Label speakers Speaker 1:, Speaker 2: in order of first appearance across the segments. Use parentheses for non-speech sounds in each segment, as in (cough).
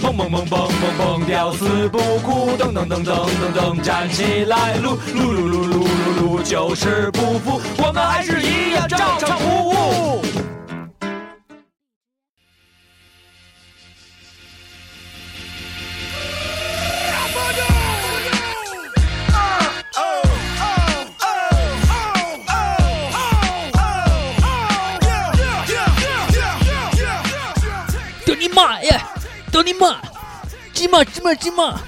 Speaker 1: 蹦蹦蹦蹦蹦蹦，吊死不哭，噔噔噔噔噔噔，站起来，撸撸撸撸撸撸撸，就是不服，我们还是一样照常服务。
Speaker 2: 屌你妈耶！屌你妈！鸡妈鸡妈鸡妈！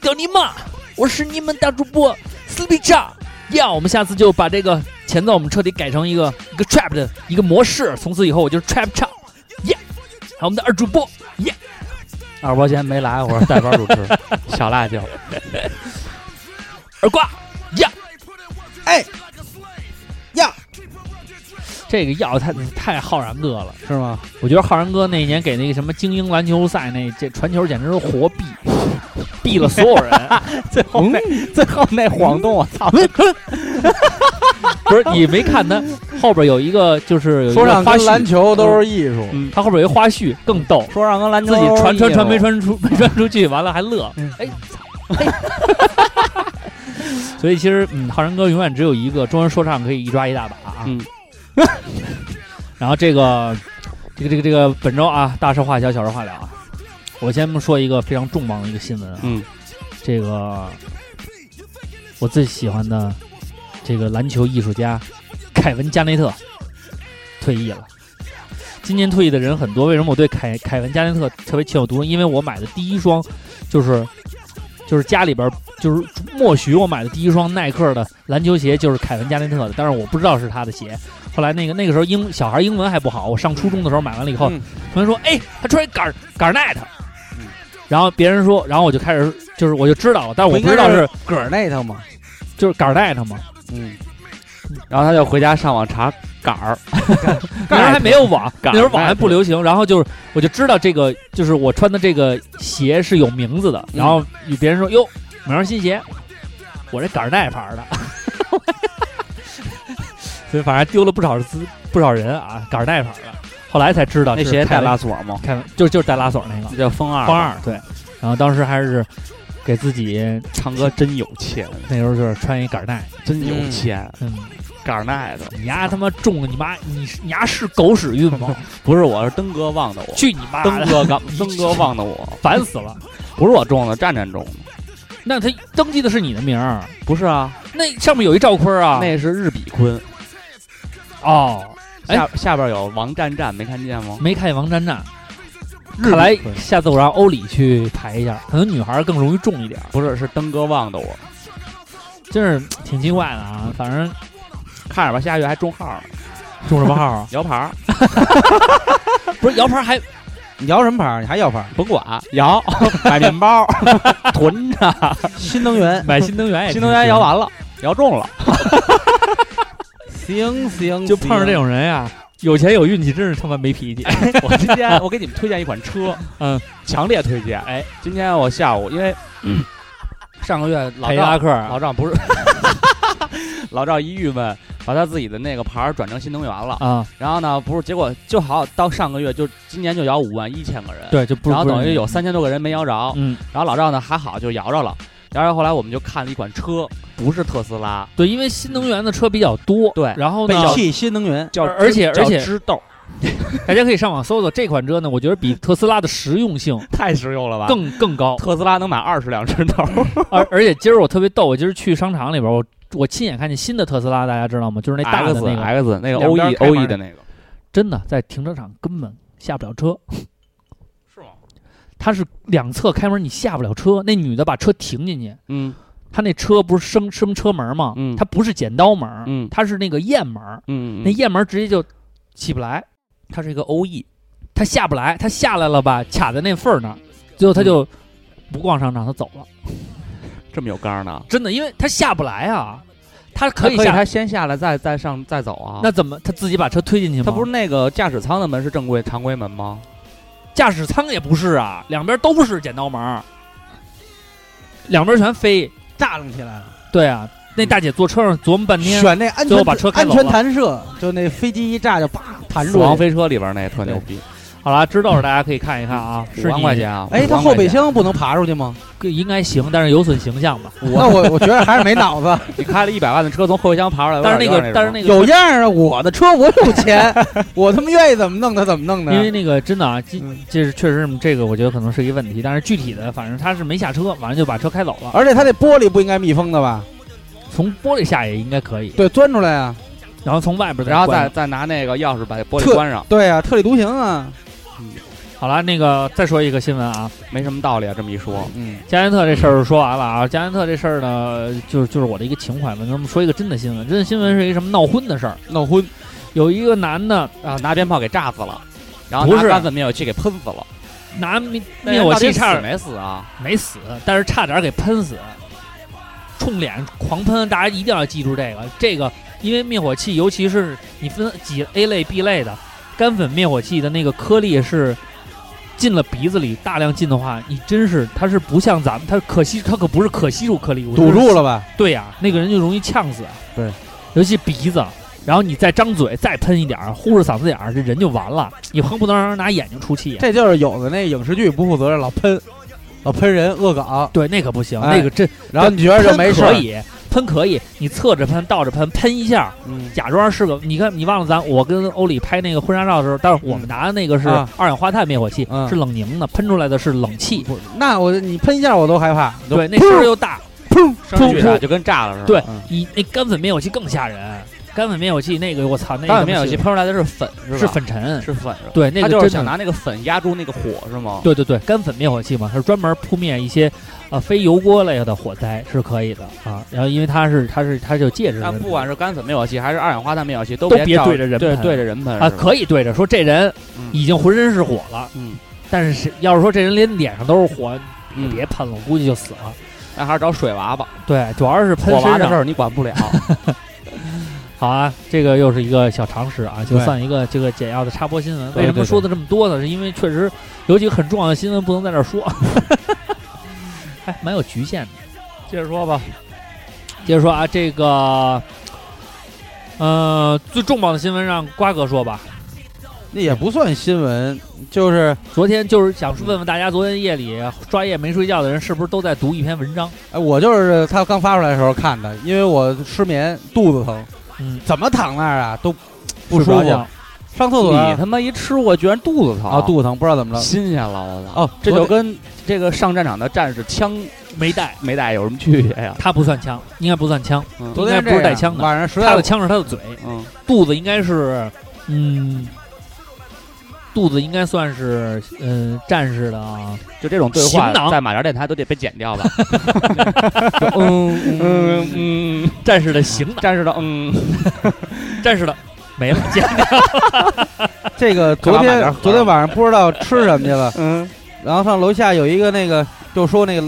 Speaker 2: 屌你妈！我是你们大主播斯皮叉呀！我们下次就把这个前奏我们彻底改成一个一个 trap 的一个模式，从此以后我就是 trap 唱耶！还有我们的二主播耶！
Speaker 3: 二伯今天没来，我是代班主
Speaker 4: (laughs)
Speaker 3: 持，小辣椒。
Speaker 2: 二瓜呀！
Speaker 5: 哎呀，
Speaker 2: 这个药太太浩然哥了，
Speaker 3: (laughs) 是吗？
Speaker 2: 我觉得浩然哥那一年给那个什么精英篮球赛那这传球简直是活毙， (laughs) 毙了所有人。
Speaker 3: 最后那、最后那晃动，我操！
Speaker 2: 不是你没看他后边有一个就是有一
Speaker 3: 说
Speaker 2: 个
Speaker 3: 唱
Speaker 2: 花
Speaker 3: 跟篮
Speaker 2: 絮，
Speaker 3: 球都是艺
Speaker 4: 嗯
Speaker 3: 术，
Speaker 2: 他后边有一花絮更逗，
Speaker 3: 说唱跟篮球
Speaker 2: 自己
Speaker 3: 都是
Speaker 2: 传
Speaker 3: 艺
Speaker 2: 传传
Speaker 3: 术
Speaker 2: 没传
Speaker 3: (laughs)
Speaker 2: 出没传出去，完了还乐
Speaker 3: 嗯，
Speaker 2: 哎，操！嘿 (laughs) 所以其实嗯，浩然哥永远只有一个中文说唱可以一抓一大把啊。
Speaker 3: 嗯
Speaker 2: (laughs) 然后这个这个这个这个本周啊，大事化小，小事化了啊。我先说一个非常重磅的一个新闻啊，
Speaker 3: 嗯
Speaker 2: 这个我最喜欢的这个篮球艺术家凯文加内特退役了。今年退役的人很多，为什么我对凯凯文加内特特别情有独钟？因为我买的第一双就是就是家里边就是默许我买的第一双耐克的篮球鞋就是凯文加内特的，但是我不知道是他的鞋。后来那个那个时候英小孩英文还不好，我上初中的时候买完了以后，
Speaker 3: 嗯
Speaker 2: 同学说：“哎，他穿一杆儿杆儿奈特。”然后别人说，然后我就开始就是我就知道了，但是我不知道是
Speaker 3: 个儿那头嘛。
Speaker 2: 就是杆儿奈特嘛，
Speaker 3: 嗯，
Speaker 4: 然后他就回家上网查
Speaker 3: (laughs)
Speaker 4: 杆儿， (laughs)
Speaker 2: 那时候还没有网，那
Speaker 4: 杆儿
Speaker 2: 时候网还不流行。然后就是我就知道这个就是我穿的这个鞋是有名字的，然后与别人说：“哟，买双新鞋，我这杆儿奈牌儿的。” (laughs) 所以反正丢了不少资不少人啊，杆儿奈牌儿的。后来才知道
Speaker 4: 那
Speaker 2: 是
Speaker 4: 鞋
Speaker 2: 凯
Speaker 4: 带
Speaker 2: 文
Speaker 4: 拉锁
Speaker 3: (laughs)
Speaker 4: 吗？
Speaker 2: 凯文就就是带拉锁那个
Speaker 4: 这叫风二，
Speaker 2: 方二对，然后当时还是给自己
Speaker 4: 唱歌真有钱，
Speaker 2: 那时候就是穿一杆儿带，
Speaker 4: 真有钱，
Speaker 2: 嗯，
Speaker 4: 杆儿奈的。
Speaker 2: 你丫他妈中了你妈，你你丫是狗屎运
Speaker 4: (laughs)
Speaker 2: 吗？
Speaker 4: 不是，我是登哥忘的我，
Speaker 2: 去你妈
Speaker 4: 登
Speaker 2: 的，
Speaker 4: 哥刚，
Speaker 3: (laughs)
Speaker 4: 登哥忘的我，
Speaker 2: 烦死了！
Speaker 4: 不是我中的，战战中的，
Speaker 2: 那他登记的是你的名儿，
Speaker 4: 不是啊，
Speaker 2: 那上面有一赵坤啊，
Speaker 4: 那是日比坤，
Speaker 2: 哦，哎
Speaker 4: 下下边有王战战，没看见吗？
Speaker 2: 没看见王占占，看来
Speaker 4: 坤
Speaker 2: 下次我让欧里去排一下，可能女孩儿更容易中一点儿，
Speaker 4: 不是，是登哥忘的我，
Speaker 2: 真是挺奇怪的啊。反正
Speaker 4: 看着吧，下月还中号呢，
Speaker 2: 中什么号啊？
Speaker 4: 摇牌儿
Speaker 2: (laughs) 不是摇牌还，
Speaker 3: 你摇什么牌儿？你还摇牌儿？
Speaker 4: 甭管，摇 (laughs) 买面
Speaker 3: (laughs)
Speaker 4: 包，囤着，
Speaker 3: 新能源
Speaker 2: 买呃新能源也
Speaker 4: 新能源摇
Speaker 2: 吧，
Speaker 4: 完了，摇中 (laughs) 了，
Speaker 3: 行行，
Speaker 2: 就碰上这
Speaker 3: 行。
Speaker 2: 种人呀、有钱有运气，真是他妈没脾 (laughs) 气。
Speaker 4: 我今天我给你们推荐一款车，
Speaker 2: 嗯，
Speaker 4: 强烈推荐。
Speaker 2: 哎，
Speaker 4: 今天我下午因为、 (clears throat) 上个月老
Speaker 2: 凯迪拉
Speaker 4: 赵
Speaker 2: 克啊
Speaker 4: 老赵不是 (laughs) 老赵一郁闷，把他自己的那个牌儿转成新能源了。
Speaker 2: 啊，
Speaker 4: 然后呢，不是结果就好到上个月就今年就摇五万一千个人，
Speaker 2: 对，就不
Speaker 4: 然后等于有三千多个人没摇着。
Speaker 2: 嗯，
Speaker 4: 然后老赵呢还好就摇着了。摇着后来我们就看了一款车，不是特斯拉，
Speaker 2: 对，因为新能源的车比较多，
Speaker 4: 对
Speaker 2: 然后呢，
Speaker 3: 北汽新能源，
Speaker 4: 叫
Speaker 2: 而而且
Speaker 4: 叫
Speaker 2: 而且
Speaker 4: 知豆，
Speaker 2: 大家可以上网搜搜这款车呢，我觉得比特斯拉的实用性
Speaker 4: 太实用了吧？，
Speaker 2: 更更高
Speaker 4: 特斯拉能买二十辆知豆，
Speaker 2: (laughs) 而而且今儿我特别逗，我今儿去商场里边，我我亲眼看见新的特斯拉，大家知道吗？就是那大的
Speaker 4: X
Speaker 2: 那个，
Speaker 4: X 那个
Speaker 2: 两
Speaker 4: O
Speaker 2: 边
Speaker 4: E
Speaker 2: 开门
Speaker 4: O E 的那个，
Speaker 2: 真的在停车场根本下不了车，是吗？它是两侧开门，你下不了车。那女的把车停进去，
Speaker 4: 嗯
Speaker 2: 她那车不是升升车门吗？
Speaker 4: 嗯
Speaker 2: 它不是剪刀门，
Speaker 4: 嗯
Speaker 2: 它是那个雁门，
Speaker 4: 嗯，
Speaker 2: 那雁门直接就起不来，
Speaker 4: 它是一个 O E，
Speaker 2: 他下不来，他下来了吧，卡在那缝儿那儿，最后他
Speaker 4: 嗯
Speaker 2: 就不逛商场，他走了。
Speaker 4: 这么有杆儿呢？
Speaker 2: 真的，因为他下不来啊，他可以
Speaker 4: 可以，
Speaker 2: 下，
Speaker 4: 他先下来再再上再走啊。
Speaker 2: 那啊怎么他自己把车推进去吗？
Speaker 4: 他不是那个驾驶舱的门是正规常规门吗？
Speaker 2: 驾驶舱也不是啊，两边都是剪刀门儿，两边全飞。
Speaker 3: 炸楞起来了。
Speaker 2: 对啊，那大姐坐车上琢磨半天，
Speaker 3: 选那安
Speaker 2: 最后
Speaker 3: 全
Speaker 2: 把车开
Speaker 3: 安
Speaker 2: 走
Speaker 3: 全
Speaker 2: 了
Speaker 3: 弹射，就那飞机一炸就啪弹
Speaker 4: 死
Speaker 3: 出
Speaker 4: 亡
Speaker 3: 去。
Speaker 4: 飞车里边那也特牛逼，
Speaker 2: 好了，知道了，大家可以看一看啊，
Speaker 4: 五
Speaker 2: 是
Speaker 4: 万
Speaker 2: 你
Speaker 4: 块钱啊！
Speaker 5: 哎，
Speaker 4: 五
Speaker 5: 他
Speaker 4: 万
Speaker 5: 后
Speaker 4: 块
Speaker 5: 备
Speaker 4: 钱，
Speaker 5: 箱不能爬出去吗？
Speaker 2: 应该行，但是有损形象吧。
Speaker 5: 那我我觉得还是没脑子。
Speaker 4: 你开了一百万的车从后备箱爬出来，
Speaker 2: 但是那
Speaker 4: 有
Speaker 2: 个
Speaker 4: 点，
Speaker 2: 但是那个，
Speaker 5: 有样儿啊！我的车我有钱， (laughs) 我他妈愿意怎么弄他怎么弄
Speaker 2: 因
Speaker 5: 呢
Speaker 2: 为？那个真的啊，这
Speaker 5: 嗯
Speaker 2: 这是确实是这个，我觉得可能是一个问题。但是具体的，反正他是没下车，完了就把车开走了。
Speaker 5: 而且他那玻璃不应该密封的吧？
Speaker 2: 从玻璃下也应该可以，
Speaker 5: 对，钻出来啊！
Speaker 2: 然后从外边
Speaker 4: 然后
Speaker 2: 关
Speaker 4: 再再拿那个钥匙把玻璃
Speaker 5: 特
Speaker 4: 关上，
Speaker 5: 对啊，特立独行啊！
Speaker 2: 好了。那个再说一个新闻啊，
Speaker 4: 没什么道理啊。这么一说，
Speaker 5: 嗯，
Speaker 2: 加内特这事儿说完了啊，加内特这事儿呢，就是就是我的一个情怀嘛。咱们说一个真的新闻，真的新闻是一个什么闹婚的事儿。
Speaker 5: 闹婚
Speaker 2: 有一个男的
Speaker 4: 啊，拿鞭炮给炸死了，然后
Speaker 2: 不
Speaker 4: 拿
Speaker 2: 是
Speaker 4: 干粉灭火器给喷死了。哎
Speaker 2: 拿灭
Speaker 4: 那
Speaker 2: 灭
Speaker 4: 人
Speaker 2: 火
Speaker 4: 到
Speaker 2: 器
Speaker 4: 底
Speaker 2: 差
Speaker 4: 死
Speaker 2: 点
Speaker 4: 没死啊？
Speaker 2: 没死，但是差点给喷死，冲脸狂喷，大家一定要记住这个。这个因为灭火器，尤其是你分几 A 类、B 类的，干粉灭火器的那个颗粒是进了鼻子里，大量进的话，你真是它是不像咱们，它可吸，它可不是可吸入颗粒物，
Speaker 5: 堵
Speaker 2: 它是
Speaker 5: 住了吧？
Speaker 2: 对呀、那个人就容易呛死。啊
Speaker 5: 对，
Speaker 2: 尤其鼻子，然后你再张嘴再喷一点儿，呼着嗓子眼儿，这人就完了。你横不能让人拿眼睛出气呀、啊
Speaker 5: 这就是有的那影视剧不负责任，老喷，老喷人恶搞，
Speaker 2: 对，那可不行，
Speaker 5: 哎
Speaker 2: 那个真
Speaker 5: 然后你觉得就没事
Speaker 2: 喷
Speaker 5: 儿
Speaker 2: 可？以，喷可以，你侧着喷，倒着喷，喷一下，
Speaker 5: 嗯，
Speaker 2: 假装是个。你看，你忘了咱我跟欧里拍那个婚纱照的时候，但是
Speaker 4: 嗯
Speaker 2: 我们拿的那个是
Speaker 5: 啊
Speaker 2: 二氧化碳灭火器，
Speaker 5: 嗯
Speaker 2: 是冷凝的，喷出来的是冷气。
Speaker 5: 不，那我你喷一下我都害怕。你就
Speaker 2: 对，那声儿又大，
Speaker 5: 砰
Speaker 4: 声儿巨大
Speaker 2: 噗
Speaker 4: 啊就跟炸了似的。
Speaker 2: 对
Speaker 5: 嗯
Speaker 2: 你那干粉灭火器更吓人。干粉灭火器那个，我操，那
Speaker 4: 干
Speaker 2: 个
Speaker 4: 粉灭火器喷出来的是粉，是
Speaker 2: 是
Speaker 4: 吧？
Speaker 2: 粉尘，
Speaker 4: 是粉，是吧
Speaker 2: 对，那
Speaker 4: 他
Speaker 2: 个
Speaker 4: 就是
Speaker 2: 真
Speaker 4: 想
Speaker 2: 的
Speaker 4: 拿那个粉压住那个火，是吗？
Speaker 2: 对对对，干粉灭火器嘛，它是专门扑灭一些呃非油锅类的火灾是可以的啊。然后因为它是它是它是有介质的
Speaker 4: 但
Speaker 2: 问题，
Speaker 4: 不管是干粉灭火器还是二氧化碳灭火器，都
Speaker 2: 都
Speaker 4: 别
Speaker 2: 别
Speaker 4: 照
Speaker 2: 对着人
Speaker 4: 对
Speaker 2: 喷
Speaker 4: 对着人喷
Speaker 2: 啊，
Speaker 4: 是吧
Speaker 2: 可以对着说这人
Speaker 4: 嗯
Speaker 2: 已经浑身是火了，
Speaker 4: 嗯
Speaker 2: 但是谁要是说这人连脸上都是火，
Speaker 4: 嗯
Speaker 2: 别喷了，我估计就死了。
Speaker 4: 那还是找水娃吧，
Speaker 2: 对，主要是喷
Speaker 4: 火娃
Speaker 2: 身
Speaker 4: 的事
Speaker 2: 上。
Speaker 4: 儿你管不了。
Speaker 2: 好啊，这个又是一个小常识啊，就
Speaker 5: 对
Speaker 2: 算一个这个简要的插播新闻。
Speaker 5: 对
Speaker 2: 为什么
Speaker 5: 对
Speaker 2: 说的这么多呢？是因为确实有几个很重要的新闻不能在这儿 (laughs) 说，还蛮有局限的。接着说吧，接着说啊，这个。呃，最重磅的新闻让瓜哥说吧。
Speaker 5: (laughs) 那也不算新闻，就是
Speaker 2: 昨天就是想问问大家，昨天夜里刷夜没睡觉的人是不是都在读一篇文章？
Speaker 5: 哎，我就是他刚发出来的时候看的，因为我失眠，肚子疼，
Speaker 2: 嗯，
Speaker 5: 怎么躺那儿啊都不
Speaker 2: 睡
Speaker 5: 舒
Speaker 2: 不着
Speaker 5: 服，
Speaker 2: 觉
Speaker 5: 上厕所
Speaker 4: 你他妈一吃我居然肚子疼
Speaker 5: 啊肚子疼，不知道怎么了。
Speaker 4: 新鲜了，我操！
Speaker 5: 哦，
Speaker 4: 这
Speaker 5: 昨
Speaker 4: 就
Speaker 5: 天
Speaker 4: 跟这个上战场的战士枪
Speaker 2: 没带，
Speaker 4: 没带有什么区别
Speaker 5: (laughs)
Speaker 4: 呀？
Speaker 2: 他不算枪，应该不算枪，
Speaker 4: 嗯
Speaker 5: 昨天
Speaker 2: 应该不是
Speaker 5: 这样
Speaker 2: 带枪的
Speaker 5: 晚上实
Speaker 2: 他
Speaker 5: 在
Speaker 2: 的枪是他的嘴，
Speaker 4: 嗯，
Speaker 2: 肚子应该是，嗯，肚子应该算是，嗯、战士的啊，
Speaker 4: 就这种对
Speaker 2: 行
Speaker 4: 话
Speaker 2: 囊
Speaker 4: 在马扎电台都得被剪
Speaker 5: (laughs)
Speaker 4: 掉吧？
Speaker 2: 嗯
Speaker 4: 嗯，嗯，
Speaker 2: 战士的行囊，
Speaker 4: 战士的嗯，
Speaker 5: 嗯
Speaker 2: 战士的没了，见
Speaker 5: 这个
Speaker 4: 干
Speaker 5: 呃
Speaker 4: 嘛
Speaker 5: 昨
Speaker 4: 买点
Speaker 5: 天
Speaker 4: 盒
Speaker 5: 昨天晚上不知道吃什么去了，
Speaker 4: 嗯，
Speaker 5: 然后上楼下有一个那个就说那个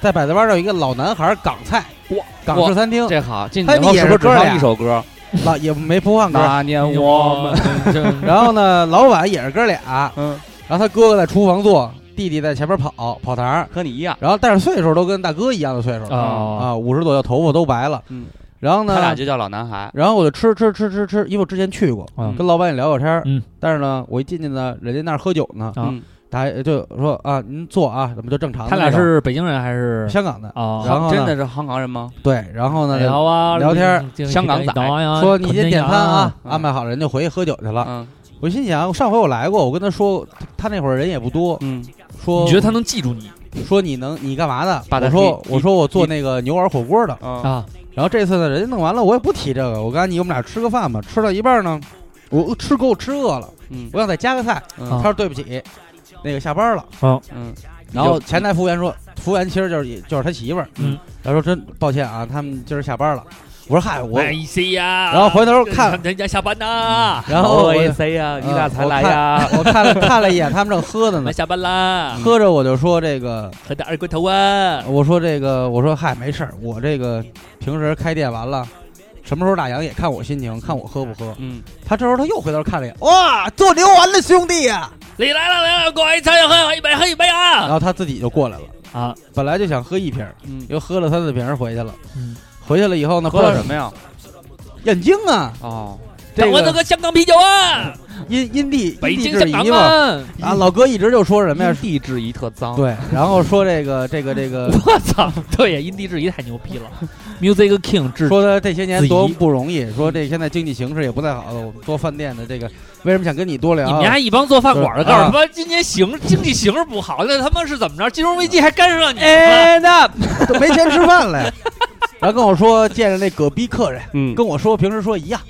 Speaker 5: 在百子湾儿有一个老男孩儿港菜
Speaker 4: 哇，
Speaker 5: 港式餐厅，
Speaker 4: 这好，进去
Speaker 5: 他
Speaker 4: 以后
Speaker 5: 也
Speaker 4: 是不
Speaker 5: 是
Speaker 4: 是只
Speaker 5: 歌儿
Speaker 4: 放
Speaker 5: 呀
Speaker 4: 一首歌？
Speaker 5: 老也没不放歌。嗯
Speaker 4: 那年我们，
Speaker 2: (laughs) 们，
Speaker 5: 然后呢，老板也是哥俩，
Speaker 4: 嗯，
Speaker 5: 然后他哥哥在厨房做，弟弟在前面跑跑堂儿，
Speaker 4: 和你一样，
Speaker 5: 然后但是岁数都跟大哥一样的岁数
Speaker 2: 啊，
Speaker 5: 啊，五十左右，头发都白了。
Speaker 4: 嗯，
Speaker 5: 然后
Speaker 4: 他俩
Speaker 5: 呢，
Speaker 4: 就叫老男孩。
Speaker 5: 然后我就吃吃吃吃吃，因为我之前去过，
Speaker 2: 嗯
Speaker 5: 跟老板也聊过天儿
Speaker 2: 嗯，
Speaker 5: 但是呢，我一进去呢，人家那儿喝酒呢，
Speaker 2: 啊
Speaker 4: 嗯，
Speaker 5: 他就说啊，您坐啊，怎么就正常的
Speaker 2: 他
Speaker 5: 那种。
Speaker 2: 俩是北京人还是
Speaker 5: 香港的，
Speaker 2: 啊？
Speaker 5: 然后呢
Speaker 4: 哦真的是香港人吗？
Speaker 5: 对，然后呢，
Speaker 2: 聊啊
Speaker 5: 聊天，
Speaker 4: 香港仔
Speaker 5: 说你先点餐啊，
Speaker 4: 嗯
Speaker 5: 安排好了，人就回去喝酒去了。
Speaker 4: 嗯
Speaker 5: 我心想，上回我来过，我跟他说，他他那会儿人也不多，
Speaker 4: 嗯，
Speaker 5: 说
Speaker 2: 你觉得他能记住你
Speaker 5: 说你能你干嘛的？
Speaker 4: 把他
Speaker 5: 我说
Speaker 4: 你
Speaker 5: 我说我做那个牛丸火锅的。
Speaker 4: 啊，
Speaker 2: 啊？
Speaker 5: 然后这次呢，人家弄完了，我也不提这个。我告诉你，我们俩吃个饭吧，吃到一半呢，我吃够吃饿了，
Speaker 4: 嗯
Speaker 5: 我想再加个菜。
Speaker 4: 嗯
Speaker 5: 他说对不起，那个下班了。
Speaker 4: 嗯，
Speaker 5: 然后前台服务员说，服务员其实就是就是他媳妇儿。
Speaker 2: 嗯，
Speaker 5: 他说真抱歉啊，他们今儿下班了。我说嗨，我
Speaker 2: 哎
Speaker 4: 啊
Speaker 2: 呀，
Speaker 5: 然后回头看
Speaker 2: 人家下班呐，哎
Speaker 5: 然后我嗯
Speaker 4: 也谁呀？你俩才来呀？
Speaker 5: (laughs) 我看了看了一眼，他们正喝着
Speaker 2: 我
Speaker 5: 呢
Speaker 2: 们，下班
Speaker 4: 嗯
Speaker 2: 啦，
Speaker 5: 喝着我就说这个，
Speaker 2: 喝点二锅头啊。
Speaker 5: 我说这个，我说嗨，没事儿，我这个平时开店完了，什么时候打烊也看我心情，看我喝不喝。
Speaker 4: 嗯，
Speaker 5: 他这时候他又回头看了一眼，哇，做牛丸的兄弟呀、
Speaker 2: 你来了，来了，过来，再喝一杯，喝一杯
Speaker 5: 然
Speaker 2: 啊！
Speaker 5: 后他自己就过来了，
Speaker 2: 啊，
Speaker 5: 本来就想喝一瓶儿，
Speaker 4: 嗯，
Speaker 5: 又喝了三四瓶儿回去了。
Speaker 2: 嗯
Speaker 5: 回去了以后呢，
Speaker 4: 喝了
Speaker 5: 不知
Speaker 4: 什么呀？
Speaker 5: 道眼睛啊，
Speaker 4: 哦，
Speaker 2: 台
Speaker 5: 这
Speaker 2: 湾那
Speaker 5: 个
Speaker 2: 个香港啤酒啊，
Speaker 5: 因因地
Speaker 2: 北
Speaker 5: 因地
Speaker 2: 京
Speaker 5: 制
Speaker 2: 香
Speaker 5: 宜
Speaker 2: 港
Speaker 5: 嘛
Speaker 2: 啊，
Speaker 5: 啊，老哥一直就说什么呀
Speaker 4: 因？地制宜特脏。
Speaker 5: 对，然后说这个这个这个，
Speaker 2: 我操，对呀，因地制宜太牛逼了，Music King 制
Speaker 5: 说他这些年
Speaker 2: 子怡
Speaker 5: 多么不容易，说这现在经济形势也不太好了，我们做饭店的这个为什么想跟你多聊？啊
Speaker 2: 你们家一帮做饭馆的，
Speaker 5: 对
Speaker 2: 告诉
Speaker 5: 啊
Speaker 2: 他妈今年形经济形势不好，那他妈是怎么着？金融危机还干上你们？
Speaker 5: 哎，那都没钱吃
Speaker 4: (laughs)
Speaker 5: 饭了呀。然后跟我说见着那葛逼客人，
Speaker 4: 嗯，
Speaker 5: 跟我说平时说一样，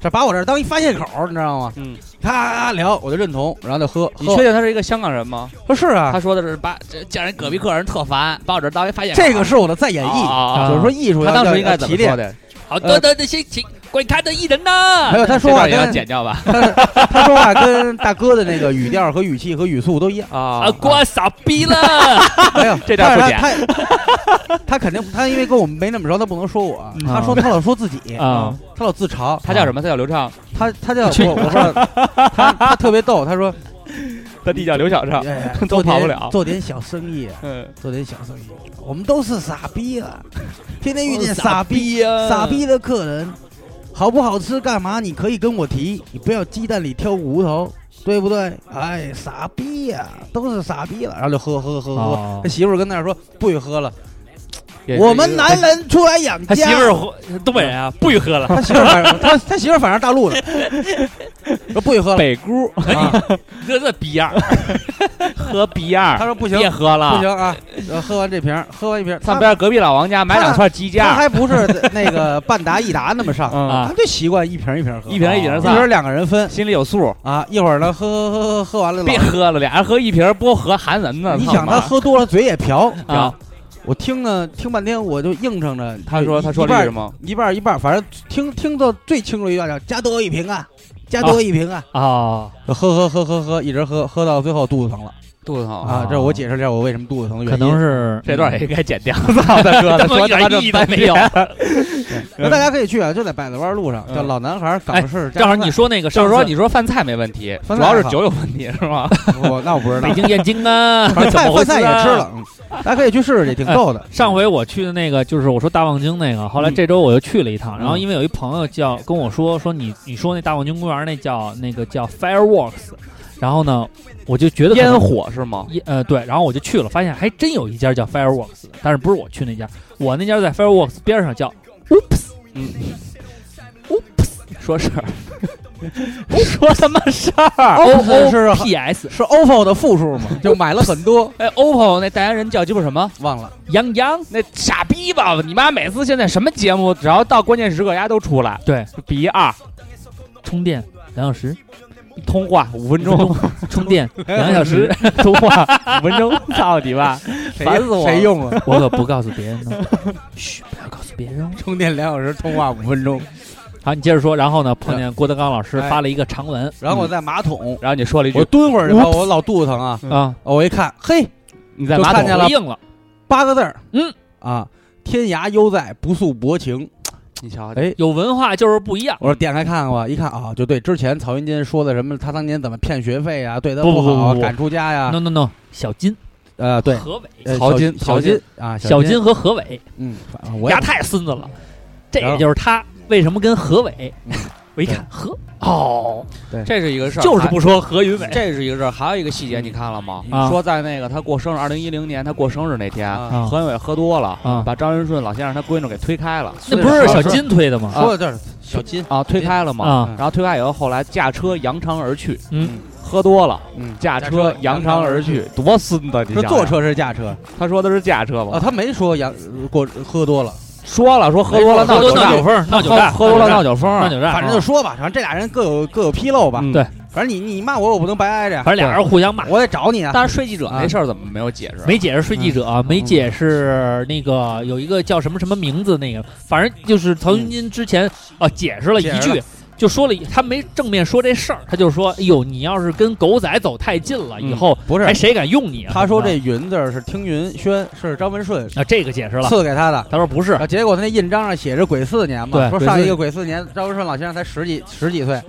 Speaker 5: 这把我这当一发泄口，你知道吗？
Speaker 4: 嗯，
Speaker 5: 他聊我就认同，然后就喝，
Speaker 4: 你
Speaker 5: 喝
Speaker 4: 确定他是一个香港人吗？
Speaker 5: 说是啊，
Speaker 4: 他说的是把这见人隔壁客人特烦，把我这当一发啊现
Speaker 5: 这个是我的再演绎，
Speaker 4: 啊，
Speaker 5: 就是说呃艺术
Speaker 4: 他
Speaker 5: 要
Speaker 4: 当
Speaker 5: 要
Speaker 4: 时应该
Speaker 5: 要
Speaker 4: 怎么
Speaker 5: 提
Speaker 4: 说
Speaker 5: 炼。
Speaker 4: 的？
Speaker 2: 好多的那些请管他的艺人呐
Speaker 5: 还，有他
Speaker 4: (laughs) 这
Speaker 5: 说话
Speaker 4: 段也要
Speaker 5: 跟
Speaker 4: 剪掉吧？
Speaker 5: 他他说话跟大哥的那个语调和语气和语速都一
Speaker 4: (laughs)
Speaker 5: 样。
Speaker 2: 啊，
Speaker 4: 啊
Speaker 2: 瓜傻逼
Speaker 5: (laughs)
Speaker 2: 了，
Speaker 5: 没有，
Speaker 4: 这段不
Speaker 5: 但是他他他肯定他因为跟我们没那么熟，他不能说我，他说他老说自己，
Speaker 2: 啊
Speaker 5: 他老自嘲，
Speaker 4: 嗯他叫什么？他叫刘畅，
Speaker 5: 他他叫我我不知道，他他特别逗，他说
Speaker 4: 他弟叫刘小畅。
Speaker 5: 哎
Speaker 4: 都
Speaker 5: 做
Speaker 4: 跑不
Speaker 5: 点
Speaker 4: 了
Speaker 5: 做点小生意，啊
Speaker 4: 嗯，
Speaker 5: 做点小生意，我们都是傻逼了，天天遇见
Speaker 2: 傻
Speaker 5: 傻
Speaker 2: 逼
Speaker 5: 逼
Speaker 2: 呀
Speaker 5: 傻逼的客人，好不好吃干嘛？你可以跟我提，你不要鸡蛋里挑骨头，对不对？哎，傻逼呀、都是傻逼了，然后就喝喝喝喝，
Speaker 2: 哦
Speaker 5: 他媳妇儿跟那儿说不许喝了，
Speaker 4: 也是
Speaker 5: 我们男人出来养
Speaker 2: 他
Speaker 5: 家。
Speaker 2: 媳妇儿喝东北人啊，不许喝了，
Speaker 5: 他媳妇儿反正他他媳妇儿反正大陆的，说不许喝了，
Speaker 4: 北姑
Speaker 5: 啊
Speaker 2: 这这逼样儿，
Speaker 5: (laughs)
Speaker 4: 喝鼻样
Speaker 5: 他
Speaker 4: 儿，
Speaker 5: 说不
Speaker 4: (laughs)
Speaker 5: 行
Speaker 4: 别喝
Speaker 5: 不
Speaker 4: 了
Speaker 5: 行。啊，呃喝完这瓶儿，喝完一瓶儿，
Speaker 4: 上
Speaker 5: 他
Speaker 4: 边隔壁老王家买两串鸡
Speaker 5: 他
Speaker 4: 架，
Speaker 5: 还不是 (laughs) 那个半达一达那么上，
Speaker 4: 嗯
Speaker 5: 他就习惯一瓶儿啊一瓶儿喝，啊
Speaker 4: 一瓶儿一瓶儿
Speaker 5: 一
Speaker 4: 算
Speaker 5: 瓶儿两个人分
Speaker 4: 心里有数。
Speaker 5: 啊，一会儿呢喝喝喝喝喝完了，
Speaker 4: 别
Speaker 5: 老
Speaker 4: 喝了，俩人喝一瓶，不喝寒人呢。
Speaker 5: 你
Speaker 4: 操
Speaker 5: 想
Speaker 4: 妈
Speaker 5: 他喝多了嘴也 (laughs) 瓢，
Speaker 4: 啊？
Speaker 5: 我听呢听半天我就应承着，
Speaker 4: 他说
Speaker 5: 一
Speaker 4: 他说
Speaker 5: 一
Speaker 4: 这
Speaker 5: 半
Speaker 4: 是
Speaker 5: 儿
Speaker 4: 什么？
Speaker 5: 一半儿一半儿，反正听听到最清楚一段叫加多一瓶啊，加多一瓶啊，
Speaker 2: 啊，
Speaker 5: 喝喝喝喝喝，一直喝喝到最后肚子疼了
Speaker 4: 肚子疼，
Speaker 5: 啊，这是我解释一下我为什么肚子疼的原
Speaker 2: 可
Speaker 5: 因，
Speaker 2: 能是
Speaker 4: 这段也应该剪掉。 (laughs) 操
Speaker 2: (laughs)
Speaker 4: 大哥，
Speaker 2: 他妈
Speaker 4: 说
Speaker 2: 一
Speaker 4: 他
Speaker 2: 点
Speaker 4: 妈这
Speaker 2: 意义都没有。
Speaker 5: 那大家可以去啊，就在百子湾路上，
Speaker 4: 嗯
Speaker 5: 叫老男孩港式家
Speaker 2: 正
Speaker 5: 常
Speaker 2: 好
Speaker 5: 菜。
Speaker 2: 你说那个，
Speaker 4: (laughs) (laughs) 就是说
Speaker 2: 上次
Speaker 4: 你说饭菜没问题，
Speaker 5: 饭菜
Speaker 4: 主要是
Speaker 5: 还好
Speaker 4: 酒有问 (laughs) 题是吗？
Speaker 5: 我那我不知道
Speaker 2: 北，京燕京啊，
Speaker 4: (laughs)
Speaker 5: 反正
Speaker 2: 怎
Speaker 5: 菜
Speaker 2: 么回
Speaker 5: 饭
Speaker 2: 事
Speaker 5: 菜也
Speaker 2: 啊
Speaker 5: 吃。了，嗯大家可以去试试去，挺逗的。
Speaker 2: 上回我去的那个就是我说大望京那个，
Speaker 4: 嗯
Speaker 2: 后来这周我又去了一趟，然后因为有一朋友叫跟我说说你你说那大望京公园那叫那个叫 fireworks，然后呢我就觉得可能
Speaker 4: 烟火是吗？
Speaker 2: 一呃对，然后我就去了，发现还真有一家叫 Fireworks，的但是不是我去那家，我那家在 Fireworks 边上叫 Oops，
Speaker 4: 嗯
Speaker 2: Oops，说事儿 (laughs)
Speaker 4: 说他妈事儿。
Speaker 2: ，O O
Speaker 5: 啊是
Speaker 2: 哦 P S，
Speaker 5: 是 OPPO 的复数嘛，就买了很多，
Speaker 4: 哎，OPPO 那代言人叫鸡巴什么？
Speaker 5: 忘了。
Speaker 2: 杨洋，
Speaker 4: 那傻逼吧！你妈每次现在什么节目，只要到关键时刻，丫都出来。
Speaker 2: 对，
Speaker 4: 比二
Speaker 2: 充电两小时，
Speaker 4: 通话五分
Speaker 2: 钟
Speaker 4: 钟，
Speaker 2: (laughs) 充电两小时， (laughs)
Speaker 4: 通话五分钟，操你妈！
Speaker 5: 谁
Speaker 4: 烦死我了
Speaker 5: 谁
Speaker 2: (laughs)
Speaker 5: 用啊？
Speaker 2: 我可不告诉别人 (laughs) 呢，嘘，不要告诉别人哦。
Speaker 5: 充电两小时，通话五分钟。
Speaker 2: 好，你接着说，然后呢，碰见郭德纲老师发了一个长文
Speaker 5: 哎
Speaker 2: 嗯
Speaker 5: 然后我在马桶，
Speaker 4: 然后你说了一
Speaker 5: 我
Speaker 4: 句，
Speaker 5: 蹲会儿就把我老肚子疼啊。
Speaker 2: 啊，
Speaker 5: 我一看，嘿，
Speaker 4: 你在马
Speaker 5: 就看见
Speaker 4: 桶
Speaker 5: 了
Speaker 2: 回应了，
Speaker 5: 八个字儿，
Speaker 2: 嗯
Speaker 5: 啊，天涯悠哉，不诉薄情。
Speaker 4: 你瞧，
Speaker 5: 哎，
Speaker 2: 有文化就是不一样。
Speaker 5: 我说点开看看吧，一看啊，就对之前曹云金说的什么，他当年怎么骗学费啊，对他
Speaker 2: 不不
Speaker 5: 好啊
Speaker 2: 不不不
Speaker 5: 赶出家呀
Speaker 2: No，no no，小金、
Speaker 5: 呃，
Speaker 2: (laughs)
Speaker 5: 对，
Speaker 2: 何伟、
Speaker 5: 呃
Speaker 4: 曹
Speaker 5: 小
Speaker 4: 金
Speaker 5: 小
Speaker 4: 曹金
Speaker 5: 金啊，
Speaker 2: 小
Speaker 5: 金，
Speaker 2: 金和何伟，
Speaker 5: 嗯，反正我也
Speaker 2: 丫太孙子了，这
Speaker 5: 然
Speaker 2: 也
Speaker 5: 后
Speaker 2: 就是他为什么跟何伟，我一看何哦，
Speaker 4: 这是一个事儿，
Speaker 2: 就是不说何云伟
Speaker 4: 这是一个事儿，还有一个细节你看了吗？
Speaker 2: 啊
Speaker 4: 说在那个他过生日，二零一零年他过生日那天，
Speaker 5: 啊
Speaker 2: 啊，
Speaker 4: 何云伟喝多了，
Speaker 2: 啊
Speaker 4: 把张仁顺老先生他闺女给推开了
Speaker 2: 那不是小金推的吗？
Speaker 5: 说的啊就是小金，
Speaker 4: 啊，推开了嘛。
Speaker 2: 啊
Speaker 4: 然后推开以后，后来驾车扬长而去。
Speaker 2: 嗯，
Speaker 4: 喝多了，
Speaker 5: 嗯，
Speaker 4: 驾
Speaker 5: 驾车
Speaker 4: 车扬长而去，多孙子！你
Speaker 5: 是
Speaker 4: 想
Speaker 5: 坐
Speaker 4: 想，
Speaker 5: 车是驾车
Speaker 4: 他说的是驾车
Speaker 5: 啊？
Speaker 4: 嘛？
Speaker 5: 他没说杨过喝多了，
Speaker 4: 说了，说喝多了
Speaker 2: 哎喝
Speaker 4: 闹
Speaker 2: 多
Speaker 4: 酒
Speaker 2: 闹
Speaker 4: 驾
Speaker 2: 酒，疯，闹酒
Speaker 4: 喝
Speaker 2: 大，
Speaker 4: 喝多了闹酒疯啊，
Speaker 2: 闹酒大，
Speaker 5: 反正就说吧，反正这俩人各有各有纰漏吧。
Speaker 4: 嗯
Speaker 2: 对
Speaker 5: 反正你你骂我，我不能白挨着呀，
Speaker 2: 反正俩人互相骂，
Speaker 5: 我得找你啊。
Speaker 4: 但是睡记者那事儿怎么没有解释？啊
Speaker 2: 没解释睡记者，啊没解释那个有一个叫什么什么名字那个，反正就是曹云金之前啊解释了一
Speaker 5: 解释
Speaker 2: 句。就说了一，他没正面说这事儿，他就说：“哎呦，你要是跟狗仔走太近了，以
Speaker 4: 嗯
Speaker 2: 后
Speaker 5: 不是
Speaker 2: 还，谁敢用你啊？”
Speaker 5: 他说这“云”字儿是听云轩，是张文顺
Speaker 2: 啊，这个解释了。
Speaker 5: 赐给他的。
Speaker 2: 他说不是
Speaker 5: 啊，结果他那印章上写着“癸巳年”
Speaker 2: 对
Speaker 5: 嘛，说
Speaker 2: 癸
Speaker 5: 上
Speaker 2: 巳
Speaker 5: 一个癸巳年，张文顺老先生才十几十几岁，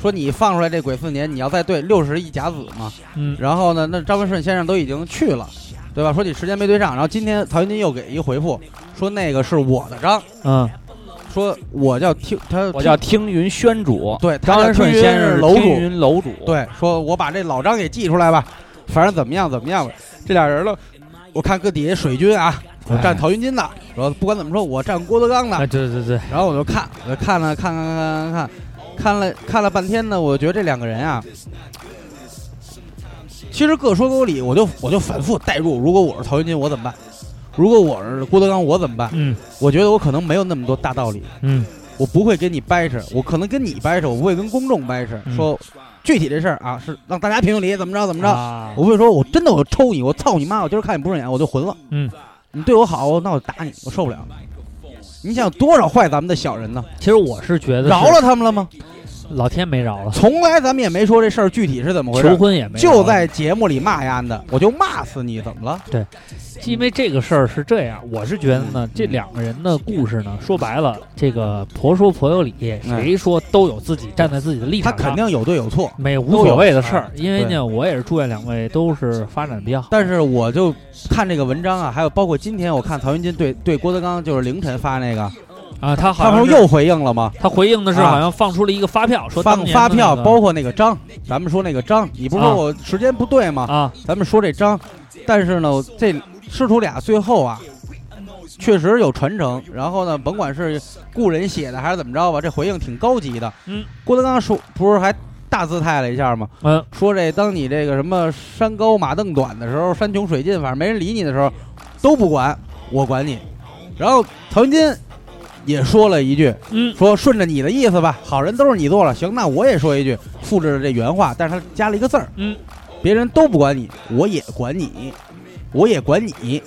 Speaker 5: 说你放出来这癸巳年，你要再对六十一甲子嘛。
Speaker 2: 嗯，
Speaker 5: 然后呢，那张文顺先生都已经去了，对吧？说你时间没对上，然后今天曹云金又给一回复，说那个是我的章，
Speaker 2: 嗯，
Speaker 5: 说我叫听他，
Speaker 4: 我叫听云宣主，
Speaker 5: 对，他
Speaker 4: 张
Speaker 5: 叫
Speaker 4: 元顺
Speaker 5: 听
Speaker 4: 先生是
Speaker 5: 楼
Speaker 4: 听
Speaker 5: 主，
Speaker 4: 云楼主，，
Speaker 5: 对，说我把这老张给寄出来吧，反正怎么样怎么样吧。这俩人了，我看各底下水军啊，我
Speaker 4: 哎
Speaker 5: 站陶云金的，然后不管怎么说，我站郭德纲的
Speaker 2: 啊，，对对对，
Speaker 5: 然后我就看，我就看了看看看看看，看了看了半天呢，我觉得这两个人啊，其实各说各有理，我就我就反复代入，如果我是曹云金，我怎么办？如果我是郭德纲，我怎么办？
Speaker 2: 嗯
Speaker 5: 我觉得我可能没有那么多大道理，
Speaker 2: 嗯
Speaker 5: 我不会跟你掰扯，我可能跟你掰扯，我不会跟公众掰扯，
Speaker 2: 嗯
Speaker 5: 说具体这事儿啊，是让大家评评理，怎么着怎么着。
Speaker 2: 啊
Speaker 5: 我不会说，我真的我抽你，我操你妈！我今儿看你不顺眼，我就混了。
Speaker 2: 嗯，
Speaker 5: 你对我好，我那我打你，我受不了。你想多少坏咱们的小人呢？
Speaker 2: 其实我是觉得是
Speaker 5: 饶了他们了吗？
Speaker 2: 老天没饶了，
Speaker 5: 从来咱们也没说这事儿具体是怎么回
Speaker 2: 求
Speaker 5: 事，
Speaker 2: 婚也没饶了
Speaker 5: 就在节目里骂丫的，我就骂死你，怎么了？
Speaker 2: 因为这个事儿是这样，我是觉得呢，这两个人的故事呢，说白了，这个婆说婆有理，谁说都有自己站在自己的立
Speaker 5: 他
Speaker 2: 场啊
Speaker 5: 肯
Speaker 2: 上，
Speaker 5: 定有对有错，
Speaker 2: 没无所谓的事儿
Speaker 5: 都。
Speaker 2: 因为呢，我也是祝愿两位都是发展比较好。
Speaker 5: 但是我就看这个文章啊，还有包括今天我看曹云金对对郭德纲就是凌晨发那个，
Speaker 2: 啊，他好
Speaker 5: 他
Speaker 2: 像
Speaker 5: 不
Speaker 2: 是
Speaker 5: 是又回应了吗？
Speaker 2: 他回应的是
Speaker 5: 啊
Speaker 2: 好像放出了一个发票，说
Speaker 5: 放
Speaker 2: 当年
Speaker 5: 发
Speaker 2: 的
Speaker 5: 票，
Speaker 2: 那个
Speaker 5: 包括那个章，咱们说那个章，你不是
Speaker 2: 啊
Speaker 5: 说我时间不对吗？
Speaker 2: 啊，
Speaker 5: 咱们说这章，但是呢，这师徒俩最后啊，确实有传承。然后呢，甭管是故人写的还是怎么着吧，这回应挺高级的。
Speaker 2: 嗯，
Speaker 5: 郭德纲说不是还大姿态了一下吗？
Speaker 2: 嗯，
Speaker 5: 说这当你这个什么山高马蹬短的时候，山穷水尽，反正没人理你的时候，都不管，我管你。然后曹云金也说了一句，
Speaker 2: 嗯，
Speaker 5: 说顺着你的意思吧，好人都是你做了，行，那我也说一句，复制了这原话，但是他加了一个字儿，
Speaker 2: 嗯，
Speaker 5: 别人都不管你，我也管你，我也管你，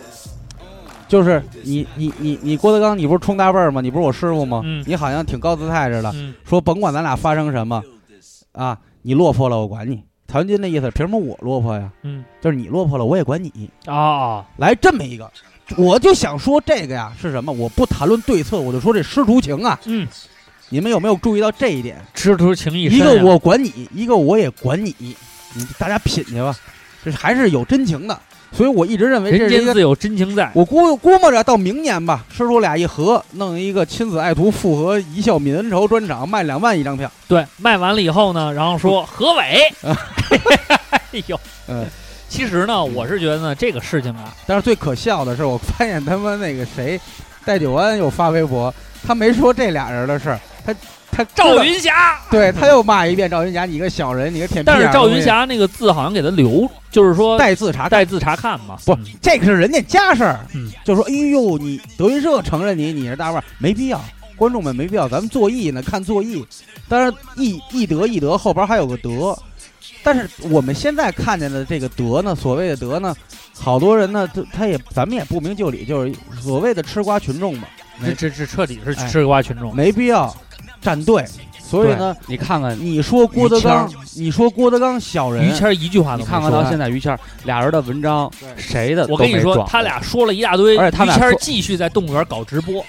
Speaker 5: 就是你你你你郭德纲，你不是冲大辈儿吗？你不是我师傅吗？
Speaker 2: 嗯
Speaker 5: 你好像挺高姿态似的，
Speaker 2: 嗯
Speaker 5: 说甭管咱俩发生什么，啊，你落魄了我管你。曹云金的意思，凭什么我落魄呀？
Speaker 2: 嗯
Speaker 5: 就是你落魄了我也管你，
Speaker 2: 啊，
Speaker 5: 来这么一个。我就想说这个呀是什么？我不谈论对策，我就说这师徒情啊。
Speaker 2: 嗯，
Speaker 5: 你们有没有注意到这一点？
Speaker 2: 师徒情谊深
Speaker 5: 一个
Speaker 2: 呀
Speaker 5: 我管你，一个我也管你，你大家品去吧，这还是有真情的。所以我一直认为这
Speaker 2: 人
Speaker 5: 是一
Speaker 2: 间
Speaker 5: 个，
Speaker 2: 自有真情在，
Speaker 5: 我估估摸着到明年吧，师徒俩一合，弄一个亲子爱徒复合一笑泯恩仇专场，卖两万一张票。
Speaker 2: 对，卖完了以后呢，然后
Speaker 4: (laughs)
Speaker 2: 说何伟，
Speaker 4: 啊
Speaker 2: 哎呦，
Speaker 5: 嗯，
Speaker 2: 其实呢，
Speaker 4: 嗯
Speaker 2: 我是觉得呢，这个事情啊，
Speaker 5: 但是最可笑的是，我发现他们那个谁，戴九安又发微博，他没说这俩人的事儿，他他知道
Speaker 2: 赵云霞，
Speaker 5: (laughs) 对他又骂一遍赵云霞，你个小人，你个舔屁
Speaker 2: 但
Speaker 5: 眼儿
Speaker 2: 是
Speaker 5: 的
Speaker 2: 赵
Speaker 5: 东西
Speaker 2: 云霞那个字好像给他留，就是说
Speaker 5: 带字查看。
Speaker 2: 带字查看嘛，
Speaker 5: 不
Speaker 2: 嗯
Speaker 5: 这个是人家家事儿，
Speaker 2: 嗯
Speaker 5: 就说哎呦，你德云社承认你你是大腕儿，没必要，观众们没必要，咱们作艺呢看作艺，当然艺艺德艺德后边还有个德，但是我们现在看见的这个德呢，所谓的德呢，好多人呢，他他也咱们也不明就里，就是所谓的吃瓜群众嘛，
Speaker 2: 这这这彻底是
Speaker 5: 哎
Speaker 2: 吃瓜群众，
Speaker 5: 没必要站队，所以呢，
Speaker 4: 你看看，
Speaker 5: 你说郭德纲
Speaker 4: 于，
Speaker 5: 你说郭德纲小人
Speaker 2: 于，谦一句话
Speaker 4: 你
Speaker 2: 都没
Speaker 4: 看看
Speaker 2: 说
Speaker 4: 到现在于谦儿俩人的文章，谁的
Speaker 2: 我跟你
Speaker 4: 都没
Speaker 2: 说，
Speaker 4: 撞
Speaker 2: 他俩说了一大堆，
Speaker 4: 而且他
Speaker 2: 于
Speaker 4: 俩
Speaker 2: 谦
Speaker 4: 说
Speaker 2: 继续在动物园搞直播。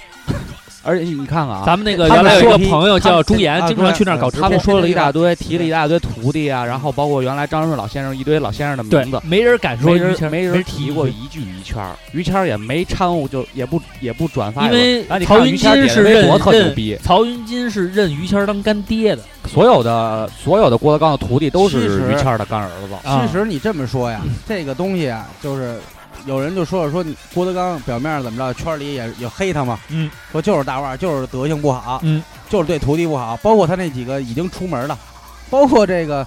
Speaker 4: 而且你看看啊，
Speaker 2: 咱们那个
Speaker 4: 他
Speaker 2: 原
Speaker 4: 们
Speaker 2: 来有一
Speaker 4: 说
Speaker 2: 个
Speaker 5: 批
Speaker 2: 朋友
Speaker 5: 他们
Speaker 2: 叫朱
Speaker 5: 这
Speaker 2: 岩，
Speaker 5: 啊
Speaker 2: 经
Speaker 5: 朱
Speaker 2: 常
Speaker 5: 岩
Speaker 2: 去那儿
Speaker 5: 呃
Speaker 2: 搞直
Speaker 5: 朱
Speaker 4: 他
Speaker 2: 播
Speaker 4: 们
Speaker 5: 岩。
Speaker 4: 说了一大堆，提了一大堆徒弟啊，然后包括原来张顺老先生一堆老先生的
Speaker 2: 对
Speaker 4: 名字，，
Speaker 2: 没人敢
Speaker 4: 没
Speaker 2: 说于谦
Speaker 4: 人没人
Speaker 2: 人
Speaker 4: 提过一句于谦儿，于谦儿也没掺和，就也不也不转
Speaker 2: 因
Speaker 4: 发也不，
Speaker 2: 为
Speaker 4: 然哎后
Speaker 2: 曹云
Speaker 4: 你看于谦儿
Speaker 2: 金
Speaker 4: 点
Speaker 2: 是
Speaker 4: 的微
Speaker 2: 认
Speaker 4: 博特牛逼
Speaker 2: 认，曹云金是认于谦儿当干爹的
Speaker 4: 所有的所有的郭德纲的徒弟都
Speaker 5: 其
Speaker 4: 是
Speaker 5: 实
Speaker 4: 于谦儿的干儿子，
Speaker 2: 啊
Speaker 5: 其，实你这么
Speaker 2: (laughs)
Speaker 5: 说呀，这个东西啊，就是有人就说了说你郭德纲表面怎么着，圈里也也黑他嘛，
Speaker 2: 嗯，
Speaker 5: 说就是大腕儿，就是德行不好，
Speaker 2: 嗯，
Speaker 5: 就是对徒弟不好，包括他那几个已经出门了，包括这个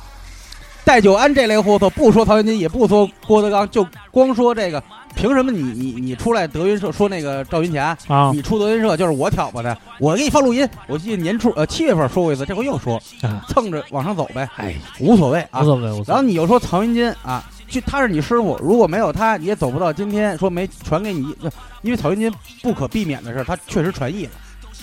Speaker 5: 戴九安这类货色，不说曹云金，也不说郭德纲，就光说这个，凭什么你你你出来德云社说那个赵云钱，
Speaker 2: 啊
Speaker 5: 你出德云社就是我挑拨的，我给你放录音，我记得年初呃七月份说过一次，这回又说
Speaker 2: 啊，
Speaker 5: 蹭着往上走呗，
Speaker 4: 哎，
Speaker 5: 无所谓啊
Speaker 2: 无，所谓，无所
Speaker 5: 然后
Speaker 2: 谓。
Speaker 5: 你又说曹云金啊，就他是你师傅，如果没有他，你也走不到今天。说没传给你，因为曹云金不可避免的事，他确实传艺了，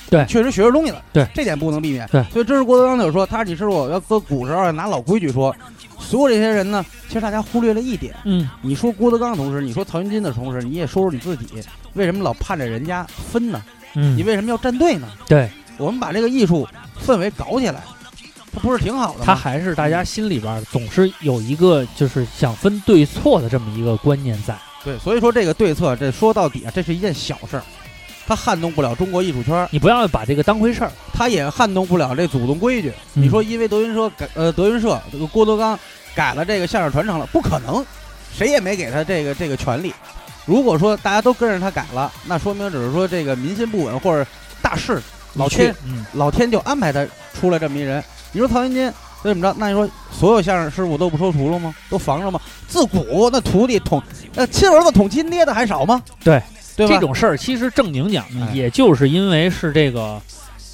Speaker 2: 对
Speaker 5: 确实学着东西了，
Speaker 2: 对，
Speaker 5: 这点不能避免。
Speaker 2: 对
Speaker 5: 所以真是郭德纲就说他是你师傅，要搁古时候啊拿老规矩说，所有这些人呢，其实大家忽略了一点，
Speaker 2: 嗯，
Speaker 5: 你说郭德纲的同时，你说曹云金的同时，你也说说你自己，为什么老盼着人家分呢？
Speaker 2: 嗯
Speaker 5: 你为什么要站队呢？
Speaker 2: 对，
Speaker 5: 我们把这个艺术氛围搞起来，它不是挺好的
Speaker 2: 他
Speaker 5: 吗？
Speaker 2: 还是大家心里边儿总是有一个就是想分对错的这么一个观念在。
Speaker 5: 对，所以说这个对策，这说到底啊，这是一件小事儿。他撼动不了中国艺术圈，
Speaker 2: 你不要把这个当回事儿。
Speaker 5: 他也撼动不了这祖宗规矩。你说，因为德云社改呃德云社这个郭德纲改了这个相声传承了，不可能，谁也没给他这个这个权利。如果说大家都跟着他改了，那说明只是说这个民心不稳或者大势老天
Speaker 2: 嗯，
Speaker 5: 老天就安排他出来这么一人。你说曹云金那怎么着？那你说所有相声师傅都不收徒了吗？都防着吗？自古那徒弟捅呃亲儿子捅亲爹的还少吗？
Speaker 2: 对
Speaker 5: 对吧？
Speaker 2: 这种事儿其实正经讲呢
Speaker 5: 哎，
Speaker 2: 也就是因为是这个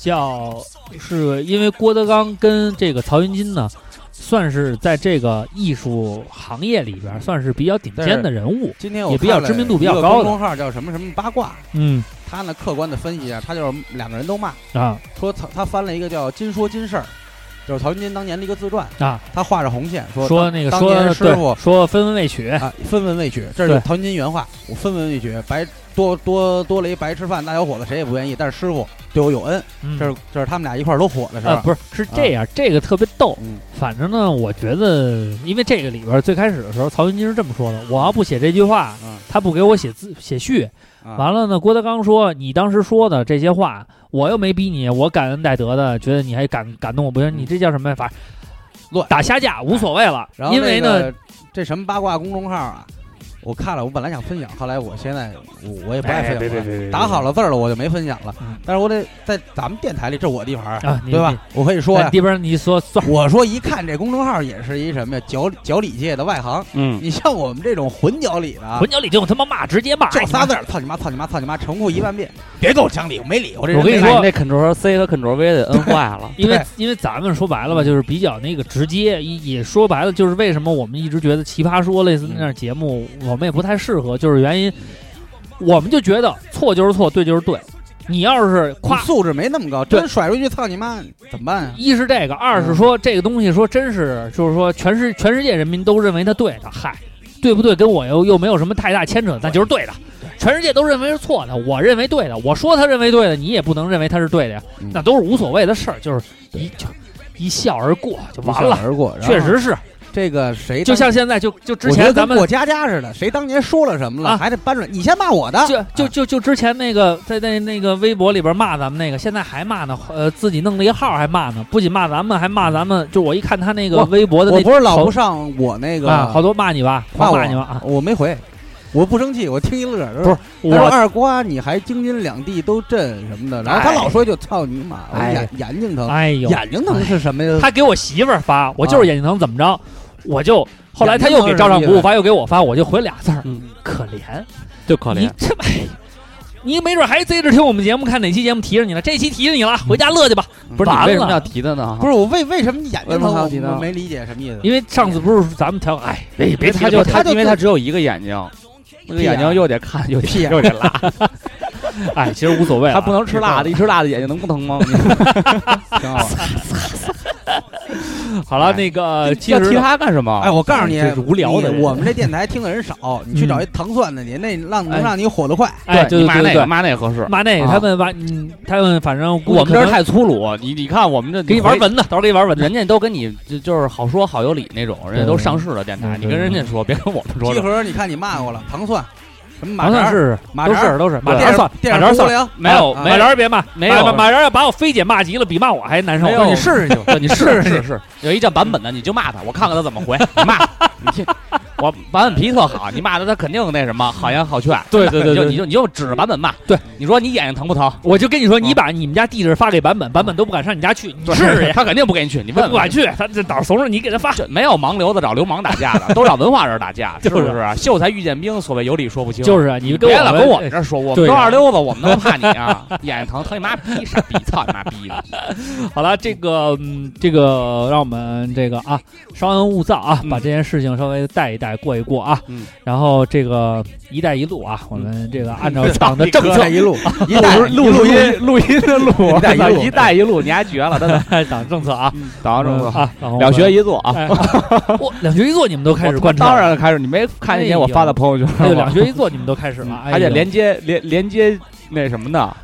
Speaker 2: 叫，是因为郭德纲跟这个曹云金呢，算是在这个艺术行业里边儿算是比较顶尖的人物。
Speaker 5: 今天我
Speaker 2: 也比较
Speaker 5: 看了
Speaker 2: 知名度比较高的
Speaker 5: 一个公众号叫什么什么八卦，
Speaker 2: 嗯
Speaker 5: 他呢客观的分析一下，他就是两个人都骂，
Speaker 2: 啊
Speaker 5: 说曹他翻了一个叫《金说金事儿》，就是曹云金当年的一个自传，
Speaker 2: 啊，
Speaker 5: 他画着红线说
Speaker 2: 说那个
Speaker 5: 当
Speaker 2: 说
Speaker 5: 年师
Speaker 2: 对
Speaker 5: 傅
Speaker 2: 说分文未取，
Speaker 5: 啊分文未取，这是
Speaker 2: 对
Speaker 5: 曹云金原话，我分文未取，白多多多了一白吃饭大小伙子谁也不愿意，但是师傅对我有恩，
Speaker 2: 嗯
Speaker 5: 这是这是他们俩一块儿都火的事
Speaker 2: 啊，
Speaker 5: 儿。
Speaker 2: 不是是这样，这个特别逗。
Speaker 5: 嗯
Speaker 2: 反正呢，我觉得，因为这个里边最开始的时候，曹云金是这么说的：我要不写这句话，
Speaker 5: 嗯
Speaker 2: 他不给我写字写序。
Speaker 5: 啊
Speaker 2: 完了呢，郭德纲说你当时说的这些话，我又没逼你，我感恩戴德的，觉得你还感感动我，不行，你这叫什么呀？反正
Speaker 5: 嗯乱哎
Speaker 2: 打瞎架无所谓了，
Speaker 5: 然后
Speaker 2: 因为
Speaker 5: 那
Speaker 2: 呢，哎
Speaker 5: 个这什么八卦公众号啊，我看了，我本来想分享，后来我现在我我也不爱分享了。
Speaker 4: 哎别
Speaker 5: 打好了字儿了，我就没分享了
Speaker 2: 嗯。
Speaker 5: 但是我得在咱们电台里，这是我地盘儿
Speaker 2: 啊，你
Speaker 5: 对吧？？我可以说呀，
Speaker 2: 地方你说算
Speaker 5: 我说一看这公众号也是一什么呀，脚脚理界的外行。
Speaker 4: 嗯，
Speaker 5: 你像我们这种混脚理的啊，
Speaker 2: 混脚里就他妈骂，直接骂，
Speaker 5: 就仨
Speaker 2: 哎
Speaker 5: 字儿，操你妈，操你妈，操你妈，重复一万遍，别跟我讲理，我没理，我这人
Speaker 2: 我跟你
Speaker 5: 没
Speaker 2: 说
Speaker 5: 理
Speaker 4: 那那 Ctrl C 和 Ctrl V 得摁坏
Speaker 2: (laughs)
Speaker 4: 了。
Speaker 2: 因为
Speaker 5: 对
Speaker 2: 因为咱们说白了吧，就是比较那个直接，也也说白了，就是为什么我们一直觉得《奇葩说》类似那样的节目，我们也不太适合，就是原因，我们就觉得错就是错，对就是对。你要是
Speaker 5: 你
Speaker 2: 夸，
Speaker 5: 素质没那么高，
Speaker 2: 对
Speaker 5: 真甩出一句操你妈怎么办呀？啊
Speaker 2: 一是这个，二
Speaker 5: 嗯
Speaker 2: 是说这个东西说真是，就是说全世全世界人民都认为它对的，嗨，对不对？跟我又又没有什么太大牵扯，那就是对的。全世界都认为是错的，我认为对的，我说他认为对的，你也不能认为他是对的呀，
Speaker 5: 嗯
Speaker 2: 那都是无所谓的事儿，就是一就一笑而过就完
Speaker 5: 一
Speaker 2: 了
Speaker 5: 笑。而过，然后
Speaker 2: 确实是，
Speaker 5: 这个谁
Speaker 2: 就
Speaker 5: 当。
Speaker 2: 像现在就就之
Speaker 5: 我觉得
Speaker 2: 前咱
Speaker 5: 跟
Speaker 2: 们
Speaker 5: 过家家似的，谁当年说了什么
Speaker 2: 啊
Speaker 5: 了，还得搬出来。你先骂我的，啊
Speaker 2: 就就就就之前那个在那那个微博里边骂咱们那个，现在还骂呢，呃，自己弄了一号还骂呢，不仅骂咱们，还骂咱们。就我一看他那个
Speaker 5: 我
Speaker 2: 微博的
Speaker 5: 我
Speaker 2: 那
Speaker 5: 不是老
Speaker 2: 好
Speaker 5: 不上我那个
Speaker 2: 啊，好多骂你吧，
Speaker 5: 骂
Speaker 2: 狂
Speaker 5: 我
Speaker 2: 骂你吧啊！
Speaker 5: 我没回，我不生气，我听一乐儿。
Speaker 2: 不是
Speaker 5: 他说
Speaker 2: 我
Speaker 5: 二瓜，你还京津两地都震什么的，然后他
Speaker 2: 哎
Speaker 5: 老说一句“操你妈”，我
Speaker 2: 哎
Speaker 5: 眼眼睛疼，
Speaker 2: 哎呦，
Speaker 5: 啊眼睛疼是什么呀？
Speaker 2: 他给我媳妇儿发，我就是眼睛疼，怎么着？我就后来他又给
Speaker 5: 眼睛疼是
Speaker 2: 照常
Speaker 5: 什么意
Speaker 2: 不
Speaker 5: 思
Speaker 2: 误发，又给我发，我就回俩字儿
Speaker 4: 嗯，
Speaker 2: 可怜。
Speaker 4: 就可
Speaker 2: 你
Speaker 4: 怜。
Speaker 2: 这么，你没准还贼着听我们节目，看哪期节目提着你了，这期提着你了，回家乐去吧。
Speaker 4: 不是你
Speaker 2: 完
Speaker 4: 为什么
Speaker 2: 了
Speaker 4: 要提他呢？
Speaker 5: 不是我为为什么眼睛
Speaker 4: 为什么
Speaker 5: 疼？
Speaker 4: 还
Speaker 5: 我
Speaker 4: 要提呢
Speaker 5: 我没理解什么意思。
Speaker 2: 因为上次不是咱们调，哎，
Speaker 4: (laughs)
Speaker 2: 别别
Speaker 4: 他
Speaker 2: 他
Speaker 4: 就
Speaker 2: 就
Speaker 4: 他
Speaker 5: 他就
Speaker 4: 因为他只有一个眼 (laughs) 睛，那个
Speaker 5: 屁呀
Speaker 4: 眼睛又得看又得
Speaker 5: 屁呀
Speaker 4: 又得 (laughs) 拉，
Speaker 2: 哎，其实无所谓了，
Speaker 4: 他不能吃辣的，一吃辣的眼睛能不疼
Speaker 2: (laughs)
Speaker 4: 吗？
Speaker 5: 挺好玩
Speaker 2: 好了，
Speaker 4: 哎
Speaker 2: 那个其
Speaker 4: 要提
Speaker 2: 实
Speaker 4: 他干什么？
Speaker 5: 哎，我告诉你
Speaker 2: 这是，无聊的
Speaker 5: 你
Speaker 2: 人嗯
Speaker 5: 我们这电台听的人少，你去找一糖蒜的去，那让能
Speaker 2: 哎
Speaker 5: 让你火得快。
Speaker 2: 哎，对
Speaker 4: 对
Speaker 2: 对
Speaker 4: 你骂
Speaker 2: 对
Speaker 4: 那
Speaker 2: 对
Speaker 4: 个
Speaker 2: 对，
Speaker 4: 骂那个合适。
Speaker 2: 骂那个
Speaker 4: 啊
Speaker 2: 他们玩，嗯，他们反正估计
Speaker 4: 我们这
Speaker 2: 可
Speaker 4: 儿
Speaker 2: 能
Speaker 4: 太粗鲁，你你看我们这
Speaker 2: 给你玩，文哎的，到时候给你玩文的。
Speaker 4: 人家都跟你就就是好说好有理那种，人家都上市了电台，
Speaker 2: 嗯
Speaker 4: 你跟人家说，别跟我们说
Speaker 5: 集。合，你看你骂我了，糖蒜，什么马
Speaker 2: 算
Speaker 5: 扎，
Speaker 2: 是
Speaker 5: 马
Speaker 2: 都
Speaker 5: 扎
Speaker 2: 是都是马
Speaker 5: 电
Speaker 2: 扎
Speaker 5: 视
Speaker 2: 算
Speaker 5: 电
Speaker 2: 马
Speaker 5: 视
Speaker 2: 扎
Speaker 5: 无
Speaker 2: 算。
Speaker 5: 聊，
Speaker 4: 没有
Speaker 2: 啊
Speaker 4: 没
Speaker 2: 马
Speaker 4: 有
Speaker 2: 扎别骂，
Speaker 4: 没有
Speaker 2: 马马扎要把我菲姐骂急了，比骂我还难受。
Speaker 4: 没
Speaker 2: 我
Speaker 4: 有
Speaker 2: 跟
Speaker 5: 你
Speaker 2: 你说
Speaker 5: 试
Speaker 4: (laughs) 对，你试试
Speaker 5: 试去吧。是
Speaker 4: 试，有一叫版本的，你就骂他，我看看他怎么 (laughs) 回。你骂，你听，我版本脾气特好，你骂他，他肯定那什么，好言好劝。
Speaker 2: 对对对
Speaker 4: 你就
Speaker 2: 对
Speaker 4: 你就你就指着版本骂。
Speaker 2: 对，
Speaker 4: 你说你眼睛疼不疼？
Speaker 2: 我就跟你说，
Speaker 4: 嗯
Speaker 2: 你把你们家地址发给版本，版本都不敢上你家
Speaker 4: (laughs)
Speaker 2: 去，你试试去，
Speaker 4: 他肯定不给你去，你
Speaker 2: 他
Speaker 4: 问
Speaker 2: 不敢
Speaker 4: 问。
Speaker 2: 去，他这倒怂着你给他发。
Speaker 4: 这没有盲流子找流氓打架的，都找文化人打
Speaker 2: (laughs)
Speaker 4: 架，是
Speaker 2: 就是
Speaker 4: 不是啊？秀才遇见兵，所谓有理说不清。
Speaker 2: 就是啊你跟
Speaker 4: 别
Speaker 2: 我
Speaker 4: 老
Speaker 2: 们
Speaker 4: 跟我们这儿说，我们
Speaker 2: 对
Speaker 4: 都
Speaker 2: 啊
Speaker 4: 二溜子，我们能怕你啊？眼睛疼，疼你妈逼，傻逼，操你妈逼的！
Speaker 2: 好了，这个嗯，这个让我们这个啊，稍安勿躁啊，
Speaker 4: 嗯
Speaker 2: 把这件事情稍微带一带，过一过啊。
Speaker 4: 嗯。
Speaker 2: 然后这个“一带一路”啊，我们这个 (laughs) 按照党的
Speaker 5: 这
Speaker 2: 政
Speaker 4: (laughs)
Speaker 5: 么
Speaker 2: 策，
Speaker 5: 一
Speaker 2: (laughs)
Speaker 5: 路一带
Speaker 4: 录录音录音的录，
Speaker 5: 一带一路
Speaker 4: (laughs) 一带一路，你还绝
Speaker 2: (laughs)
Speaker 4: 了，真的。
Speaker 2: 党政策啊，
Speaker 4: 党政策，
Speaker 2: 啊，然后我们
Speaker 4: 嗯两学一做啊。
Speaker 2: 哎 (laughs) 啊我两学一做你们都开始贯彻了，
Speaker 4: 当然开始，你没看那天我发的朋友圈
Speaker 2: 哎呦，
Speaker 4: 吗
Speaker 2: 两？学一做你们都开始了，哎呦
Speaker 4: 还得连接连连接那什么呢？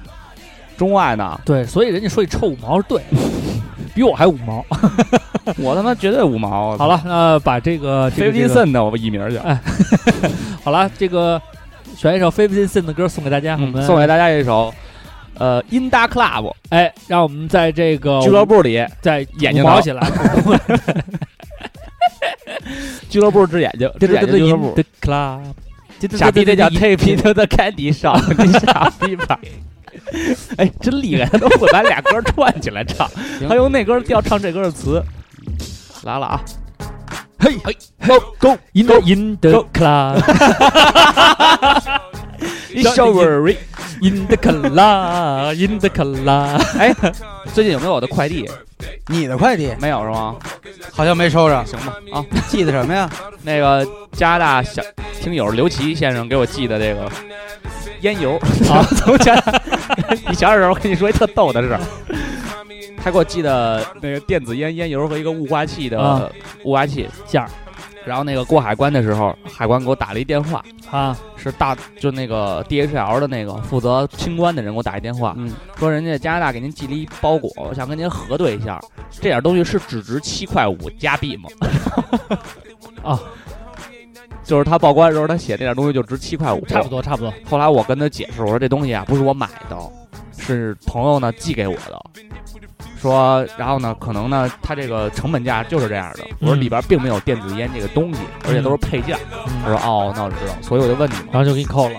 Speaker 4: 中
Speaker 2: (laughs)
Speaker 4: 外呢？
Speaker 2: 对，所以人家说你臭五毛是对的，比我还五毛。
Speaker 4: 我他妈绝对
Speaker 2: (laughs)
Speaker 4: 五毛。
Speaker 2: 好了，那把这个这个
Speaker 4: Fifty
Speaker 2: 这个
Speaker 4: Cent 的我艺名去。
Speaker 2: 好了，这个选一首 Fifty Cent 的歌送给大家。我们
Speaker 4: 送给大家一首，呃，In Da Club
Speaker 2: 哎，让我们在这个
Speaker 4: 俱乐部里，
Speaker 2: 在
Speaker 4: 眼睛
Speaker 2: 毛
Speaker 4: 挠
Speaker 2: 起来。
Speaker 4: 俱乐部治眼睛，治眼睛俱乐部。
Speaker 2: The Club，
Speaker 4: 傻逼，这叫 Take It to the Candy Shop，你傻逼吧？哎，真厉害，他能把咱俩歌串起来唱，他用那歌调唱这歌的词，来了啊！嘿，嘿，Go Go，
Speaker 2: In the In the Club，In
Speaker 4: It's so worry。
Speaker 2: the Club，In the Club。
Speaker 4: 哎，最近有没有我的快递？
Speaker 5: 你的快递
Speaker 4: 没有是吗？
Speaker 5: 好像没收着，
Speaker 4: 行吧，啊，
Speaker 5: 寄的什么呀？
Speaker 4: 那个加拿大小听友刘琦先生给我寄的这个烟油， (laughs) 啊，从加拿大，你小点声，我跟你说一特逗的事儿。他给我寄的那个电子烟烟油和一个雾化器
Speaker 2: 啊
Speaker 4: 的雾化器
Speaker 2: 馅儿
Speaker 4: 然后那个过海关的时候，海关给我打了一电话，
Speaker 2: 啊，
Speaker 4: 是大就那个 DHL 的那个负责清关的人给我打一电话，
Speaker 5: 嗯，
Speaker 4: 说人家加拿大给您寄了一包裹，我想跟您核对一下，这点东西是只值七块五加币吗？ (laughs)
Speaker 2: 啊，
Speaker 4: 就是他报关的时候，他写那点东西就值七块五，
Speaker 2: 差不。多差不多。
Speaker 4: 后来我跟他解释，我说这东西啊不是我买的，是朋友呢寄给我的。说，然后呢，可能呢，它这个成本价就是这样的。我说
Speaker 2: 嗯
Speaker 4: 里边并没有电子烟这个东西，而且都是配件。
Speaker 2: 嗯
Speaker 4: 他说哦，那我知道，所以我就问你嘛
Speaker 2: 然。后就给你扣了。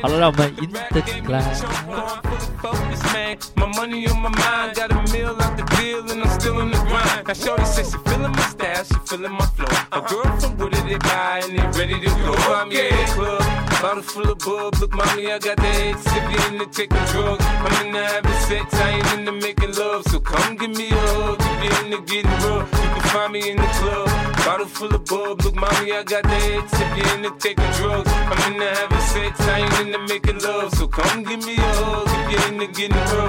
Speaker 2: 好了，让我们 In the Club。
Speaker 6: focus, man. My money on my mind, got a meal out the deal, and I'm still in the grind. Now Shorty says she feeling my style, she feeling my flow. A girl from Wooded, they buy and they ready to go. I'm in the club, bottle full of bub. Look, mommy, I got the head, if you in the taking drugs. I'm in the having sex, I ain't in the making love. So come give me a hug, if you in the getting rough, you can find me in the club. Bottle full of bub, look, mommy, I got the head, if you in the taking drugs. I'm in the having sex, I ain't in the making love. So come give me a hug, if you in the getting rough.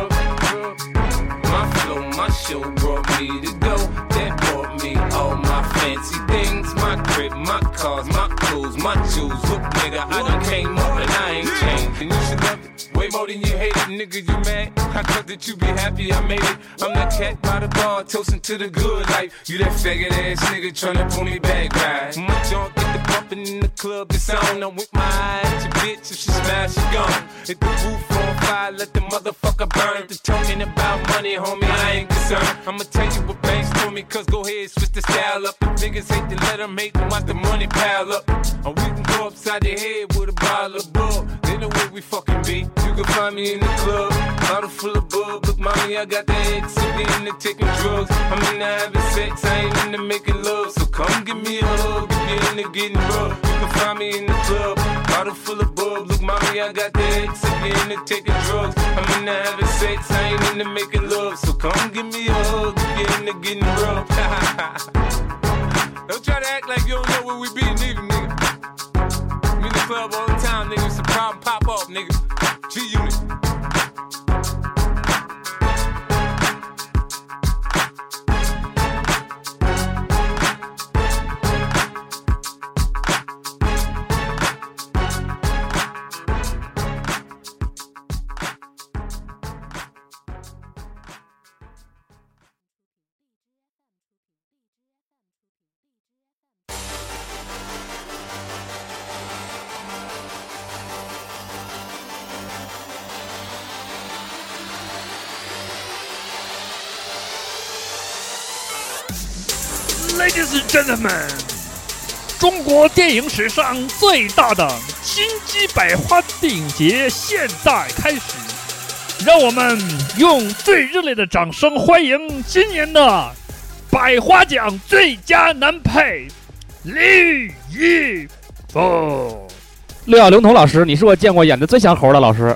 Speaker 6: My flow, my show brought me to go. That brought me all my fancy things. My crib, my cars, my clothes, my shoes. Look, nigga, I done came up and I ain't changed. And you should love it. Way more than you hate it, nigga, you mad. I thought that you be happy, I made it. I'm that cat by the bar, toasting to the good life. You that faggot ass nigga tryna pull me back, right? My junk get the bumping in the club, it's on. I'm with my eye at your bitch, if she smash, she gone. Hit the roof on fire, let the motherfucker burn. Just talking about money, homie, I ain't concerned. I'ma tell you what banks told me, cause go ahead, switch the style up. The niggas hate to let them hate them, watch the money pile up. Or we can go upside the head with a bottle of bull. They know where we fucking be. You can find me in the club, bottle full of bub. Look, mommy, I got the ex, so we in the taking drugs. I'm in the having sex, I ain't in the making love. So come give me a hug, if you're in the getting rough. You can find me in the club, bottle full of bub. Look, mommy, I got the ex, if you're in the taking drugs. I'm in the having sex, I ain't in the making love. So come give me a hug, if you're in the getting rough. (laughs) Don't try to act like you don't know where we be, nigga, nigga. I'm in the club all the time, nigga. It's a problem, pop up, nigga. G Unit.
Speaker 2: Ladies and gentlemen，中国电影史上最大的金鸡百花电影节现在开始，让我们用最热烈的掌声欢迎今年的百花奖最佳男配李易峰。
Speaker 4: 六小龄童老师，你是我见过演的最像猴的老师。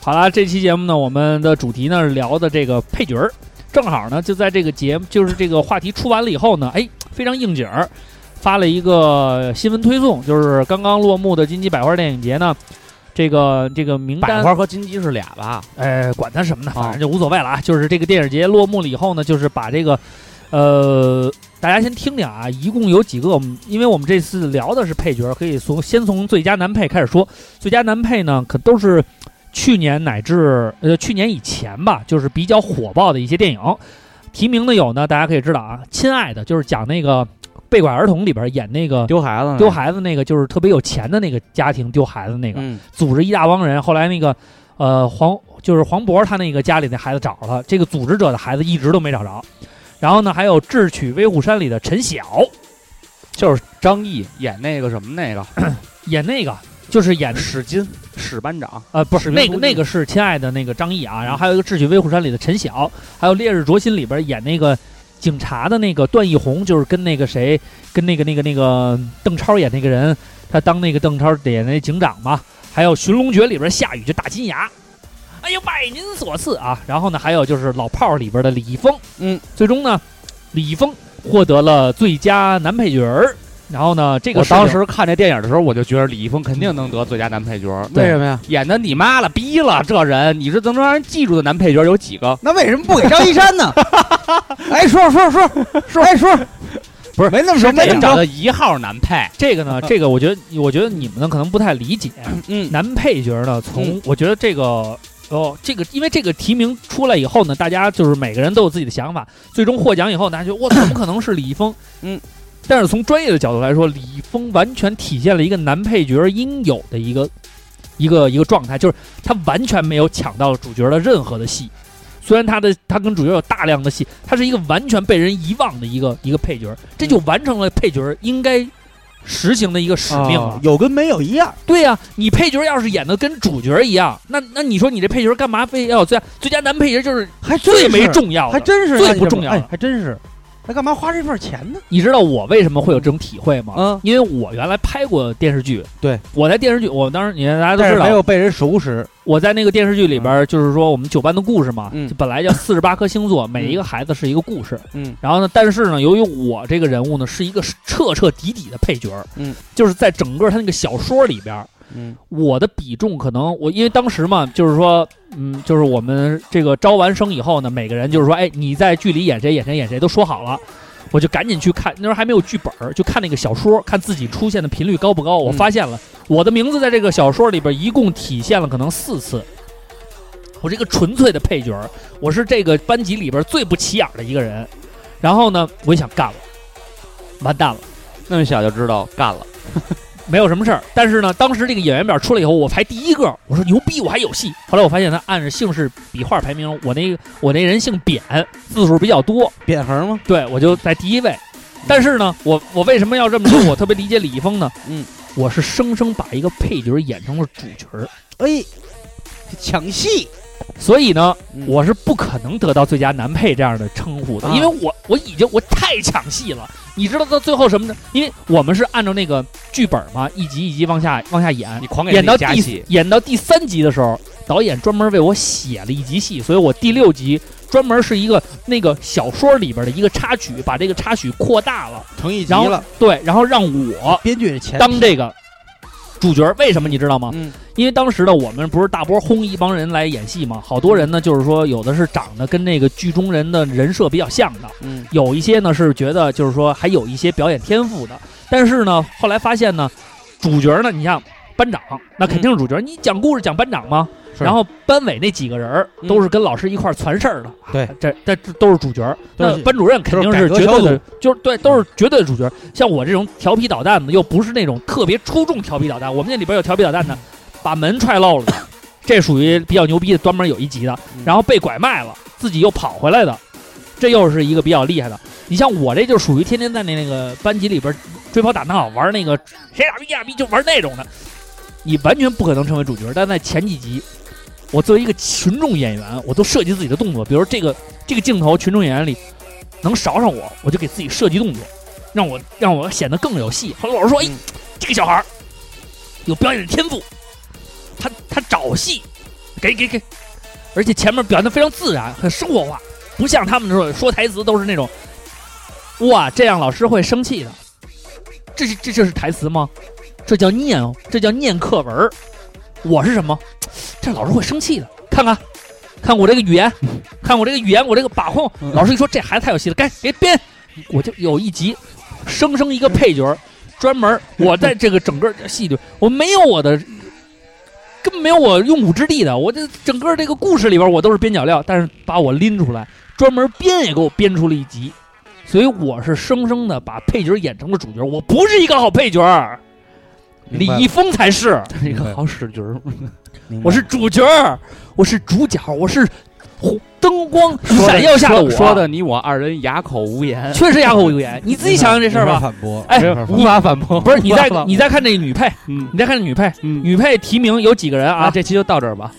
Speaker 2: 好啦，这期节目呢，我们的主题呢是聊的这个配角儿，正好呢就在这个节目，就是这个话题出完了以后呢，哎，非常应景儿，发了一个新闻推送，就是刚刚落幕的金鸡百花电影节呢，这个这个名
Speaker 4: (laughs) 百
Speaker 2: 单，
Speaker 4: 花和金鸡是俩吧？
Speaker 2: 哎，管它什么呢，
Speaker 4: 啊
Speaker 2: 反正就无所谓了啊。就是这个电影节落幕了以后呢，就是把这个，呃。大家先听听啊，一共有几个？我们因为我们这次聊的是配角，可以从先从最佳男配开始说。最佳男配呢，可都是去年乃至呃去年以前吧，就是比啊较火爆的一些电影。提名的有呢，大家可以知道啊，《亲爱的》就是讲那个被拐儿童》里边演那个
Speaker 4: 丢孩子，
Speaker 2: 丢孩子那个，就是特别有钱的那个家庭丢孩子那个，
Speaker 5: 嗯，
Speaker 2: 组织一大帮人。后来那个呃黄就是黄渤他那个家里那孩子找了，这个组织者的孩子一直都没找着。然后呢，还有《智取威虎山》里的陈晓
Speaker 4: 就是张译演那个什么那个
Speaker 2: 演那个，就是演
Speaker 4: 史金史班长，
Speaker 2: 呃不是
Speaker 4: 史密
Speaker 2: 那
Speaker 4: 斯
Speaker 2: 个那个是亲爱的那个张译啊，然
Speaker 4: 嗯
Speaker 2: 后还有一个《智取威虎山》里的陈晓，还有《烈日灼心》里边演那个警察的那个段奕宏，就是跟那个谁跟那个那个那个邓超演那个人，他当那个邓超演那警长嘛。还有《寻龙诀》里边夏雨就打金牙，哎呦拜您所赐啊！然后呢，还有就是《老炮儿》里边的李易峰，
Speaker 5: 嗯，
Speaker 2: 最终呢，李易峰获得了最佳男配角儿。然后呢，这个
Speaker 4: 我
Speaker 2: 事情
Speaker 4: 当时看这电影的时候，我就觉得李易峰肯定能得最佳男配角，
Speaker 2: 对
Speaker 5: 为什么呀？
Speaker 4: 演的你妈了逼了，这人你这能让人记住的男配角有几个？
Speaker 5: 那为什么不给张一山 (laughs) 呢？哎，说说说说，哎
Speaker 2: (laughs)
Speaker 5: 说，
Speaker 4: 不是
Speaker 5: 没那么说，没那
Speaker 4: 得
Speaker 5: 么
Speaker 4: 找
Speaker 5: 着，
Speaker 4: 到一号男配，
Speaker 2: 这个呢，
Speaker 4: (laughs)
Speaker 2: 这个我觉得，我觉得你们呢可能不太理解。啊
Speaker 5: 嗯
Speaker 2: 男配角呢，从我觉得这个哦，这个因为这个提名出来以后呢，大家就是每个人都有自己的想法。最终获奖以后，大家
Speaker 5: (coughs)
Speaker 2: 觉得我怎么可能是李易峰？
Speaker 5: 嗯，
Speaker 2: 但是从专业的角度来说，李易峰完全体现了一个男配角应有的一个一个一个状态，就是他完全没有抢到主角的任何的戏。虽然他的他跟主角有大量的戏，他是一个完全被人遗忘的一个一个配角，这
Speaker 5: 嗯
Speaker 2: 就完成了配角应该实行的一个使命嗯了。
Speaker 5: 哦有跟没有一样。
Speaker 2: 对呀、你配角要是演的跟主角一样，那那你说你这配角干嘛非要有最佳最佳男配角就是
Speaker 5: 还真
Speaker 2: 最没
Speaker 5: 是
Speaker 2: 重要的
Speaker 5: 还真是
Speaker 2: 最
Speaker 5: 那你
Speaker 2: 不
Speaker 5: 这么
Speaker 2: 重要
Speaker 5: 哎
Speaker 2: 了，
Speaker 5: 还真是。他干嘛花这份钱呢？
Speaker 2: 你知道我为什么会有这种体会吗？
Speaker 5: 嗯
Speaker 2: 因为我原来拍过电视剧，
Speaker 5: 对，
Speaker 2: 我在电视剧，我当时你看大家都
Speaker 5: 但是
Speaker 2: 知
Speaker 5: 没
Speaker 2: 道，
Speaker 5: 有被人熟识。
Speaker 2: 我在那个电视剧里边儿，就是说我们九班的故事嘛，
Speaker 5: 嗯
Speaker 2: 就本来叫四十八颗星
Speaker 5: (laughs)
Speaker 2: 座，每一个孩子是一个故事，
Speaker 5: 嗯，
Speaker 2: 然后呢，但是呢，由于我这个人物呢是一个彻彻底底的配角，
Speaker 5: 嗯，
Speaker 2: 就是在整个他那个小说里边，
Speaker 5: 嗯，
Speaker 2: 我的比重可能我因为当时嘛，就是说，嗯，就是我们这个招完生以后呢，每个人就是说，哎，你在剧里演谁演谁演谁都说好了，我就赶紧去看，那时候还没有剧本儿，就看那个小说，看自己出现的频率高不高。我
Speaker 5: 嗯
Speaker 2: 发现了、我的名字在这个小说里边一共体现了可能四次。我是一个纯粹的配角儿，我是这个班级里边最不起眼儿的一个人。然后呢，我就想干了，完蛋了。
Speaker 4: 那么小就知道干了，
Speaker 2: 没有什么事儿。但是呢，当时这个演员表出来以后，我排第一个，我说牛逼，我还有戏。后来我发现他按着姓氏笔画排名，我那个我那人姓扁，字数比较多，
Speaker 5: 扁横吗？
Speaker 2: 对我就在第一位。但是呢，我我为什么要这么说？我特别理解李易峰呢，
Speaker 5: 嗯，
Speaker 2: 我是生生把一个配角演成了主角儿，
Speaker 5: 哎，抢戏，
Speaker 2: 所以呢，
Speaker 5: 嗯
Speaker 2: 我是不可能得到最佳男配这样的称呼的，
Speaker 5: 啊
Speaker 2: 因为我我已经我太抢戏了。你知道到最后什么呢？因为我们是按照那个剧本嘛，一集一集往下往下演，
Speaker 4: 你狂给
Speaker 2: 演到
Speaker 4: 自己加
Speaker 2: 第
Speaker 4: 戏，
Speaker 2: 演到第三集的时候，导演专门为我写了一集戏，所以我第六集专门是一个那个小说里边的一个插曲，把这个插曲扩大了，
Speaker 5: 成一集
Speaker 2: 然后
Speaker 5: 了。
Speaker 2: 对，然后让我
Speaker 5: 编剧这钱
Speaker 2: 当这个主角，为什么你知道吗？
Speaker 5: 嗯
Speaker 2: 因为当时呢，我们不是大波轰一帮人来演戏嘛，好多人呢就是说，有的是长得跟那个剧中人的人设比较像的，
Speaker 5: 嗯
Speaker 2: 有一些呢是觉得就是说还有一些表演天赋的，但是呢，后来发现呢，主角呢，你像班长，那肯定是主角。你讲故事讲班长吗？
Speaker 5: 是
Speaker 2: 然后班委那几个人儿
Speaker 5: 嗯
Speaker 2: 都是跟老师一块儿传事儿的，
Speaker 5: 对
Speaker 2: 啊这这这都是主角。
Speaker 5: 都是
Speaker 2: 那班主任肯定是
Speaker 5: 都是
Speaker 2: 绝
Speaker 5: 改革
Speaker 2: 对
Speaker 5: 小
Speaker 2: 的，就是对，都是绝对的主角。像我这种调皮捣蛋的，又不是那种特别出众调皮捣蛋，我们那里边有调皮捣蛋的，把门踹漏了的，这属于比较牛逼的，专门有一级的。然后被拐卖了，自己又跑回来的，这又是一个比较厉害的。你像我这就属于天天在那那个班级里边追跑打闹，玩那个谁傻逼傻逼就玩那种的，你完全不可能成为主角。但在前几集，我作为一个群众演员，我都设计自己的动作，比如说这个这个镜头群众演员里能勺上我，我就给自己设计动作，让我让我显得更有戏。后来老师说，哎
Speaker 5: 嗯，
Speaker 2: 这个小孩儿有表演天赋，他他找戏，给给给，而且前面表现的非常自然，很生活化，不像他们那时候说台词都是那种，哇，这样老师会生气的。这是这这是台词吗？这叫念，哦，这叫念课文儿。我是什么？这老师会生气的。看看，看我这个语言，看我这个语言，我这个把控。
Speaker 4: 嗯
Speaker 2: 老师一说这孩子太有戏了，该给编。我就有一集，生生一个配角儿，专门儿我在这个整个戏里，我没有我的，根本没有我用武之地的。我这整个这个故事里边，我都是边角料，但是把我拎出来，专门编也给我编出了一集。所以我是生生的把配角演成了主角，我不是一个好配角儿，李
Speaker 5: 明白了
Speaker 2: 易峰才是，
Speaker 4: 一个 (laughs) 好使角儿，
Speaker 5: 明白
Speaker 2: 我是主角儿，我是主角，我是红灯光
Speaker 4: 说
Speaker 2: 闪耀下的
Speaker 4: 说
Speaker 2: 我，啊
Speaker 4: 说的你我二人哑口无 (laughs) 言，
Speaker 2: 确实哑口无言，你自己想想这事儿
Speaker 5: 没法
Speaker 2: 吧。
Speaker 5: 反驳，
Speaker 2: 哎
Speaker 4: 没有，无
Speaker 2: 你
Speaker 4: 法反驳。
Speaker 2: 不是你
Speaker 4: 无法
Speaker 2: 再
Speaker 4: 反驳
Speaker 2: 你再看这女配，
Speaker 4: 嗯
Speaker 2: 你再看这女配，
Speaker 4: 嗯
Speaker 2: 女配提名有几个人
Speaker 4: 啊，
Speaker 2: 啊？
Speaker 4: 这期就到这儿吧。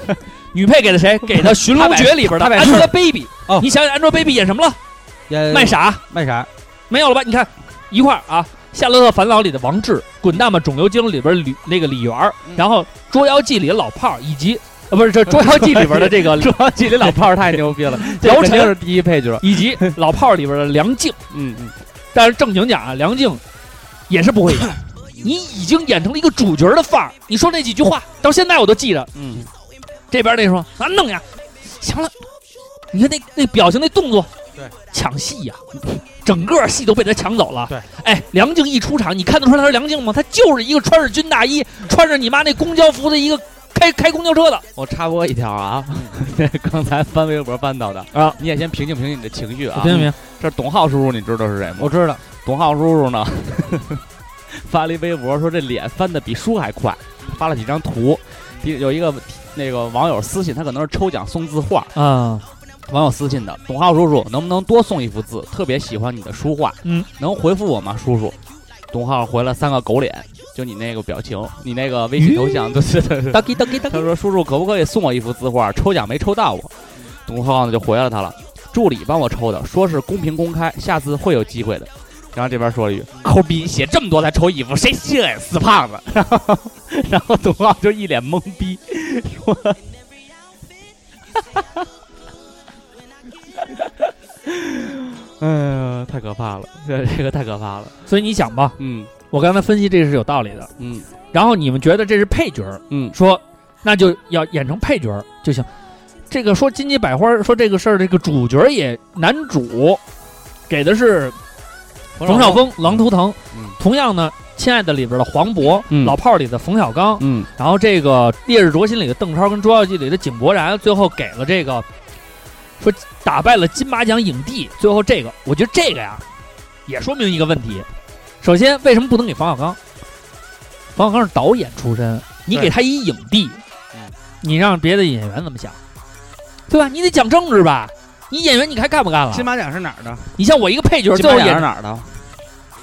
Speaker 2: (laughs) 女配给的谁？给的《寻龙诀》里边的
Speaker 4: 他把他呃把
Speaker 2: Angelababy
Speaker 5: 哦。
Speaker 2: 你想想 Angelababy 演什么了？
Speaker 5: 也
Speaker 2: 卖傻。
Speaker 5: 卖啥？
Speaker 2: 没有了吧？你看一块儿啊，《夏洛特烦恼》里的王志，《滚蛋吧肿瘤精》里边李那个李媛儿，
Speaker 4: 嗯
Speaker 2: 然后《捉妖记》里的老炮儿，以及呃不是这《捉妖记》里边的
Speaker 4: (laughs)
Speaker 2: 这个
Speaker 4: 主要剧里老炮儿太牛逼了， (laughs) 这
Speaker 2: 姚
Speaker 4: 肯定
Speaker 2: 晨
Speaker 4: 是第一配角。
Speaker 2: 以及老炮儿里边的梁静。
Speaker 4: 嗯嗯，
Speaker 2: 但是正经讲啊，梁静也是不会演，你已经演成了一个主角的范儿。你说那几句话到现在我都记着。嗯，这边那说啊弄呀，行了，你看那那表情那动作，
Speaker 5: 对，
Speaker 2: 抢戏呀、整个戏都被他抢走了。
Speaker 5: 对，
Speaker 2: 哎，梁静一出场，你看得出来他是梁静吗？他就是一个穿着军大衣、穿着你妈那公交服的一个开开公交车的。
Speaker 4: 我插播一条啊，这
Speaker 5: 嗯
Speaker 4: (laughs) 刚才翻微博翻到的
Speaker 2: 啊，
Speaker 4: 你也先平静平静你的情绪啊。
Speaker 2: 明？
Speaker 4: 这是董浩叔叔，你知道是谁吗？
Speaker 5: 我知道，
Speaker 4: 董浩叔叔呢， (laughs) 发了一微博说这脸翻的比书还快，发了几张图，第有一个那个网友私信，他可能是抽奖送字画，
Speaker 2: 啊，
Speaker 4: 网友私信的，董浩叔叔能不能多送一幅字？特别喜欢你的书画，
Speaker 2: 嗯，
Speaker 4: 能回复我吗，叔叔？董浩回了三个狗脸，就你那个表情，你那个微信头像，对对对对。
Speaker 2: 当机当机当
Speaker 4: 他
Speaker 2: 机。
Speaker 4: 说：“叔叔，可不可以送我一幅字画？抽奖没抽到我。”董浩呢就回了他了：“助理帮我抽的，说是公平公开，下次会有机会的。”然后这边说了一句：“抠逼，写这么多才抽一幅，谁信啊，死胖子！” (laughs) 然后，然后董浩就一脸懵逼，说：“哎呀，太可怕了，这 (laughs) 这个太可怕了。
Speaker 2: 所以你想吧，
Speaker 4: 嗯”
Speaker 2: 我刚才分析这是有道理的。
Speaker 4: 嗯
Speaker 2: 然后你们觉得这是配角儿，
Speaker 4: 嗯
Speaker 2: 说那就要演成配角儿就行。这个说金鸡百花儿说这个事儿，这个主角儿也男主给的是冯绍峰、狼图腾，
Speaker 4: 嗯
Speaker 2: 同样呢，《亲爱的》里边的黄渤，
Speaker 4: 嗯
Speaker 2: 老炮儿》里的冯小刚，
Speaker 4: 嗯
Speaker 2: 然后这个《烈日灼心》里的邓超跟《捉妖记》里的井柏然，最后给了这个说打败了金马奖影帝。最后这个，我觉得这个呀，也说明一个问题。首先，为什么不能给冯小刚？冯小刚是导演出身，你
Speaker 4: 对
Speaker 2: 给他一影帝
Speaker 4: 嗯，
Speaker 2: 你让别的演员怎么想？对吧？你得讲政治吧？你演员你还干不干了？
Speaker 5: 金马奖是哪儿的？
Speaker 2: 你像我一个配角，
Speaker 4: 金
Speaker 2: 最后
Speaker 4: 马
Speaker 2: 演
Speaker 4: 奖是哪儿的？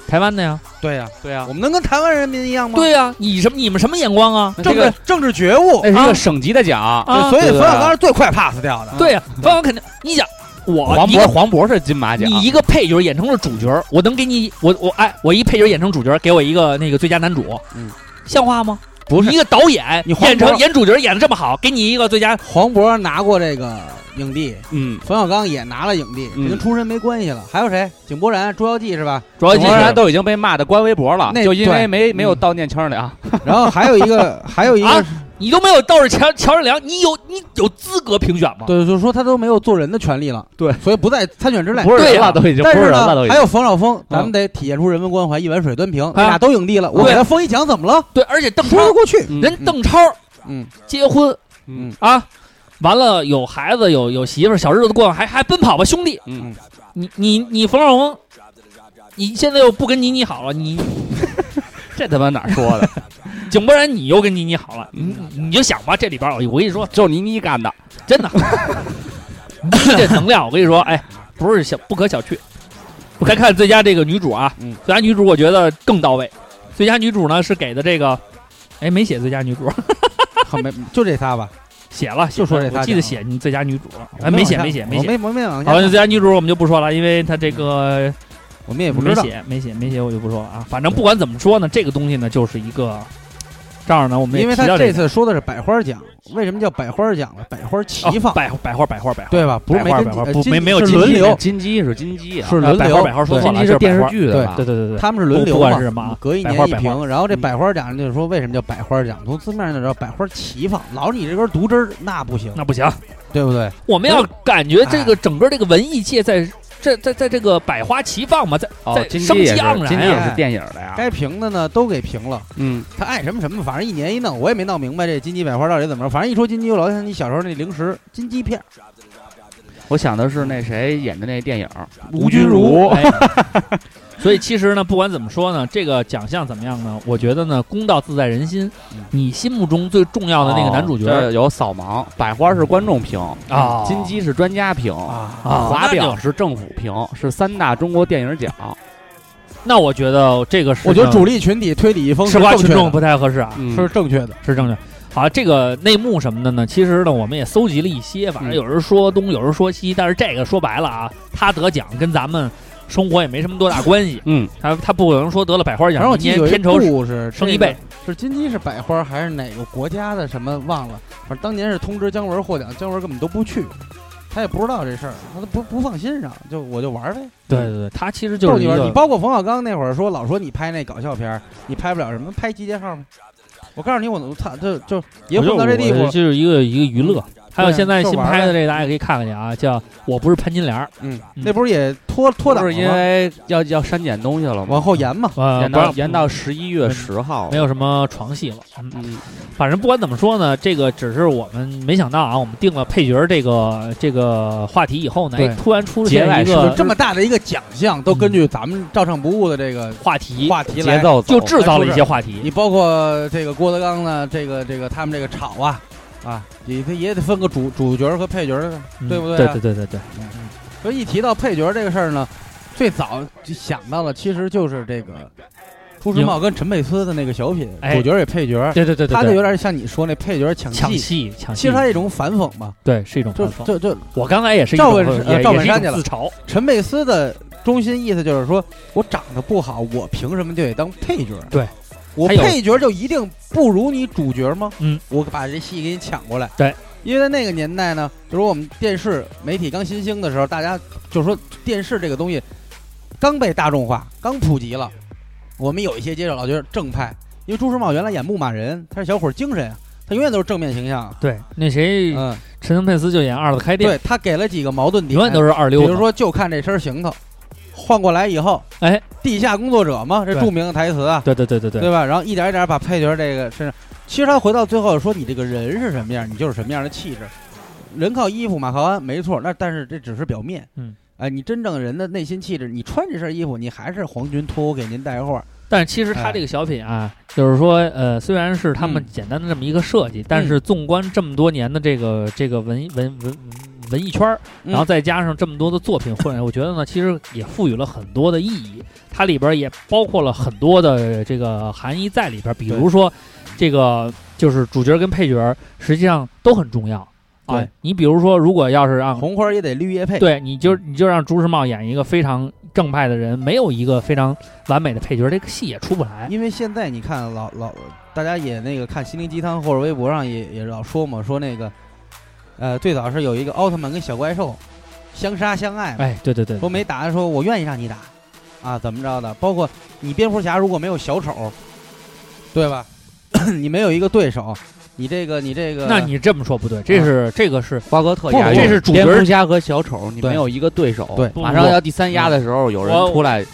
Speaker 2: 台湾的呀？
Speaker 5: 对呀，
Speaker 4: 对呀、
Speaker 5: 我们能跟台湾人民一样吗？
Speaker 2: 对呀，你什么你们什么眼光啊？
Speaker 4: 这
Speaker 5: 政
Speaker 4: 个
Speaker 5: 治政治觉悟，
Speaker 4: 哎那是一
Speaker 2: 啊
Speaker 4: 个省级的奖。
Speaker 2: 啊
Speaker 5: 对，所以
Speaker 4: 对
Speaker 5: 冯
Speaker 4: 对
Speaker 5: 小刚是最快 pass 掉
Speaker 4: 嗯
Speaker 5: 的。
Speaker 2: 对呀，冯小刚肯定，你想我
Speaker 4: 黄
Speaker 2: 一个
Speaker 4: 渤，黄渤是金马奖。
Speaker 5: 啊
Speaker 2: 你一个配角演成了主角，我能给你我我哎，我一配角演成主角，给我一个那个最佳男主，
Speaker 4: 嗯，
Speaker 2: 像话吗？
Speaker 5: 不是
Speaker 2: 你一个导演
Speaker 5: 你黄
Speaker 2: 演成
Speaker 5: 渤
Speaker 2: 演主角演的这么好，给你一个最佳，
Speaker 5: 黄渤拿过这个影帝，
Speaker 4: 嗯，
Speaker 5: 冯小刚也拿了影帝，
Speaker 4: 嗯
Speaker 5: 这跟出身没关系了。还有谁？井柏然、《捉妖记》是吧？ (laughs)
Speaker 2: 主要
Speaker 4: 主
Speaker 2: 就是
Speaker 4: 要人都已经被骂的关微博了，
Speaker 5: 那
Speaker 4: 就因为
Speaker 5: 对
Speaker 4: 没
Speaker 5: 嗯
Speaker 4: 没有悼念乔任梁。
Speaker 5: 然后还有一个，还有一个
Speaker 2: 啊，你都没有倒是乔乔任梁，你有你有资格评选吗？
Speaker 5: 对，就是说他都没有做人的权利了，
Speaker 4: 对
Speaker 5: 所以不在参选之内。
Speaker 4: 不是
Speaker 2: 对
Speaker 4: 人
Speaker 2: 呀
Speaker 4: 了，都已经不
Speaker 5: 但
Speaker 4: 是
Speaker 5: 是
Speaker 4: 人了，都已
Speaker 5: 呢，
Speaker 4: 经。
Speaker 5: 还有冯绍峰，咱们得体现出人文关怀，一碗水端平，
Speaker 2: 啊
Speaker 5: 那俩都影帝了，我
Speaker 2: 对
Speaker 5: 给他封一奖怎么了？
Speaker 2: 对，而且邓超
Speaker 5: 说得过去。
Speaker 4: 嗯
Speaker 2: 人邓超
Speaker 5: 嗯，
Speaker 2: 结婚
Speaker 4: 嗯
Speaker 2: 啊，完了有孩子有有媳妇儿，小日子过完还还奔跑吧兄弟，
Speaker 4: 嗯，
Speaker 2: 你你你冯绍峰，你现在又不跟倪妮好了，你
Speaker 4: 这他妈哪儿说 (laughs) 的？
Speaker 2: 井柏然你又跟倪妮好了，你你就想吧，这里边儿我我跟你说。
Speaker 4: 就倪妮干的。
Speaker 2: 真的，这能量我跟你说，哎，不是小不可小觑。我再看最佳这个女主啊，
Speaker 4: 嗯
Speaker 2: 最佳女主我觉得更到位。最佳女主呢是给的这个，哎，没写最佳女主， (laughs)
Speaker 5: 好没就这仨吧，
Speaker 2: 写了，写
Speaker 5: 就说
Speaker 2: 了
Speaker 5: 这仨
Speaker 2: 我记得
Speaker 5: 奖
Speaker 2: 写你最佳女主，哎，没写没写没
Speaker 5: 我
Speaker 2: 写。
Speaker 5: 没我没往
Speaker 2: 好，
Speaker 5: 下
Speaker 2: 最
Speaker 5: 看，
Speaker 2: 佳女主我们就不说了，因为她这个
Speaker 5: 我们也不
Speaker 2: 没
Speaker 5: 知道。
Speaker 2: 写没写没写，我就不说了啊。反正不管怎么说呢，这个东西呢就是一个，这样呢我们也
Speaker 5: 因为
Speaker 2: 提
Speaker 5: 他
Speaker 2: 到
Speaker 5: 这
Speaker 2: 这
Speaker 5: 次说的是百花奖，为什么叫百花奖呢？百花齐放，
Speaker 2: 哦百百花百花百花，
Speaker 5: 对吧？不是没
Speaker 2: 百花
Speaker 5: 跟
Speaker 2: 百花
Speaker 5: 呃
Speaker 2: 不
Speaker 5: 金
Speaker 2: 没没有
Speaker 5: 是
Speaker 2: 金鸡
Speaker 5: 轮流，
Speaker 4: 金鸡是金鸡啊，
Speaker 5: 是
Speaker 2: 呃
Speaker 5: 轮
Speaker 2: 百
Speaker 5: 流
Speaker 2: 花百花说
Speaker 5: 对
Speaker 2: 错
Speaker 4: 金
Speaker 2: 了，
Speaker 4: 鸡
Speaker 2: 这
Speaker 4: 电
Speaker 2: 百
Speaker 4: 视
Speaker 2: 花
Speaker 4: 剧的吧？
Speaker 2: 对对对对对，
Speaker 5: 啊他们是轮
Speaker 2: 不
Speaker 5: 流
Speaker 2: 管
Speaker 5: 嘛
Speaker 2: 是什么啊
Speaker 5: 隔一
Speaker 2: 百
Speaker 5: 年
Speaker 2: 花
Speaker 5: 一
Speaker 2: 百花
Speaker 5: 评，然后这百花奖就是说为什么叫百花奖？从字面上叫百花齐放，老是你这根毒汁儿那不行，
Speaker 2: 那啊不行。
Speaker 5: 对不对？
Speaker 2: 我们要感觉这个整个这个文艺界在这在在这个百花齐放嘛，在
Speaker 4: 哦
Speaker 2: 在，
Speaker 4: 金
Speaker 2: 生
Speaker 4: 鸡
Speaker 2: 机
Speaker 4: 也是
Speaker 2: 盎然
Speaker 4: 金鸡
Speaker 5: 啊
Speaker 4: 也是电影的呀。
Speaker 5: 该评的呢都给评了，
Speaker 4: 嗯，
Speaker 5: 他爱什么什么，反正一年一弄，我也没闹明白这金鸡百花到底怎么着。反正一说金鸡，我老想起小时候那零食金鸡片儿，
Speaker 4: 我想的是那谁演的那电影，
Speaker 2: 吴君如。
Speaker 4: 哦
Speaker 2: 哎所以其实呢，不管怎么说呢，这个奖项怎么样呢？我觉得呢，公道自在人心。你心目中最重要的那个男主角
Speaker 4: 这有扫盲，百花是观众评，
Speaker 2: 啊
Speaker 4: 哎金鸡是专家评，
Speaker 2: 啊，
Speaker 4: 华
Speaker 2: 那就
Speaker 4: 表是政府评，是三大中国电影奖。
Speaker 2: 那我觉得这个是嗯
Speaker 5: 我觉得主力群体推理一封
Speaker 2: 吃
Speaker 5: 是
Speaker 2: 瓜
Speaker 5: 正
Speaker 2: 群
Speaker 5: 确
Speaker 2: 众
Speaker 5: 的，
Speaker 2: 不太合适啊，
Speaker 4: 嗯
Speaker 5: 是正确的。
Speaker 2: 是正确。好，这个内幕什么的呢？其实呢，我们也搜集了一些，反正有人说东，有人说西，但是这个说白了啊，他得奖跟咱们生活也没什么多大关系。
Speaker 4: 嗯，
Speaker 2: 他他不可能说得了百花
Speaker 5: 然
Speaker 2: 奖，
Speaker 5: 后我
Speaker 2: 今
Speaker 5: 记得
Speaker 2: 年
Speaker 5: 有一
Speaker 2: 片酬
Speaker 5: 故事，
Speaker 2: 升
Speaker 5: 这
Speaker 2: 一
Speaker 5: 个嗯
Speaker 2: 倍，
Speaker 5: 是金鸡是百花还是哪个国家的什么忘了？反正当年是通知姜文获奖，姜文根本都不去，他也不知道这事儿，他都不不放心上，就我就玩儿呗。
Speaker 2: 对对对，他其实就
Speaker 5: 逗
Speaker 2: 是一
Speaker 5: 你玩儿，你
Speaker 2: 个
Speaker 5: 包括冯小刚那会儿说，老说你拍那搞笑片儿，你拍不了什么，拍集结号吗？我告诉你，我能操，就就也混到这地
Speaker 2: 我觉得我
Speaker 5: 步，
Speaker 2: 呃就是一个一个娱乐。还有
Speaker 5: 对
Speaker 2: 现在
Speaker 5: 就
Speaker 2: 新
Speaker 5: 玩儿
Speaker 2: 拍的
Speaker 5: 呗
Speaker 2: 这，大家也可以看看去啊，叫《我不是潘金莲》儿
Speaker 5: 嗯，那不是也拖拖档
Speaker 4: 不
Speaker 5: 了
Speaker 4: 是因
Speaker 5: 吗？
Speaker 4: 为要要删减东西了吗？
Speaker 5: 往后延嘛，
Speaker 2: 呃，
Speaker 4: 延
Speaker 2: 不
Speaker 4: 到
Speaker 2: 让
Speaker 4: 延到十一月十号
Speaker 2: 嗯没。有什么床戏了。嗯
Speaker 4: 嗯，
Speaker 2: 反正不管怎么说呢，这个只是我们没想到啊，我们定了配角儿这个这个话题以后呢，
Speaker 4: 对
Speaker 2: 哎突然出
Speaker 4: 节
Speaker 2: 现
Speaker 4: 外
Speaker 2: 一
Speaker 5: 就
Speaker 2: 个
Speaker 5: 这么大的一个奖项，都根据咱们照唱不误的这个
Speaker 2: 话题，
Speaker 5: 话
Speaker 4: 嗯
Speaker 5: 题
Speaker 4: 节
Speaker 5: 来
Speaker 4: 奏
Speaker 2: 就
Speaker 4: 走
Speaker 2: 制造了一些话题。
Speaker 5: 你包括这个郭德纲呢，这个这个他们这个吵啊啊，也得也得分个主主角和配角的，
Speaker 2: 嗯
Speaker 5: 对不
Speaker 2: 对
Speaker 5: 对啊
Speaker 2: 对对对对，
Speaker 5: 所以一提到配角这个事儿呢，最早就想到的其实就是这个朱时茂跟陈佩斯的那个小品，
Speaker 2: 哎
Speaker 5: 主角与配角，
Speaker 2: 对对对对，
Speaker 5: 他就
Speaker 2: 对
Speaker 5: 有点像你说那配角抢
Speaker 2: 抢
Speaker 5: 戏，
Speaker 2: 戏抢戏，
Speaker 5: 其实他一种反讽吧，
Speaker 2: 对是一种
Speaker 5: 就
Speaker 2: 反讽。
Speaker 5: 就就
Speaker 2: 我刚才也是一
Speaker 5: 赵
Speaker 2: 种
Speaker 5: 本
Speaker 2: 也
Speaker 5: 呃
Speaker 2: 也
Speaker 5: 赵
Speaker 2: 是
Speaker 5: 本
Speaker 2: 一
Speaker 5: 山
Speaker 2: 种
Speaker 5: 去了
Speaker 2: 自嘲，
Speaker 5: 陈佩斯的中心意思就是说我长得不好，我凭什么就得当配角？啊
Speaker 2: 对。
Speaker 5: 我
Speaker 2: 还有
Speaker 5: 配角就一定不如你主角吗？
Speaker 2: 嗯，
Speaker 5: 我把这戏给你抢过来。
Speaker 2: 对，
Speaker 5: 因为在那个年代呢，就是我们电视媒体刚新兴的时候，大家就说电视这个东西刚被大众化，刚普及了。我们有一些接受老觉得正派，因为朱时茂原来演牧马人，他是小伙儿精神啊，他永远都是正面形象啊。
Speaker 2: 对那谁
Speaker 5: 嗯，
Speaker 2: 陈恩佩斯就演二子开店，
Speaker 5: 对他给了几个矛盾点，
Speaker 2: 永远都是二溜
Speaker 5: 比
Speaker 2: 子。
Speaker 5: 如说，就看这身行头，换过来以后，
Speaker 2: 哎，
Speaker 5: 地下工作者嘛，这
Speaker 2: 对
Speaker 5: 著名的台词啊，
Speaker 2: 对对对对对
Speaker 5: 对吧？然后一点一点把配角这个身上，其实他回到最后说，你这个人是什么样，你就是什么样的气质。人靠衣服马靠鞍，没错。那但是这只是表面，
Speaker 2: 嗯，
Speaker 5: 哎，你真正人的内心气质，你穿这身衣服，你还是皇军托我给您带货。
Speaker 2: 但是其实他
Speaker 5: 哎
Speaker 2: 这个小品啊，就是说，呃，虽然是他们
Speaker 5: 嗯
Speaker 2: 简单的这么一个设计，但是纵观这么多年的这个这个文文文文艺圈儿，
Speaker 5: 嗯
Speaker 2: 然后再加上这么多的作品混，我觉得呢，其实也赋予了很多的意义。它里边也包括了很多的这个含义在里边，比如说这个就是主角跟配角实际上都很重要啊
Speaker 5: 对。
Speaker 2: 你比如说，如果要是让
Speaker 5: 红花也得绿叶配，，
Speaker 2: 对，你
Speaker 4: 嗯
Speaker 2: 就你就让朱时茂演一个非常正派的人，没有一个非常完美的配角，这个戏也出不
Speaker 4: 嗯
Speaker 2: 来。
Speaker 5: 因为现在你看老老，大家也那个看心灵鸡汤或者微博上也也老说嘛，说那个，呃，最早是有一个奥特曼跟小怪兽相杀相爱嘛，
Speaker 2: 哎，对对对，
Speaker 5: 说没打，说我愿意让你打，啊，怎么着的？包括你蝙蝠侠如果没有小丑，对 (coughs) 吧？你没有一个对手，你这个你这个，
Speaker 2: 那你这么说不对，
Speaker 4: 嗯
Speaker 2: 这是这个是
Speaker 4: 瓜哥特
Speaker 2: 不
Speaker 4: 押
Speaker 2: 这
Speaker 4: 韵
Speaker 2: 是主角
Speaker 4: 蝙蝠侠和小丑，你
Speaker 5: 对
Speaker 4: 没有一个对手。
Speaker 5: 对
Speaker 4: 马上要第三押的时候，有人
Speaker 2: 我
Speaker 4: 出来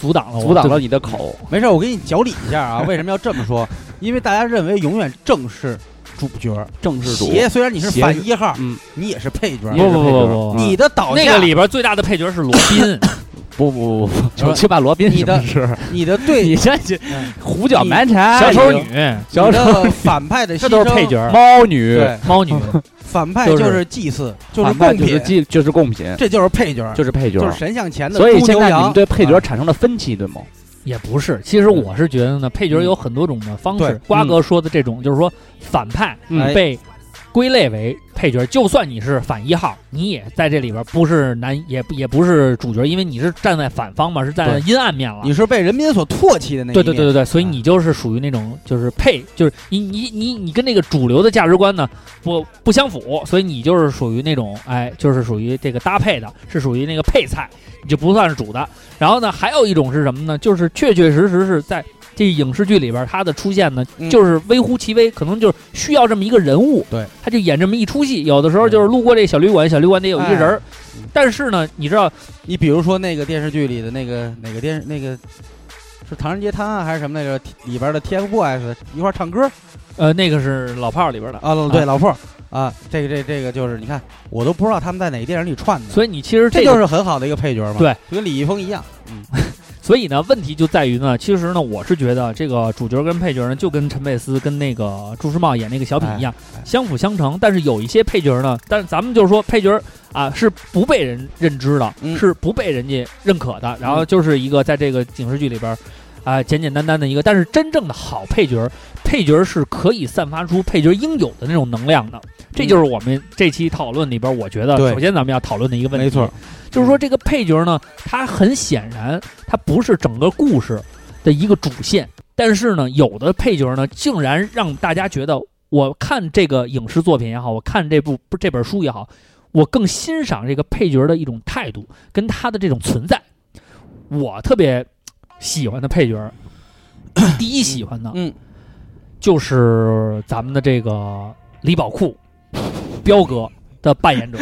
Speaker 2: 阻挡了我，
Speaker 4: 阻挡了
Speaker 2: 对
Speaker 4: 你的口。
Speaker 5: 没事儿，我给你脚理一下啊。 (laughs) 为什么要这么说？因为大家认为永远正是主角，
Speaker 4: 正式主
Speaker 5: 邪虽然你是
Speaker 4: 邪
Speaker 5: 反一号，
Speaker 4: 嗯
Speaker 5: 你也是配角。
Speaker 4: 你也是
Speaker 2: 不不
Speaker 4: 配
Speaker 2: 不
Speaker 4: 角
Speaker 2: 不不
Speaker 5: 你的倒
Speaker 2: 那
Speaker 5: 下，
Speaker 2: 个里边最大的配角是罗宾，
Speaker 4: (coughs) 不不不不，就去把罗宾
Speaker 5: 你的
Speaker 4: 是
Speaker 5: 你的对
Speaker 4: 你这这
Speaker 5: 嗯
Speaker 4: 胡搅蛮缠，
Speaker 2: 小丑
Speaker 4: 你哎
Speaker 2: 女、
Speaker 4: 小
Speaker 5: 你
Speaker 4: 丑
Speaker 5: 的反派的牺
Speaker 2: 这
Speaker 5: 牲，
Speaker 2: 都是配角，
Speaker 4: 猫女，
Speaker 5: 对，
Speaker 2: 猫女
Speaker 5: 反派
Speaker 4: 就
Speaker 5: 就是是祭祀，就是
Speaker 4: 反派
Speaker 5: 贡
Speaker 4: 就是
Speaker 5: 品，
Speaker 4: 既就是贡品，
Speaker 5: 这就是配角，
Speaker 4: 就是配角
Speaker 5: 就。是神像前的
Speaker 4: 所以
Speaker 5: 公
Speaker 4: 现
Speaker 5: 牛
Speaker 4: 在你
Speaker 5: 羊
Speaker 4: 们对配角
Speaker 5: 啊
Speaker 4: 产生了分歧，对吗？
Speaker 2: 也不是。其实我是觉得呢，配角有很多种的方式
Speaker 5: 对。
Speaker 2: 瓜哥说的这种就是说反派
Speaker 4: 嗯
Speaker 2: 被归类为配角，就算你是反一号，你也在这里边不是男，也也不是主角，因为你是站在反方嘛，是站在阴暗面了
Speaker 5: 你。是被人民所唾弃的那一
Speaker 2: 对对对
Speaker 5: 面
Speaker 2: 对对，所以你就是属于那种就是配，就是你你你你跟这个主流的价值观呢不不相符，所以你就是属于那种哎，就是属于这个搭配的，是属于那个配菜，你就不算是主的。然后呢，还有一种是什么呢？就是确确实实是在这影视剧里边，它的出现呢，
Speaker 5: 嗯
Speaker 2: 就是微乎其微，可能就是需要这么一个人物，
Speaker 5: 对，嗯
Speaker 2: 他就演这么一出戏。有的时候就是路过这小旅馆，小旅馆得有一
Speaker 5: 哎
Speaker 2: 个人儿，但是呢，你知道
Speaker 5: 你比如说那个电视剧里的那个哪个电视那个是《唐人街探案》还是什么来着？里边的 TFBOYS 一块儿唱歌
Speaker 2: 呃，那个是老炮儿里边的，
Speaker 5: 啊，对，老破啊，这个这个这个就是你看，我都不知道他们在哪个电影里串的，
Speaker 2: 所以你其实个
Speaker 5: 这就是很好的一个配角嘛，
Speaker 2: 对，
Speaker 5: 就跟李易峰一样，
Speaker 2: 所以呢，问题就在于呢，其实呢，我是觉得这个主角跟配角呢，就跟陈佩斯跟那个朱时茂演那个小品一样，相辅相成。但是有一些配角呢，但是咱们就是说配角啊是不被人认知的，
Speaker 5: 嗯
Speaker 2: 是不被人家认可的。然后就是一个在这个影视剧里边儿，啊、简简单单的一个，但是真正的好配角，配角是可以散发出配角应有的那种能量的。这就是我们这期讨论里边儿，我觉得
Speaker 5: 嗯对
Speaker 2: 首先咱们要讨论的一个问题，
Speaker 5: 没错，
Speaker 2: 就是说这个配角呢，他很显然他不是整个故事的一个主线，但是呢，有的配角呢，竟然让大家觉得，我看这个影视作品也好，我看这部不这本书也好，我更欣赏这个配角的一种态度跟他的这种存在。我特别喜欢的配角，第一喜欢的，
Speaker 5: 嗯，
Speaker 2: 就是咱们的这个李宝库，彪哥的扮演者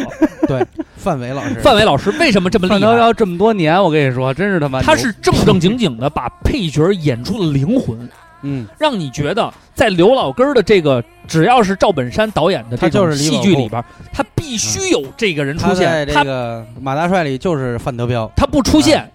Speaker 5: 范伟老师，
Speaker 2: 范伟老师，为什么这么
Speaker 4: 范
Speaker 2: 厉
Speaker 4: 飘
Speaker 2: 害？
Speaker 4: 飘这么多年，我跟你说，真是他妈
Speaker 2: 他是正正经经的把配角演出了灵魂，
Speaker 5: (laughs) 嗯，
Speaker 2: 让你觉得在刘老根儿的这个只要是赵本山导演的这
Speaker 5: 他就
Speaker 2: 种
Speaker 5: 是李
Speaker 2: 戏
Speaker 5: 宝
Speaker 2: 剧
Speaker 5: 库
Speaker 2: 里边，他必须有这个人出
Speaker 5: 他在
Speaker 2: 现，
Speaker 5: 这
Speaker 2: 他
Speaker 5: 个嗯马大帅里就是范德彪，
Speaker 2: 他不出现，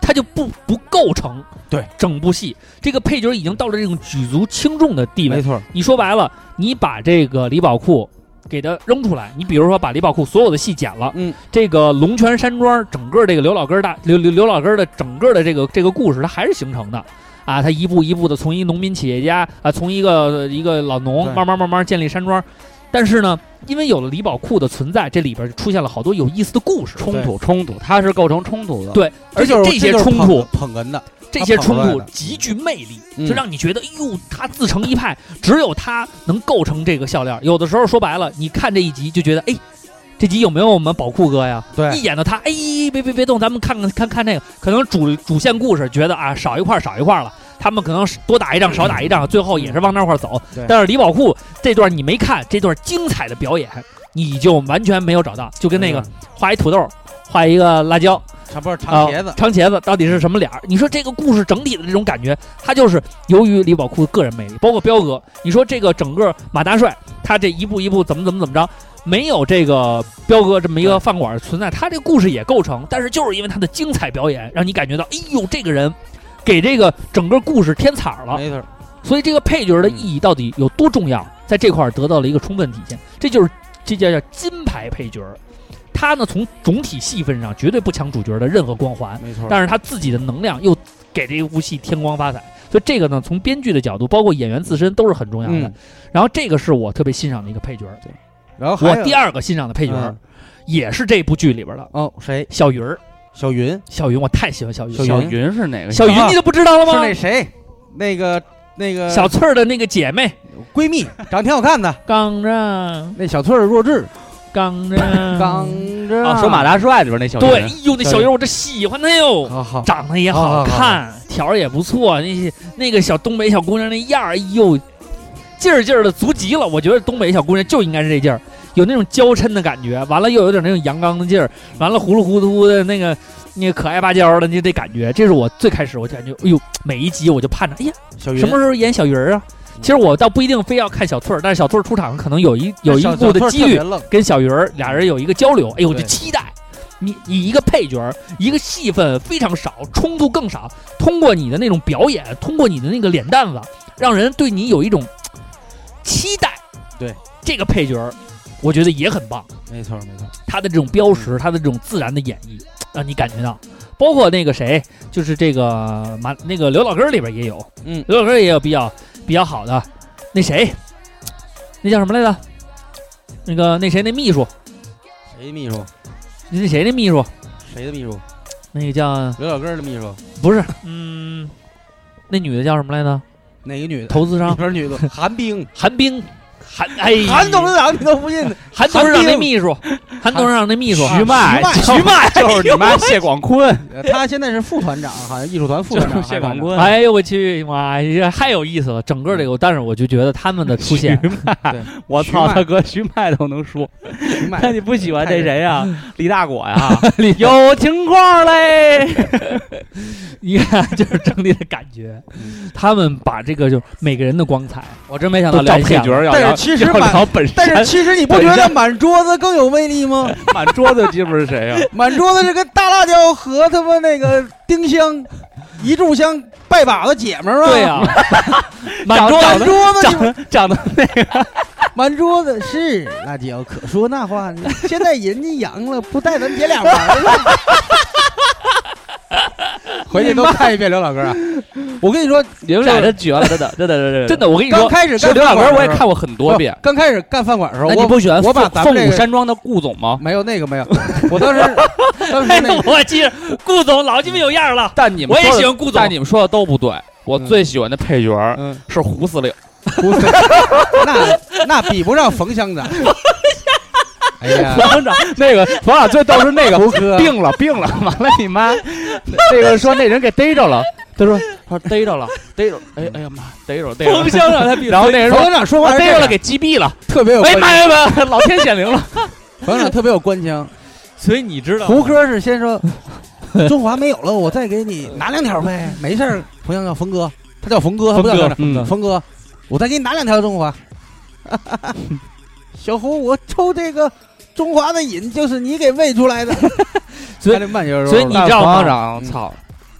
Speaker 2: 他就不不构成
Speaker 5: 对
Speaker 2: 整部戏。这个配角已经到了这种举足轻重的地
Speaker 5: 没
Speaker 2: 位。
Speaker 5: 错，
Speaker 2: 你说白了，你把这个李宝库给他扔出来，你比如说把李宝库所有的戏剪了，
Speaker 5: 嗯，
Speaker 2: 这个龙泉山庄整个这个刘老根儿大刘刘刘老根儿的整个的这个这个故事，它还是形成的。啊，他一步一步的从一农民企业家啊，从一个一个老农
Speaker 5: 对
Speaker 2: 慢慢慢慢建立山庄，但是呢，因为有了李宝库的存在，这里边出现了好多有意思的故事
Speaker 4: 冲突冲突，他是构成冲突的。
Speaker 2: 对而且
Speaker 5: 这就是
Speaker 2: 这些
Speaker 5: 就是
Speaker 2: 冲
Speaker 5: 捧
Speaker 2: 突，
Speaker 5: 捧哏的，
Speaker 2: 这些冲
Speaker 5: 他跑出
Speaker 2: 突
Speaker 5: 来的
Speaker 2: 极具魅力，
Speaker 5: 嗯
Speaker 2: 就让你觉得，哟，他自成一派，只有他能构成这个笑料。有的时候说白了，你看这一集就觉得，哎，这集有没有我们宝库哥呀？一
Speaker 5: 对，
Speaker 2: 演到他，哎，别别别动，咱们看看看看这个，可能主主线故事觉得啊，少一块儿少一块儿了。他们可能是多打一仗少打一仗，最后也是往那块儿走
Speaker 5: 对。
Speaker 2: 但是李宝库这段你没看，这段精彩的表演，你就完全没有找到，就跟
Speaker 5: 嗯
Speaker 2: 那个画一土豆，画一个辣椒，
Speaker 5: 长不是长茄子
Speaker 2: 啊，长茄子到底是什么脸儿？你说这个故事整体的这种感觉，它就是由于李宝库个人魅力，包括彪哥。你说这个整个马大帅，他这一步一步怎么怎么怎么着，没有这个彪哥这么一个饭馆存在，他这故事也构成，但是就是因为他的精彩表演，让你感觉到，哎呦，这个人给这个整个故事添彩儿了。
Speaker 5: 没错，
Speaker 2: 所以这个配角的意义到底有多重要，在这块儿得到了一个充分体现。这就是这叫叫金牌配角儿，他呢从总体戏份上绝对不抢主角的任何光环，
Speaker 5: 没错，
Speaker 2: 但是他自己的能量又给这部戏添光发彩。所以这个呢，从编剧的角度，包括演员自身都是很重要的。
Speaker 5: 嗯，
Speaker 2: 然后这个是我特别欣赏的一个配角儿，
Speaker 5: 然后还
Speaker 2: 我
Speaker 5: 有
Speaker 2: 第二个欣赏的配角儿、
Speaker 5: 嗯
Speaker 2: 也是这部剧里边的
Speaker 5: 哦谁
Speaker 2: 小云儿。
Speaker 5: 小云
Speaker 2: 小云，我太喜欢小云了。
Speaker 4: 小
Speaker 5: 小啊
Speaker 4: 云是哪个？
Speaker 2: 小云，你都不知道了
Speaker 5: 是
Speaker 2: 吗
Speaker 5: 那？谁那个那个
Speaker 2: 小翠儿的那个姐妹，
Speaker 5: 闺蜜长挺好看的，
Speaker 2: 刚着
Speaker 5: (laughs) 那小翠儿弱智，
Speaker 2: 刚着
Speaker 5: 刚着
Speaker 4: 啊，说马大帅里边那小
Speaker 2: 对，哎
Speaker 4: 云，
Speaker 2: 呦，那小云我这喜欢她哟，
Speaker 5: 好好
Speaker 2: 长得也好
Speaker 5: 啊
Speaker 2: 看，条儿也不错，那些那个小东北小姑娘那样儿，哎呦，劲儿劲儿的足极了。我觉得东北小姑娘就应该是这劲儿，有那种娇嗔的感觉，完了又有点那种阳刚的劲儿，完了糊里糊涂的那个那个可爱巴交的那这感觉，这是我最开始我就感觉，哎呦，每一集我就盼着，哎呀，
Speaker 5: 小云
Speaker 2: 什么时候演小云儿啊？其实我倒不一定非要看小翠儿，但是小翠儿出场可能有一有一
Speaker 5: 小
Speaker 2: 部的
Speaker 5: 小翠儿
Speaker 2: 几
Speaker 5: 特
Speaker 2: 率
Speaker 5: 别，愣
Speaker 2: 跟小云儿俩人有一个交流，哎呦，我就
Speaker 5: 对
Speaker 2: 期待。你你一个配角儿，一个戏份非常少，冲突更少，通过你的那种表演，通过你的那个脸蛋子，让人对你有一种期待。
Speaker 5: 对
Speaker 2: 这个配角儿，我觉得也很棒，
Speaker 5: 没错没错，
Speaker 2: 他的这种
Speaker 5: 嗯
Speaker 2: 标识，他的这种自然的演绎，让你感觉到。包括那个谁，就是这个马那个刘老根儿里边也有，
Speaker 5: 嗯
Speaker 2: 刘老根儿也有比较比较好的，那谁，那叫什么来着？那个那谁那秘书，
Speaker 5: 谁秘书
Speaker 2: 那谁那秘书，
Speaker 5: 谁的秘书
Speaker 2: 那个叫
Speaker 5: 刘老根儿的秘书
Speaker 2: 不是，嗯，那女的叫什么来着？
Speaker 5: 哪个女的？
Speaker 2: 投资
Speaker 5: 里
Speaker 2: 商
Speaker 5: 边女的 (laughs) 韩冰，
Speaker 2: 韩冰，韩哎，
Speaker 5: 韩董事长你都不信，
Speaker 2: 韩董事长
Speaker 5: 韩
Speaker 2: 那
Speaker 5: 冰
Speaker 2: 秘书，韩董事长那秘书啊
Speaker 4: 徐迈，哎
Speaker 2: 徐
Speaker 4: (laughs)
Speaker 2: 迈，
Speaker 4: 就是你妈谢广坤，
Speaker 5: (laughs) 呃他现在是副团长，好像艺术团副团
Speaker 4: 就
Speaker 5: (laughs) 长，
Speaker 4: 是谢广坤
Speaker 2: 哎呦我去，妈呀，太有意思了！整个这个，但是我就觉得他们的出现，
Speaker 4: 徐迈
Speaker 5: 对，
Speaker 4: (laughs) 我
Speaker 5: 徐
Speaker 4: 操，
Speaker 5: 迈
Speaker 4: 他哥徐迈哎都能说，
Speaker 5: 徐迈
Speaker 4: 那你不喜欢这谁呀？李大果呀？ (laughs) 有情况嘞！
Speaker 2: (laughs) 你看就是整体的感觉，他们把这个就每个人的光彩我真没想到
Speaker 4: 都照
Speaker 2: 联
Speaker 4: 配
Speaker 2: 想
Speaker 4: 角，儿要
Speaker 5: 但是
Speaker 4: 聊
Speaker 5: 其实
Speaker 4: 要
Speaker 5: 满
Speaker 4: 聊本山，
Speaker 5: 但是其实你不觉得满桌子更有魅力吗？
Speaker 4: 满桌子鸡巴是谁啊 (laughs) 呀？
Speaker 5: 满桌子这个大辣椒和他妈那个丁香、一炷香拜把子姐们儿啊，
Speaker 2: 对呀、满
Speaker 4: 长
Speaker 2: 桌
Speaker 5: 满
Speaker 2: 子
Speaker 5: 桌子你
Speaker 4: 长 (laughs) 得长得
Speaker 5: 满桌子是辣椒，可说那话呢。现在人家阳了，不带咱姐俩玩儿了。 (laughs) 回去多看一遍刘老根啊！ (laughs) 我跟你说，
Speaker 4: 你们俩真绝了， (laughs) 真的，真的，真的，
Speaker 2: 真的，我跟你
Speaker 5: 刚
Speaker 2: 说，
Speaker 5: 开始
Speaker 4: 这
Speaker 5: 干
Speaker 4: 刘
Speaker 5: 饭
Speaker 4: 老
Speaker 5: 馆
Speaker 4: 根
Speaker 5: 儿
Speaker 4: 儿
Speaker 5: 的
Speaker 4: 我也
Speaker 5: 时候
Speaker 4: 看过很多遍。
Speaker 5: 刚开始干饭馆的时候，
Speaker 4: 那你
Speaker 5: 我
Speaker 4: 不喜欢
Speaker 5: 我把
Speaker 4: 凤
Speaker 5: 咱们
Speaker 4: 凤
Speaker 5: 这
Speaker 4: 舞
Speaker 5: 个
Speaker 4: 山庄的顾总吗？
Speaker 5: 没有那个没有，
Speaker 4: (laughs)
Speaker 5: 我当时当时那个
Speaker 2: 哎我记着顾总老鸡巴有样儿了，
Speaker 4: 但你
Speaker 2: 我
Speaker 4: 们
Speaker 2: 也
Speaker 4: 说的
Speaker 2: 喜欢顾总
Speaker 4: 但你们说的都不对。我
Speaker 5: 嗯
Speaker 4: 最喜欢的配角儿
Speaker 5: 嗯，
Speaker 4: 是胡司令，
Speaker 5: 胡思那那比不上冯乡长。哎呀，
Speaker 4: 冯长那个冯长最逗是那 (laughs) 个
Speaker 5: 胡歌
Speaker 4: 病了病了，完了你妈，那个说那人给逮着了，他说他说逮着了逮着，哎哎呀妈，逮着逮着
Speaker 2: 冯
Speaker 4: 了，
Speaker 2: 乡长他比
Speaker 4: 然后那人
Speaker 5: 冯
Speaker 4: 说
Speaker 5: 乡长说话
Speaker 4: 我
Speaker 5: 是
Speaker 4: 逮
Speaker 5: 这
Speaker 4: 着了
Speaker 5: 样
Speaker 4: 给击毙了，
Speaker 2: (laughs)
Speaker 5: 特别有
Speaker 4: 哎
Speaker 5: 官
Speaker 4: 妈
Speaker 5: (laughs)
Speaker 4: 呀妈，老天显灵了，
Speaker 5: 冯乡长特别有官腔。
Speaker 2: 所以你知道
Speaker 5: 胡歌是先说中华没有了，我再给你拿两条呗，没事儿。冯乡长，冯哥，他叫冯哥，他不叫乡长。
Speaker 4: 嗯，
Speaker 5: 冯哥，我再给你拿两条中华。小胡，我抽这个中华的瘾，就是你给喂出来的。
Speaker 2: 所以
Speaker 5: 他这慢悠悠的
Speaker 2: 所以你知道
Speaker 4: 冯
Speaker 2: 吗？
Speaker 4: 长操，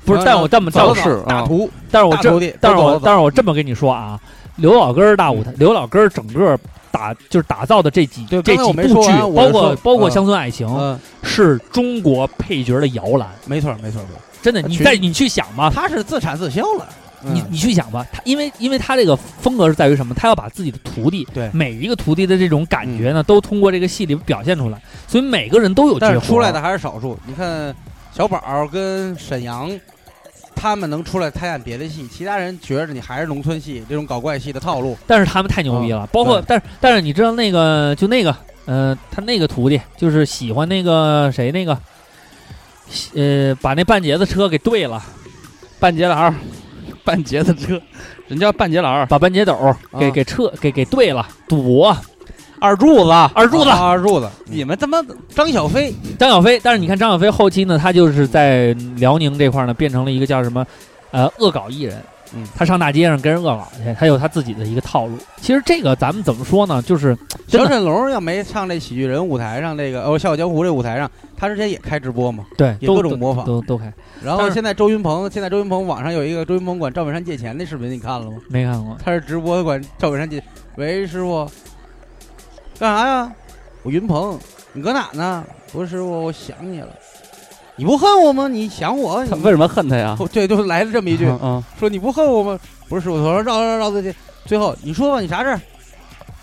Speaker 2: 不是，但我但我但
Speaker 4: 早
Speaker 2: 我
Speaker 4: 是
Speaker 5: 大
Speaker 4: 啊，
Speaker 5: 徒，
Speaker 2: 但是我
Speaker 5: 大
Speaker 2: 这
Speaker 5: 徒弟，
Speaker 2: 但是
Speaker 5: 都
Speaker 2: 我
Speaker 5: 走
Speaker 2: 但是我这么跟你说啊，刘老根儿大舞台，刘老根儿整个打就是打造的这几
Speaker 5: 对
Speaker 2: 这几
Speaker 5: 刚才我
Speaker 2: 部
Speaker 5: 没
Speaker 2: 剧，
Speaker 5: 说完我
Speaker 2: 包
Speaker 5: 是
Speaker 2: 括
Speaker 5: 说
Speaker 2: 包括
Speaker 5: 嗯
Speaker 2: 《乡村爱情》
Speaker 5: 嗯，
Speaker 2: 是中国配角的摇篮，
Speaker 5: 没错没错没错，
Speaker 2: 真的，你
Speaker 5: 啊群
Speaker 2: 在你去想吧，
Speaker 5: 他是自产自销了。
Speaker 2: 你你去想吧，他因为因为他这个风格是在于什么？他要把自己的徒弟，
Speaker 5: 对嗯
Speaker 2: 每一个徒弟的这种感觉呢，都通过这个戏里表现出来，所以每个人都有绝
Speaker 5: 但是
Speaker 2: 活
Speaker 5: 出来的还是少数。你看小宝儿跟沈阳，他们能出来拍演别的戏，其他人觉着你还是农村戏这种搞怪戏的套路。
Speaker 2: 但是他们太牛逼了，包括
Speaker 5: 嗯对
Speaker 2: 但是但是你知道那个就那个呃，他那个徒弟就是喜欢那个谁那个，喜呃，把那半截子车给兑了，
Speaker 4: 半截栏儿，
Speaker 5: 嗯
Speaker 4: 半截子车，人叫半截栏儿，
Speaker 2: 把半截斗儿给、
Speaker 5: 啊
Speaker 2: 给撤给给兑了，赌博
Speaker 4: 二柱子，
Speaker 2: 二柱子、
Speaker 5: 啊二
Speaker 2: 嗯
Speaker 5: 柱子，
Speaker 4: 你们他妈
Speaker 5: 张小飞，
Speaker 2: 张小飞。但是你看张小飞后期呢，他就是在辽宁这块儿呢，变成了一个叫什么呃恶搞艺人。
Speaker 5: 嗯
Speaker 2: 他上大街上跟人恶搞去，他有他自己的一个套路。其实这个咱们怎么说呢？就是真
Speaker 5: 小
Speaker 2: 的
Speaker 5: 沈龙要没上这喜剧人舞台上，这个哦《笑傲江湖》这舞台上，他之前也开直播嘛。
Speaker 2: 对，
Speaker 5: 也
Speaker 2: 都
Speaker 5: 各种模仿
Speaker 2: 都都都开但
Speaker 5: 然后
Speaker 2: 是
Speaker 5: 现在周云鹏，现在周云鹏网上有一个周云鹏管赵本山借钱的视频，你看了吗？
Speaker 2: 没看过。
Speaker 5: 他是直播管赵本山借，喂师傅，干啥呀？我云鹏，你搁哪呢？不是师傅，我想你了。你不恨我吗？你想我？你
Speaker 4: 他为什么恨他呀？
Speaker 5: 对，就是来了这么一句，
Speaker 4: 嗯嗯，
Speaker 5: 说你不恨我吗？不是师傅，我说绕绕绕最近，最后你说吧，你啥事儿？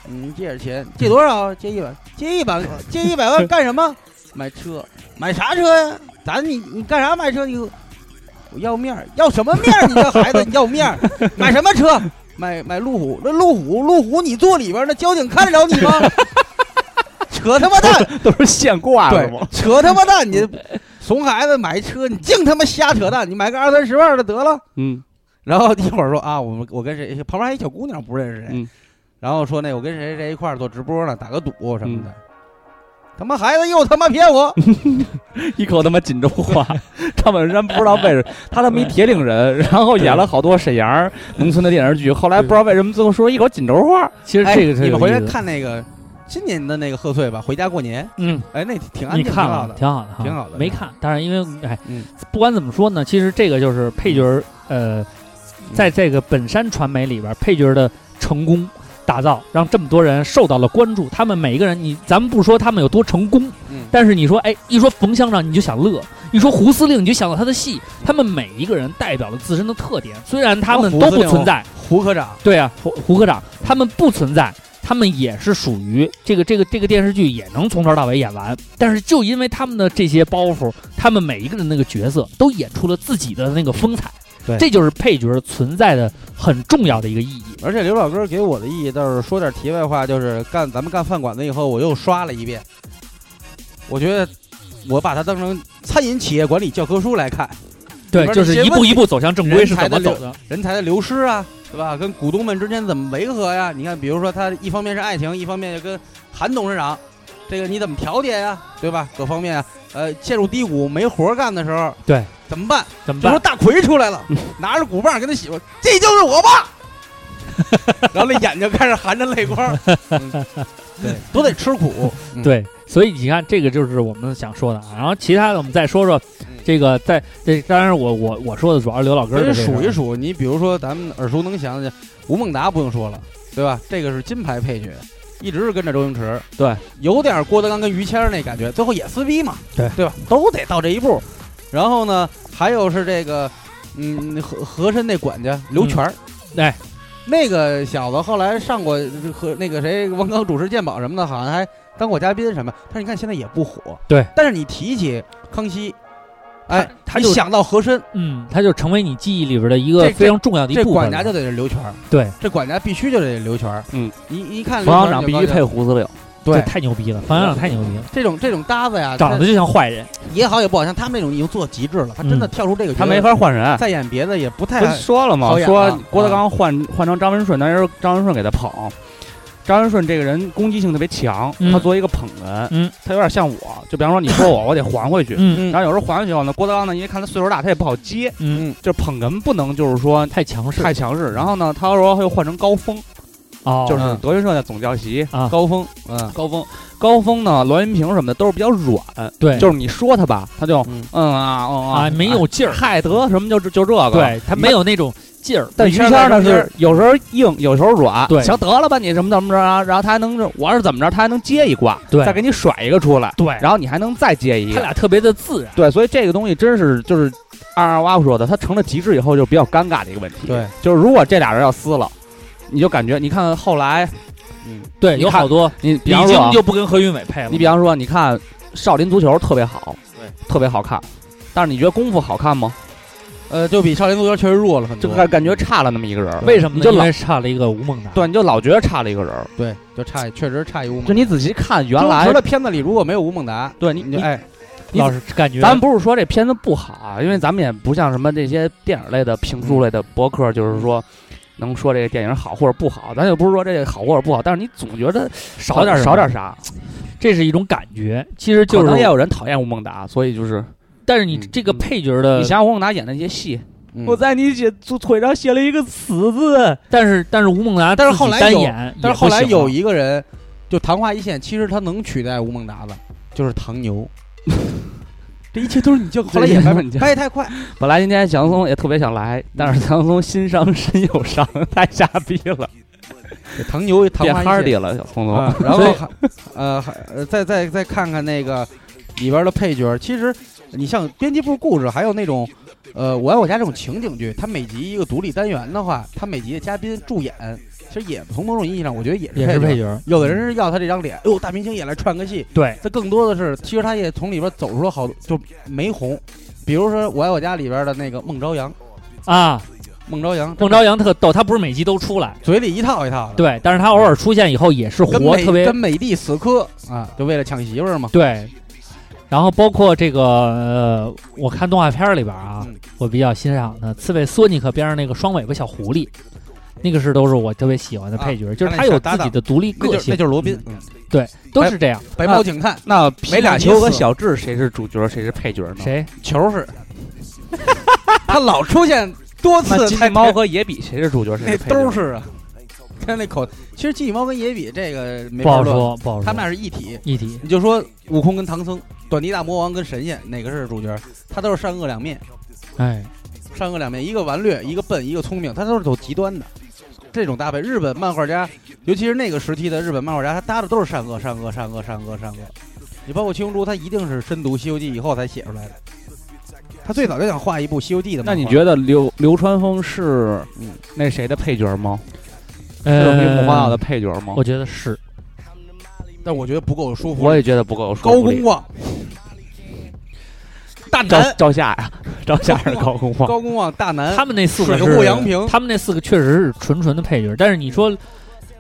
Speaker 5: 嗯，借点钱，借多少？借一百，借一百， (laughs) 借一百万干什么？买车，买啥车呀？咱你你干啥买车？你我要面儿，要什么面儿？你这孩子，你要 (laughs) 面儿，买什么车？买买路虎，那路虎路虎你坐里边儿，那交警看得着你 (laughs) 吗？扯他妈蛋！
Speaker 4: 都是现挂的吗？
Speaker 5: 扯他妈蛋！你怂孩子买车，你净他妈瞎扯淡！你买个二三十万的得了。
Speaker 4: 嗯，
Speaker 5: (laughs) 然后一会儿说啊，我们我跟谁旁边还一小姑娘不认识谁，
Speaker 4: 嗯
Speaker 5: 然后说那我跟谁谁一块儿做直播呢，打个赌什么
Speaker 2: 嗯
Speaker 5: 的。他妈孩子又他妈骗我！
Speaker 4: 一口他妈锦州话，赵本山不知道为什么，他他妈一铁岭人，然后演了好多沈阳农村的电视剧，后来不知道为什么最后说一口锦州话，
Speaker 2: 其实 (laughs)
Speaker 5: 哎
Speaker 2: 这个是
Speaker 5: 你
Speaker 2: 有
Speaker 5: 们回
Speaker 2: 意
Speaker 5: 来
Speaker 2: 思的
Speaker 5: 看那个今年的那个贺岁吧，回家过年，
Speaker 2: 嗯，
Speaker 5: 哎，那挺安
Speaker 2: 你
Speaker 5: 静，挺
Speaker 2: 看啊
Speaker 5: 好
Speaker 2: 了，
Speaker 5: 的。
Speaker 2: 挺好的哈，
Speaker 5: 挺好的
Speaker 2: 没看，但是因为哎
Speaker 5: 嗯，
Speaker 2: 不管怎么说呢，其实这个就是配角儿，呃，在这个本山传媒里边儿，配角儿的成功打造，让这么多人受到了关注。他们每一个人，你咱们不说他们有多成功，
Speaker 5: 嗯，
Speaker 2: 但是你说，哎，一说冯乡长你就想乐，一说胡司令你就想到他的戏。
Speaker 5: 嗯
Speaker 2: 他们每一个人代表了自身的特点，虽然他们
Speaker 5: 胡
Speaker 2: 都
Speaker 5: 司
Speaker 2: 不
Speaker 5: 令啊
Speaker 2: 存在，
Speaker 5: 胡科长，
Speaker 2: 对啊，胡胡科长他们不存在，他们也是属于这个这个这个电视剧也能从头到尾演完，但是就因为他们的这些包袱，他们每一个人那个角色都演出了自己的那个风采，
Speaker 5: 对
Speaker 2: 这就是配角存在的很重要的一个意义。
Speaker 5: 而且刘老根给我的意义倒是说点题外话，就是干咱们干饭馆子以后，我又刷了一遍，我觉得我把它当成餐饮企业管理教科书来看，
Speaker 2: 对，就
Speaker 5: 里边
Speaker 2: 是
Speaker 5: 那
Speaker 2: 一
Speaker 5: 些
Speaker 2: 步一步走向正规
Speaker 5: 人
Speaker 2: 是
Speaker 5: 才
Speaker 2: 怎么
Speaker 5: 的
Speaker 2: 走
Speaker 5: 流
Speaker 2: 的？
Speaker 5: 人才的流失啊，对吧？跟股东们之间怎么维和呀？你看，比如说他一方面是爱情，一方面就跟韩董事长，这个你怎么调解呀？对吧？各方面啊，呃，陷入低谷没活儿干的时候，
Speaker 2: 对，
Speaker 5: 怎么办？嗯
Speaker 2: 怎么
Speaker 5: 这时候
Speaker 2: 办？
Speaker 5: (laughs) 大奎出来了，拿着鼓棒跟他媳妇儿，这就是我爸。然后那眼睛开始含着泪 (laughs) 光，嗯对，都得吃苦。嗯，
Speaker 2: 对，所以你看，这个就是我们想说的啊。然后其他的，我们再说说这个，在这当然我我我说的主要是刘老根儿的
Speaker 5: 所以
Speaker 2: 这个啊
Speaker 5: 数一数，你比如说咱们耳熟能详的吴孟达不用说了，对吧？这个是金牌配角，一直是跟着周星驰，
Speaker 4: 对，
Speaker 5: 有点郭德纲跟于谦儿那感觉，最后也撕逼嘛，
Speaker 2: 对
Speaker 5: 对吧？都得到这一步。然后呢，还有是这个，嗯，和和珅那管家刘全儿，
Speaker 2: 哎，
Speaker 5: 那个小子后来上过和那个谁王刚主持鉴宝什么的，好像还当过嘉宾什么。但是你看现在也不火，
Speaker 2: 对。
Speaker 5: 但是你提起康熙，哎，
Speaker 2: 他
Speaker 5: 你
Speaker 2: 就
Speaker 5: 想到和珅。
Speaker 2: 嗯，他就成为你记忆里边的一个
Speaker 5: 这
Speaker 2: 非常重要的一
Speaker 5: 这
Speaker 2: 部分
Speaker 5: 管
Speaker 2: 了。
Speaker 5: 家就得是刘全儿，
Speaker 2: 对，
Speaker 5: 这管家必须就得刘全儿。
Speaker 4: 嗯，
Speaker 5: 一一看
Speaker 4: 冯
Speaker 5: 刘
Speaker 4: 校
Speaker 5: 全儿
Speaker 4: 长
Speaker 5: 就
Speaker 4: 必
Speaker 5: 高
Speaker 4: 须
Speaker 5: 兴
Speaker 4: 配胡子六，
Speaker 2: 这
Speaker 5: 对
Speaker 2: 太牛逼了，樊校长太牛逼了，
Speaker 5: 这种这种搭子呀，
Speaker 2: 长得就像坏人。
Speaker 5: 他也好也不好，像他们那种已经做极致了，他真的
Speaker 2: 嗯
Speaker 5: 跳出这个角色，
Speaker 4: 他没法换人。
Speaker 5: 再演别的也不太
Speaker 4: 不是说了
Speaker 5: 哎好
Speaker 4: 吗？
Speaker 5: 演
Speaker 4: 说
Speaker 5: 了
Speaker 4: 郭德纲换换成张文顺，那时候张文顺给他捧。张文顺这个人攻击性特别强，
Speaker 2: 嗯
Speaker 4: 他作为一个捧人，
Speaker 2: 嗯
Speaker 4: 他有点像我。就比方说你说我，我得还回去。
Speaker 2: 嗯
Speaker 5: 嗯
Speaker 4: 然后有时候还回去以后呢，郭德纲呢，因为看他岁数大，他也不好接，
Speaker 2: 嗯，
Speaker 4: 就是捧哏不能就是说
Speaker 2: 太强势，
Speaker 4: 太强势。然后呢，他说又换成高峰，
Speaker 2: 哦，
Speaker 4: 就是
Speaker 5: 嗯
Speaker 4: 德云社的总教习
Speaker 2: 啊
Speaker 4: 高峰，
Speaker 5: 嗯
Speaker 4: 高峰，高峰呢，栾云平什么的都是比较软，
Speaker 2: 对，
Speaker 4: 就是你说他吧，他就
Speaker 5: 嗯
Speaker 4: 嗯啊嗯
Speaker 2: 啊，没有劲儿，
Speaker 4: 害得什么就就这个。
Speaker 2: 对他没有那种劲儿。
Speaker 4: 但于
Speaker 5: 于谦
Speaker 4: 谦
Speaker 5: 儿
Speaker 4: 儿呢
Speaker 5: 在中间
Speaker 4: 是有时候硬，有时候软，
Speaker 2: 对
Speaker 4: 行得了吧你什么怎么着啊，然后他还能我是怎么着，他还能接一卦，
Speaker 2: 对
Speaker 4: 再给你甩一个出来，
Speaker 2: 对，
Speaker 4: 然后你还能再接一
Speaker 2: 他
Speaker 4: 个，
Speaker 2: 俩特别的自然。
Speaker 4: 对，所以这个东西真是就是二二娃说的，他成了极致以后就比较尴尬的一个问题，
Speaker 5: 对，
Speaker 4: 就是如果这俩人要撕了，你就感觉你看后来
Speaker 2: 对，
Speaker 4: 你
Speaker 2: 有
Speaker 4: 看
Speaker 2: 好多
Speaker 4: 你比
Speaker 2: 李
Speaker 4: 方说啊
Speaker 2: 菁就不跟何云伟配了。
Speaker 4: 你比方说你看少林足球特别好，
Speaker 5: 对，
Speaker 4: 特别好看，但是你觉得功夫好看吗？
Speaker 5: 呃，就比少林足球确实弱了很
Speaker 4: 就
Speaker 5: 多，
Speaker 4: 感感觉差了那么一个人儿，
Speaker 2: 嗯为什么
Speaker 4: 你
Speaker 2: 呢？
Speaker 4: 就
Speaker 2: 因
Speaker 4: 老
Speaker 2: 为差了一个吴孟达。
Speaker 4: 对，你就老觉得差了一个人儿，
Speaker 5: 对，就差确实差一吴孟达。
Speaker 4: 就你仔细看原
Speaker 5: 周星
Speaker 4: 来
Speaker 5: 驰的片子里如果没有吴孟达，
Speaker 4: 对你
Speaker 5: 你就
Speaker 4: 你
Speaker 5: 哎，
Speaker 4: 你
Speaker 2: 老是感觉
Speaker 4: 咱们不是说这片子不好啊，因为咱们也不像什么这些电影类的评述类的博客，就是说能说这个电影好或者不好，咱也不是说这个好或者不好，但是你总觉得
Speaker 2: 少点什么
Speaker 4: 少点啥，
Speaker 2: 这是一种感觉，其实
Speaker 4: 可
Speaker 2: 就
Speaker 4: 能
Speaker 2: 是，
Speaker 4: 也有人讨厌吴孟达，所以就是
Speaker 2: 但是你
Speaker 5: 嗯
Speaker 2: 这个配角的
Speaker 4: 呃你，想想吴孟达演的那些戏，
Speaker 5: 嗯
Speaker 4: 在你写腿上写了一个“死”字，
Speaker 2: 但是但是吴孟达
Speaker 5: 但是
Speaker 2: 自己
Speaker 5: 后来
Speaker 2: 单
Speaker 5: 有
Speaker 2: 演，
Speaker 5: 但是后来有一个人就昙花一现，其实他能取代吴孟达的，就是唐
Speaker 4: (laughs)
Speaker 5: 牛。这一切都是你教，后来也
Speaker 4: 这一切
Speaker 5: 掰
Speaker 4: 都是你教
Speaker 5: 掰太快，
Speaker 4: 本来今天强松也特别想来，但是强松心伤身有伤，太瞎逼了，嗯
Speaker 5: 这唐牛昙
Speaker 4: (laughs) 变
Speaker 5: 花一
Speaker 4: 哈儿
Speaker 5: 现
Speaker 4: 里了，小松松 (laughs)
Speaker 5: 啊，然 (laughs)
Speaker 2: 所以
Speaker 5: 后还呃还呃再再再看看那个里边的配角，其实你像编辑部故事，还有那种呃我爱我家这种情景剧，它每集一个独立单元的话，它每集的嘉宾助演，其实也从某种意义上，我觉得也是
Speaker 2: 也是配
Speaker 5: 角。
Speaker 2: 角，
Speaker 5: 有的人是要他这张脸，哎呦，大明星也来串个戏。
Speaker 2: 对，
Speaker 5: 这更多的是，其实他也从里边走出了好多，就没红。比如说《我爱我家》里边的那个孟朝阳，
Speaker 2: 啊，
Speaker 5: 孟朝阳
Speaker 2: 孟朝阳特逗，他不是每集都出来，
Speaker 5: 嘴里一套一套的，
Speaker 2: 对，但是他偶尔出现以后也是
Speaker 5: 跟
Speaker 2: 活
Speaker 5: 美
Speaker 2: 特别
Speaker 5: 跟美帝死磕啊，就为了抢媳妇儿嘛。
Speaker 2: 对。然后包括这个，呃，我看动画片儿里边啊，
Speaker 5: 嗯
Speaker 2: 我比较欣赏的刺猬索尼克边上那个双尾巴小狐狸，那个是都是我特别喜欢的配角，就是
Speaker 5: 啊他那
Speaker 2: 他有
Speaker 5: 小搭
Speaker 2: 自己
Speaker 5: 档
Speaker 2: 的独立
Speaker 5: 那
Speaker 2: 个
Speaker 5: 就是
Speaker 2: 性
Speaker 5: 那，就是罗宾，嗯
Speaker 2: 都是这样。
Speaker 5: 白猫警探
Speaker 4: 那
Speaker 5: 没
Speaker 4: 没
Speaker 5: 俩
Speaker 4: 俩
Speaker 5: 球
Speaker 4: 球
Speaker 5: 和
Speaker 4: 和
Speaker 5: 小
Speaker 4: 小智谁是主角，谁是配角呢？
Speaker 2: 谁？
Speaker 5: 球是， (laughs) 他老出现多
Speaker 4: 那
Speaker 5: 次，
Speaker 4: 机器
Speaker 5: 太
Speaker 4: 猫和野比谁是主角，谁
Speaker 5: 那
Speaker 4: 是配角？
Speaker 5: 兜是啊，看那口，其实机器猫跟野比这个没
Speaker 2: 不
Speaker 5: 法
Speaker 2: 好
Speaker 5: 论，
Speaker 2: 说，不好说。
Speaker 5: 他们俩是一体。
Speaker 2: 一体，
Speaker 5: 你就说悟空跟唐僧、短笛大魔王跟神仙哪个是主角？他都是善恶两面，
Speaker 2: 哎，
Speaker 5: 善恶两面，一个顽劣，一个笨，一个聪明，他都是走极端的。这种搭配，日本漫画家，尤其是那个时期的日本漫画家，他搭的都是善恶、善恶、善恶、善恶、善恶。你包括七龙珠，他一定是深读《西游记》以后才写出来的。他最早就想画一部《西游记》的漫
Speaker 4: 那
Speaker 5: 画。
Speaker 4: 你觉得流流川枫是
Speaker 5: 嗯
Speaker 4: 那谁的配角吗？是
Speaker 2: 呃，
Speaker 4: 木花道的配角吗？
Speaker 2: 我觉得是
Speaker 5: 但我觉得不够舒服。
Speaker 4: 我也觉得不够有说
Speaker 5: 高
Speaker 4: 服
Speaker 5: 公
Speaker 4: 力。
Speaker 5: 望，大
Speaker 4: 赵
Speaker 5: 南，
Speaker 4: 赵夏 (laughs) 呀，赵夏是哎高公望。
Speaker 5: 高公望，大南，
Speaker 2: 他们那四个
Speaker 5: 水户
Speaker 2: 是
Speaker 5: 洋平
Speaker 2: 他们那四个确实是纯纯的配角，但是你说。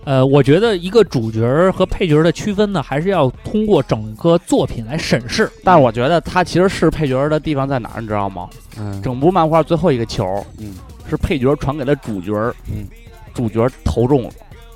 Speaker 2: 呃，我觉得一个主角儿和配角儿的区分呢，还是要通过整个作品来审视。
Speaker 4: 但我觉得他其实是配角的地方在哪儿，你知道吗？
Speaker 5: 嗯
Speaker 4: 整部漫画最后一个球，
Speaker 5: 嗯，
Speaker 4: 是配角传给了主角，
Speaker 5: 嗯，
Speaker 4: 主角投中了。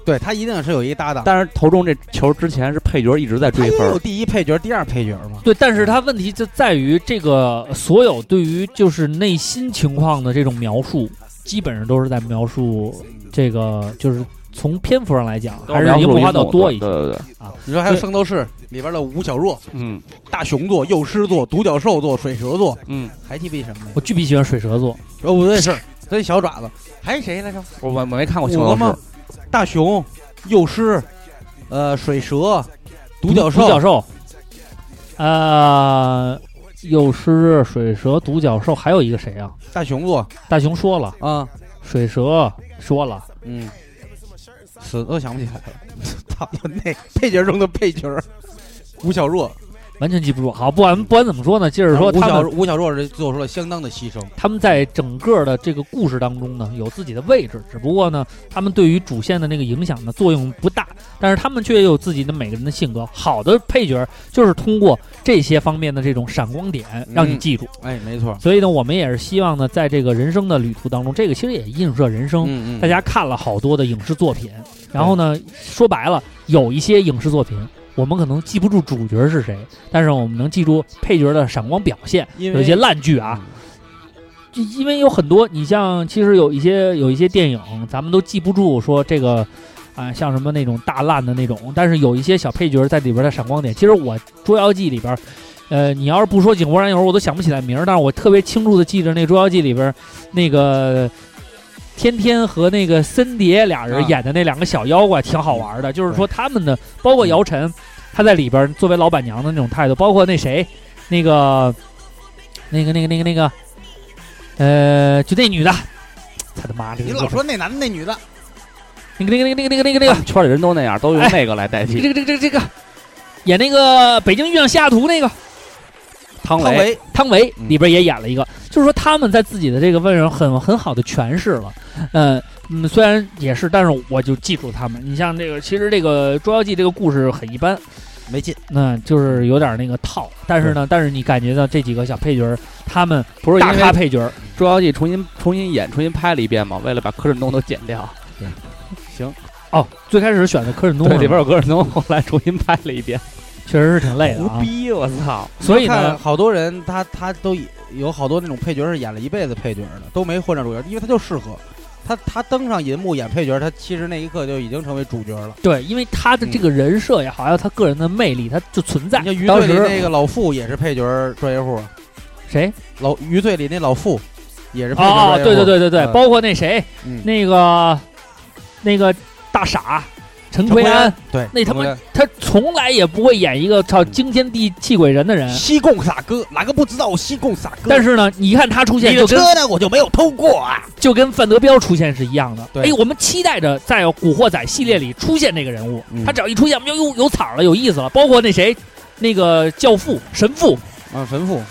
Speaker 5: 对他一定是有一搭档，
Speaker 4: 但是投中这球之前是配角一直在
Speaker 5: 他
Speaker 4: 追
Speaker 5: 也
Speaker 4: 分
Speaker 5: 有，第一配角、第二配角嘛。
Speaker 2: 对，但是它问题就在于这个所有对于就是内心情况的这种描述，基本上都是在描述这个，就是从篇幅上来讲，
Speaker 4: 都
Speaker 2: 还
Speaker 4: 是
Speaker 2: 哎是
Speaker 4: 描
Speaker 2: 樱
Speaker 4: 述
Speaker 2: 木
Speaker 4: 一
Speaker 2: 花道
Speaker 4: 种
Speaker 2: 多一些。
Speaker 4: 对对对，
Speaker 5: 你说还有
Speaker 2: 对
Speaker 5: 圣斗士里边的吴小若、
Speaker 4: 嗯
Speaker 5: 大熊座、幼狮座、独角兽座、水蛇座，
Speaker 4: 嗯，
Speaker 5: 还鸡巴什么
Speaker 2: 我
Speaker 5: 的？
Speaker 2: 巨比喜欢水蛇座，
Speaker 5: 哦，不对，是这小爪子，还有谁来着？
Speaker 4: 我我没
Speaker 2: 哦
Speaker 4: 看过《
Speaker 5: 五
Speaker 4: 熊
Speaker 5: 个
Speaker 4: 斗
Speaker 5: 吗
Speaker 4: 士？
Speaker 5: 大熊、幼狮、呃，水蛇、独角兽、
Speaker 2: 独角兽，呃，幼狮、水蛇、独角兽，还有一个谁啊？
Speaker 5: 大熊座
Speaker 2: 大熊说了，
Speaker 5: 啊，
Speaker 2: 水蛇说了，
Speaker 5: 嗯，死都想不起来了。 (laughs) 操，就那配角中的配角，吴小若。
Speaker 2: 完全记不住。好，不管不管怎么说呢，接着说
Speaker 5: 吴
Speaker 2: 他
Speaker 5: 小
Speaker 2: 们
Speaker 5: 吴小若这做出了相当的牺牲。
Speaker 2: 他们在整个的这个故事当中呢，有自己的位置，只不过呢，他们对于主线的那个影响呢作用不大，但是他们却有自己的每个人的性格。好的配角就是通过这些方面的这种闪光点让你记住。
Speaker 5: 哎，没错。
Speaker 2: 所以呢，我们也是希望呢，在这个人生的旅途当中，这个其实也映射人生。
Speaker 5: 嗯嗯，
Speaker 2: 大家看了好多的影视作品，然后呢，说白了，有一些影视作品。我们可能记不住主角是谁，但是我们能记住配角的闪光表现。
Speaker 5: 因
Speaker 2: 有
Speaker 5: 为嗯
Speaker 2: 一些烂剧啊，就因为有很多，你像其实有一些有一些电影，咱们都记不住说这个啊、像什么那种大烂的那种，但是有一些小配角在里边的闪光点。其实我《捉妖记》里边，呃，你要是不说井柏然，有时候我都想不起来名儿，但是我特别清楚的记着那《捉妖记》里边那个。天天和那个森碟俩人
Speaker 5: 啊
Speaker 2: 演的那两个小妖怪挺好玩的，就是说他们的，包括姚晨，她在里边作为老板娘的那种态度，包括那谁，那个，那个，那个，那个，那个，呃，就那女的，他的妈，这个
Speaker 5: 你老说那男的那女的，
Speaker 2: 那个那个那个那个那个那
Speaker 4: 他
Speaker 2: 个
Speaker 4: 们圈里人都那样，都用
Speaker 2: 哎
Speaker 4: 那个来代替
Speaker 2: 这个这个这个这个，演那个《北京遇上西雅图》那个
Speaker 4: 汤
Speaker 5: 汤
Speaker 4: 唯。
Speaker 5: 唯
Speaker 2: 汤唯
Speaker 4: 嗯
Speaker 2: 里边也演了一个，就是说他们在自己的这个位置上很很好的诠释了，呃嗯，虽然也是，但是我就记住他们。你像这个，其实这个《捉妖记》这个故事很一般，
Speaker 5: 没劲，
Speaker 2: 那就是有点那个套，但是呢，但是你感觉到这几个小配角儿，他们
Speaker 4: 不是因
Speaker 2: 大咖
Speaker 4: 为《
Speaker 2: 配角儿，
Speaker 4: 捉妖记》重新重新演、重新拍了一遍嘛？为了把柯震东都剪掉，
Speaker 2: 哦，最开始选的柯震东
Speaker 4: 对，
Speaker 2: 是吧，
Speaker 4: 里边有柯震东，后来重新拍了一
Speaker 2: (laughs)
Speaker 4: 遍，
Speaker 2: 确实是挺累的
Speaker 4: 胡
Speaker 2: 啊。
Speaker 4: 逼！我操！
Speaker 2: 所以
Speaker 5: 看啊
Speaker 2: 呢，
Speaker 5: 好多人他他都有好多那种配角是演了一辈子配角的，都没混上主角，因为他就适合。他他登上银幕演配角，他其实那一刻就已经成为主角
Speaker 2: (laughs)
Speaker 5: 了。
Speaker 2: 对，因为他的这个人设也好，还有他个人的魅力，他就存在
Speaker 5: 你。像余
Speaker 2: 当
Speaker 5: 罪里
Speaker 2: 时
Speaker 5: 那个老傅也是配角专业户，啊
Speaker 2: 谁？
Speaker 5: 老余罪里那老傅也是配角
Speaker 2: 哦，
Speaker 5: 专
Speaker 2: 对
Speaker 5: 业户。
Speaker 2: 对对对对，
Speaker 5: 嗯
Speaker 2: 包括那谁，
Speaker 5: 嗯
Speaker 2: 那个那个大傻陈
Speaker 5: 陈奎
Speaker 2: 奎安
Speaker 5: 安，对，
Speaker 2: 那他妈
Speaker 5: 陈奎
Speaker 2: 他从来也不会演一个操惊天地泣鬼神的人
Speaker 5: 安。西贡傻哥，哪个不知道我西贡傻哥？
Speaker 2: 但是呢，你一看他出现
Speaker 5: 你
Speaker 2: 就
Speaker 5: 的
Speaker 2: 跟
Speaker 5: 车呢，我就没有偷过啊。
Speaker 2: 就跟范德彪出现是一样的。
Speaker 5: 对
Speaker 2: 哎，我们期待着在《古惑仔》系列里出现这个人物，
Speaker 5: 嗯
Speaker 2: 他只要一出现，我们就有有彩儿了，有意思了。包括那谁，那个教父、神父，
Speaker 5: 啊，神父，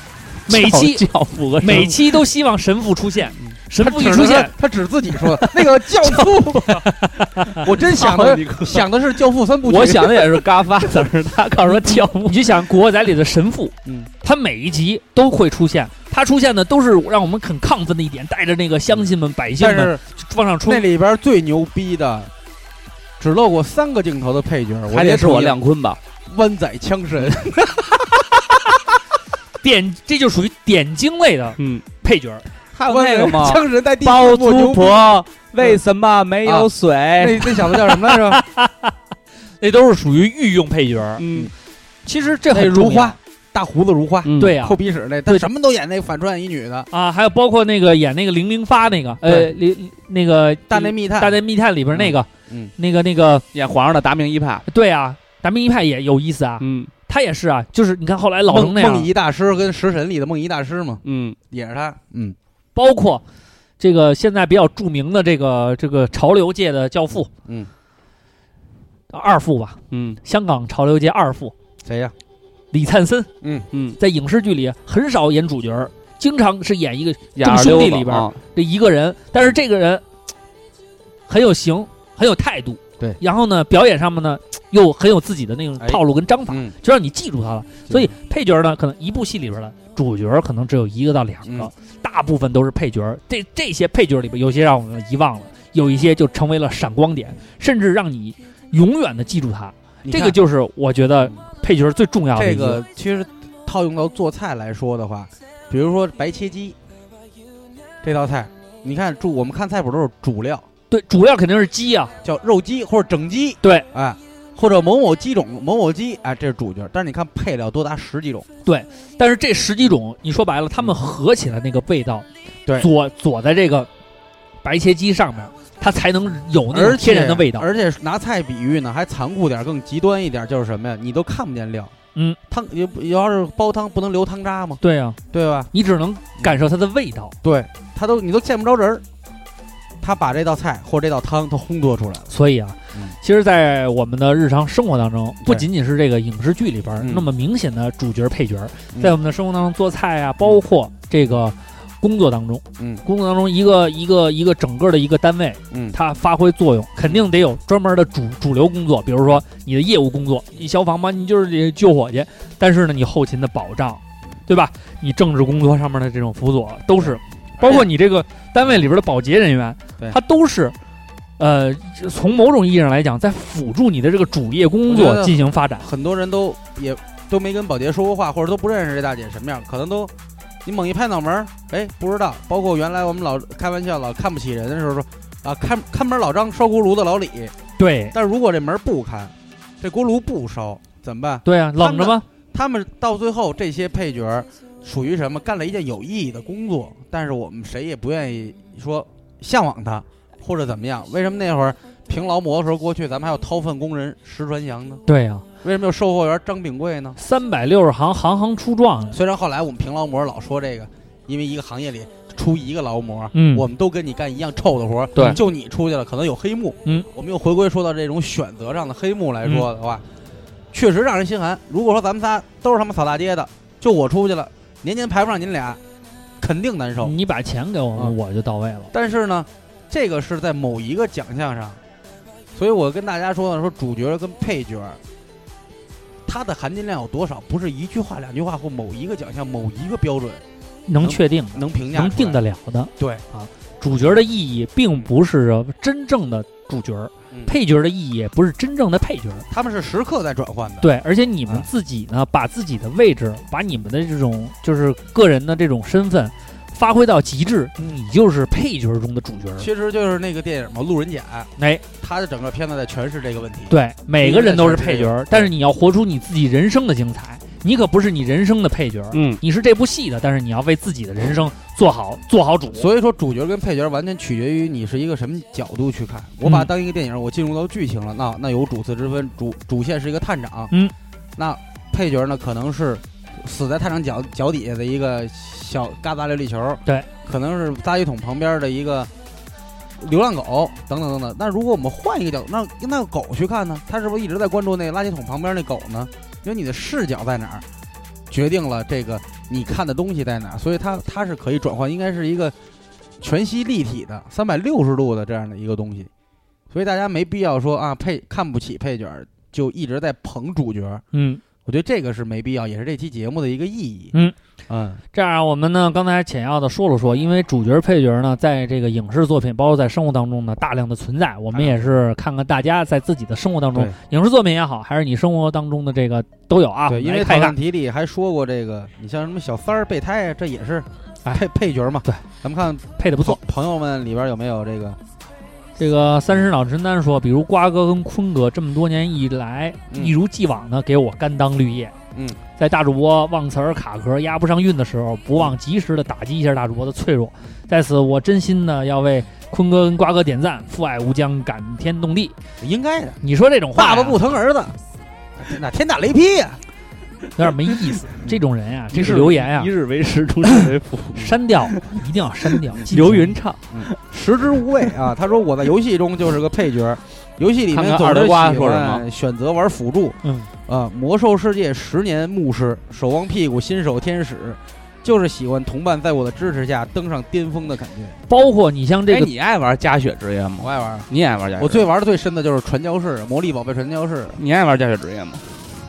Speaker 2: 每期
Speaker 4: 教教父和
Speaker 2: 每期都希望神父出现，神父一
Speaker 5: 指
Speaker 2: 出
Speaker 5: 着嗯他
Speaker 2: 现，，
Speaker 5: 他指自己说 (laughs) 的那个教父， (laughs) 我真
Speaker 2: (laughs)
Speaker 5: 想的想的是教父三部曲。
Speaker 4: 我想的也是嘎发，但是他告诉我教父
Speaker 2: (laughs) 你就想《古惑仔》里的神父，
Speaker 5: 嗯，
Speaker 2: 他每一集都会出现，他出现的都是让我们很亢奋的一点，带着那个乡亲们、百姓
Speaker 5: (laughs) 但
Speaker 2: 们
Speaker 5: 是
Speaker 2: 往上冲
Speaker 5: 那。里边最牛逼的，只露过三个镜头的配角，
Speaker 4: 还
Speaker 5: 得
Speaker 4: 得是我亮坤吧？
Speaker 5: 湾仔枪神，
Speaker 2: 点这就属于点睛类的
Speaker 4: 嗯，
Speaker 2: 配角儿，
Speaker 4: 还
Speaker 5: 湾仔枪神在
Speaker 4: (laughs)
Speaker 5: 第
Speaker 4: 包
Speaker 5: 四部牛
Speaker 4: 租
Speaker 5: 逼。
Speaker 4: 婆为什么没
Speaker 2: (laughs)
Speaker 4: 有水？
Speaker 5: 那那小子叫什么来着？
Speaker 2: 那都是属于御用配角儿。
Speaker 4: 嗯，
Speaker 2: 其实这
Speaker 5: 那
Speaker 2: 很
Speaker 5: 如
Speaker 2: 重要
Speaker 5: 花，嗯大胡子如花，
Speaker 2: 对呀、
Speaker 5: 抠鼻屎那，他什么都演那反串一女的，
Speaker 2: 啊，还有包括那个演那个零零发那个，呃，
Speaker 5: 对
Speaker 2: 零那个
Speaker 5: 大内密探，
Speaker 2: 大内密探里边那个，
Speaker 5: 嗯嗯
Speaker 2: 那个那个，
Speaker 4: 演皇上的达明一派。
Speaker 2: 对啊，达明一派也有意思啊，
Speaker 4: 嗯
Speaker 2: 他也是啊，就是你看后来老成
Speaker 5: 梦
Speaker 2: 那样
Speaker 5: 梦，遗大师跟食神里的梦遗大师嘛，
Speaker 4: 嗯，
Speaker 5: 也是他，嗯，
Speaker 2: 包括这个现在比较著名的这个这个潮流界的教父，
Speaker 5: 嗯，
Speaker 2: 二副吧，
Speaker 4: 嗯
Speaker 2: 香港潮流界二副
Speaker 5: 谁呀？
Speaker 2: 李灿森，
Speaker 4: 嗯，
Speaker 2: 在影视剧里很少演主角儿，经常是演一个
Speaker 4: 亚
Speaker 2: 众
Speaker 4: 二溜
Speaker 2: 兄弟
Speaker 4: 子
Speaker 2: 里边
Speaker 4: 啊
Speaker 2: 这一个人，但是这个人很有型，很有态度，
Speaker 5: 对，
Speaker 2: 然后呢，表演上面呢又很有自己的那种
Speaker 5: 哎
Speaker 2: 套路跟章法，
Speaker 5: 嗯，
Speaker 2: 就让你记住他了。所以配角呢，可能一部戏里边的主角可能只有一个到两个，
Speaker 5: 嗯
Speaker 2: 大部分都是配角。这这些配角里边，有些让我们遗忘了，有一些就成为了闪光点，甚至让你永远的记住他。
Speaker 5: 你
Speaker 2: 这
Speaker 5: 看
Speaker 2: 个就是我觉得配角最重要的
Speaker 5: 这
Speaker 2: 一
Speaker 5: 个其实套用到做菜来说的话，比如说白切鸡这道菜，你看主我们看菜谱都是主料，
Speaker 2: 对，主料肯定是鸡啊，
Speaker 5: 叫肉鸡或者整鸡，
Speaker 2: 对，
Speaker 5: 哎，或者某某鸡种某某鸡，哎，这是主角。但是你看配料多达十几种，
Speaker 2: 但是这十几种，你说白了，它们合起来那个味道，
Speaker 5: 对
Speaker 2: 佐佐在这个白切鸡上面，它才能有那
Speaker 5: 而
Speaker 2: 种
Speaker 5: 且
Speaker 2: 天然的味道。
Speaker 5: 而且拿菜比喻呢，还残酷点儿，更极端一点儿，就是什么呀？你都看不见料，
Speaker 2: 嗯，
Speaker 5: 汤也不要是煲汤不能留汤渣吗？
Speaker 2: 对呀、啊，
Speaker 5: 对吧？
Speaker 2: 你只能感受它的味道，
Speaker 5: 对，他都你都见不着人儿，他把这道菜或这道汤都烘托出来了。
Speaker 2: 所以啊，
Speaker 5: 嗯
Speaker 2: 其实，在我们的日常生活当中，不
Speaker 5: 对
Speaker 2: 仅仅是这个影视剧里边儿
Speaker 5: 嗯
Speaker 2: 那么明显的主角配角儿，
Speaker 5: 嗯
Speaker 2: 在我们的生活当中做菜啊，包括这个工作当中，
Speaker 5: 嗯
Speaker 2: 工作当中一个一个一个整个的一个单位，
Speaker 5: 嗯
Speaker 2: 它发挥作用，肯定得有专门的主主流工作，比如说你的业务工作，你消防吧，你就是得救火去，但是呢，你后勤的保障，对吧？你政治工作上面的这种辅佐都是，包括你这个单位里边的保洁人员
Speaker 5: 对，
Speaker 2: 他都是。呃，从某种意义上来讲，在辅助你的这个主业工
Speaker 5: 我觉
Speaker 2: 作
Speaker 5: 得
Speaker 2: 进行发展。
Speaker 5: 很多人都也都没跟保洁说过话，或者都不认识这大姐什么样，可能都你猛一拍脑门儿，哎，不知道。包括原来我们老开玩笑老看不起人的时候说啊，看看门老张烧锅炉的老李，
Speaker 2: 对，
Speaker 5: 但是如果这门儿不开，这锅炉不烧怎么办？
Speaker 2: 对啊，
Speaker 5: 他们
Speaker 2: 冷着吧。
Speaker 5: 他们到最后这些配角儿属于什么？干了一件有意义的工作，但是我们谁也不愿意说向往他，或者怎么样？为什么那会儿评劳模的时候，过去咱们还有掏粪工人石传祥呢？
Speaker 2: 对呀、啊
Speaker 5: 为什么有售货员张炳贵呢？
Speaker 2: 三百六十行，行行出状元。
Speaker 5: 虽然后来我们评劳模老说这个，因为一个行业里出一个劳模，
Speaker 2: 嗯
Speaker 5: 我们都跟你干一样臭的活儿，
Speaker 2: 对
Speaker 5: 就你出去了，可能有黑幕，
Speaker 2: 嗯，
Speaker 5: 我们又回归说到这种选择上的黑幕来说的
Speaker 2: 嗯
Speaker 5: 话，确实让人心寒。如果说咱们仨都是他妈扫大街的，就我出去了，年年排不上您俩，肯定难受。
Speaker 2: 你把钱给我们，
Speaker 5: 嗯
Speaker 2: 我就到位了。
Speaker 5: 但是呢，这个是在某一个奖项上，所以我跟大家说呢，说主角跟配角，它的含金量有多少，不是一句话、两句话或某一个奖项、某一个标准
Speaker 2: 能
Speaker 5: 能
Speaker 2: 确定的，
Speaker 5: 能评价
Speaker 2: 能定得
Speaker 5: 了。
Speaker 2: 了的。
Speaker 5: 对
Speaker 2: 啊，主角的意义并不是真正的主角儿，
Speaker 5: 嗯
Speaker 2: 配角的意义也不是真正的配角儿。
Speaker 5: 他们是时刻在转换的。
Speaker 2: 对，而且你们
Speaker 5: 啊
Speaker 2: 自己呢，把自己的位置，把你们的这种就是个人的这种身份发挥到极致，
Speaker 5: 嗯
Speaker 2: 你就是配角中的主角儿。
Speaker 5: 其实就是那个电影嘛，《路人甲》，
Speaker 2: 哎，
Speaker 5: 他的整个片子在诠释这个问题。
Speaker 2: 对，每个人都是配角儿
Speaker 5: 对，
Speaker 2: 但是你要活出你自己人生的精彩。你可不是你人生的配角儿，
Speaker 3: 嗯
Speaker 2: 你是这部戏的，但是你要为自己的人生做好做好主。
Speaker 5: 所以说，主角跟配角完全取决于你是一个什么角度去看。我把它
Speaker 2: 嗯
Speaker 5: 当一个电影，我进入到剧情了，那那有主次之分，主主线是一个探长，
Speaker 2: 嗯，
Speaker 5: 那配角呢可能是死在探长脚脚底下的一个小嘎达琉璃球，
Speaker 2: 对，
Speaker 5: 可能是垃圾桶旁边的一个流浪狗，等等等等。那如果我们换一个角度，那那个狗去看呢，它是不是一直在关注那垃圾桶旁边那狗呢？因为你的视角在哪儿，决定了这个你看的东西在哪儿，所以它它是可以转换，应该是一个全息立体的三百六十度的这样的一个东西，所以大家没必要说啊配看不起配角儿，就一直在捧主角儿，
Speaker 2: 嗯，
Speaker 5: 我觉得这个是没必要，也是这期节目的一个意义。
Speaker 2: 嗯
Speaker 5: 嗯，
Speaker 2: 这样，我们呢刚才简要的说了说，因为主角配角呢，在这个影视作品，包括在生活当中呢，大量的存在。我们也是看看大家在自己的生活当中
Speaker 5: 对，
Speaker 2: 影视作品也好，还是你生活当中的这个都有啊。
Speaker 5: 对，因
Speaker 2: 来
Speaker 5: 为
Speaker 2: 看
Speaker 5: 讨
Speaker 2: 一看
Speaker 5: 论，题里还说过这个，你像什么小三儿备胎啊，这也是
Speaker 2: 哎
Speaker 5: 配配角儿嘛。
Speaker 2: 对，
Speaker 5: 咱们看
Speaker 2: 配的不
Speaker 5: 不
Speaker 2: 错。
Speaker 5: 朋友们里边有没有这个？
Speaker 2: 这个三十脑陈丹说，比如瓜哥跟坤哥这么多年以来，
Speaker 5: 嗯
Speaker 2: 一如既往的给我甘当绿叶。
Speaker 5: 嗯，
Speaker 2: 在大主播忘词儿卡壳、押不上韵的时候，不忘及时的打击一下大主播的脆弱。在此，我真心的要为坤哥跟瓜哥点赞，父爱无疆，感天动地。
Speaker 5: 应该的，
Speaker 2: 你说这种话呀、
Speaker 5: 爸爸不疼儿子，那天打雷劈呀、
Speaker 2: 有点没意
Speaker 4: (laughs)
Speaker 2: 思。这种人呀、这
Speaker 4: 一
Speaker 2: 是
Speaker 4: 日
Speaker 2: 留言呀、
Speaker 4: 一日为师，终身为父。
Speaker 2: (laughs) 删掉，一定要删
Speaker 4: (laughs)
Speaker 2: 掉。禁止
Speaker 4: 刘云畅，
Speaker 5: 食之无味啊！他说我在游戏中就是个配角，游戏里面
Speaker 4: 看看
Speaker 5: 总
Speaker 4: 二
Speaker 5: 是
Speaker 4: 德
Speaker 5: 喜
Speaker 4: 瓜
Speaker 5: 欢
Speaker 4: 说什
Speaker 5: 选择玩辅助
Speaker 2: 嗯，
Speaker 5: 啊。魔兽世界十年牧师，守望屁股新手天使，就是喜欢同伴在我的支持下登上巅峰的感觉。
Speaker 2: 包括你像这
Speaker 4: 哎，
Speaker 2: 个，
Speaker 4: 你爱玩加血职业吗？
Speaker 5: 我爱玩，
Speaker 4: 你也爱玩加血职业？
Speaker 5: 我最玩的最深的就是传教士，魔力宝贝传教士。
Speaker 4: 你爱玩加血职业吗？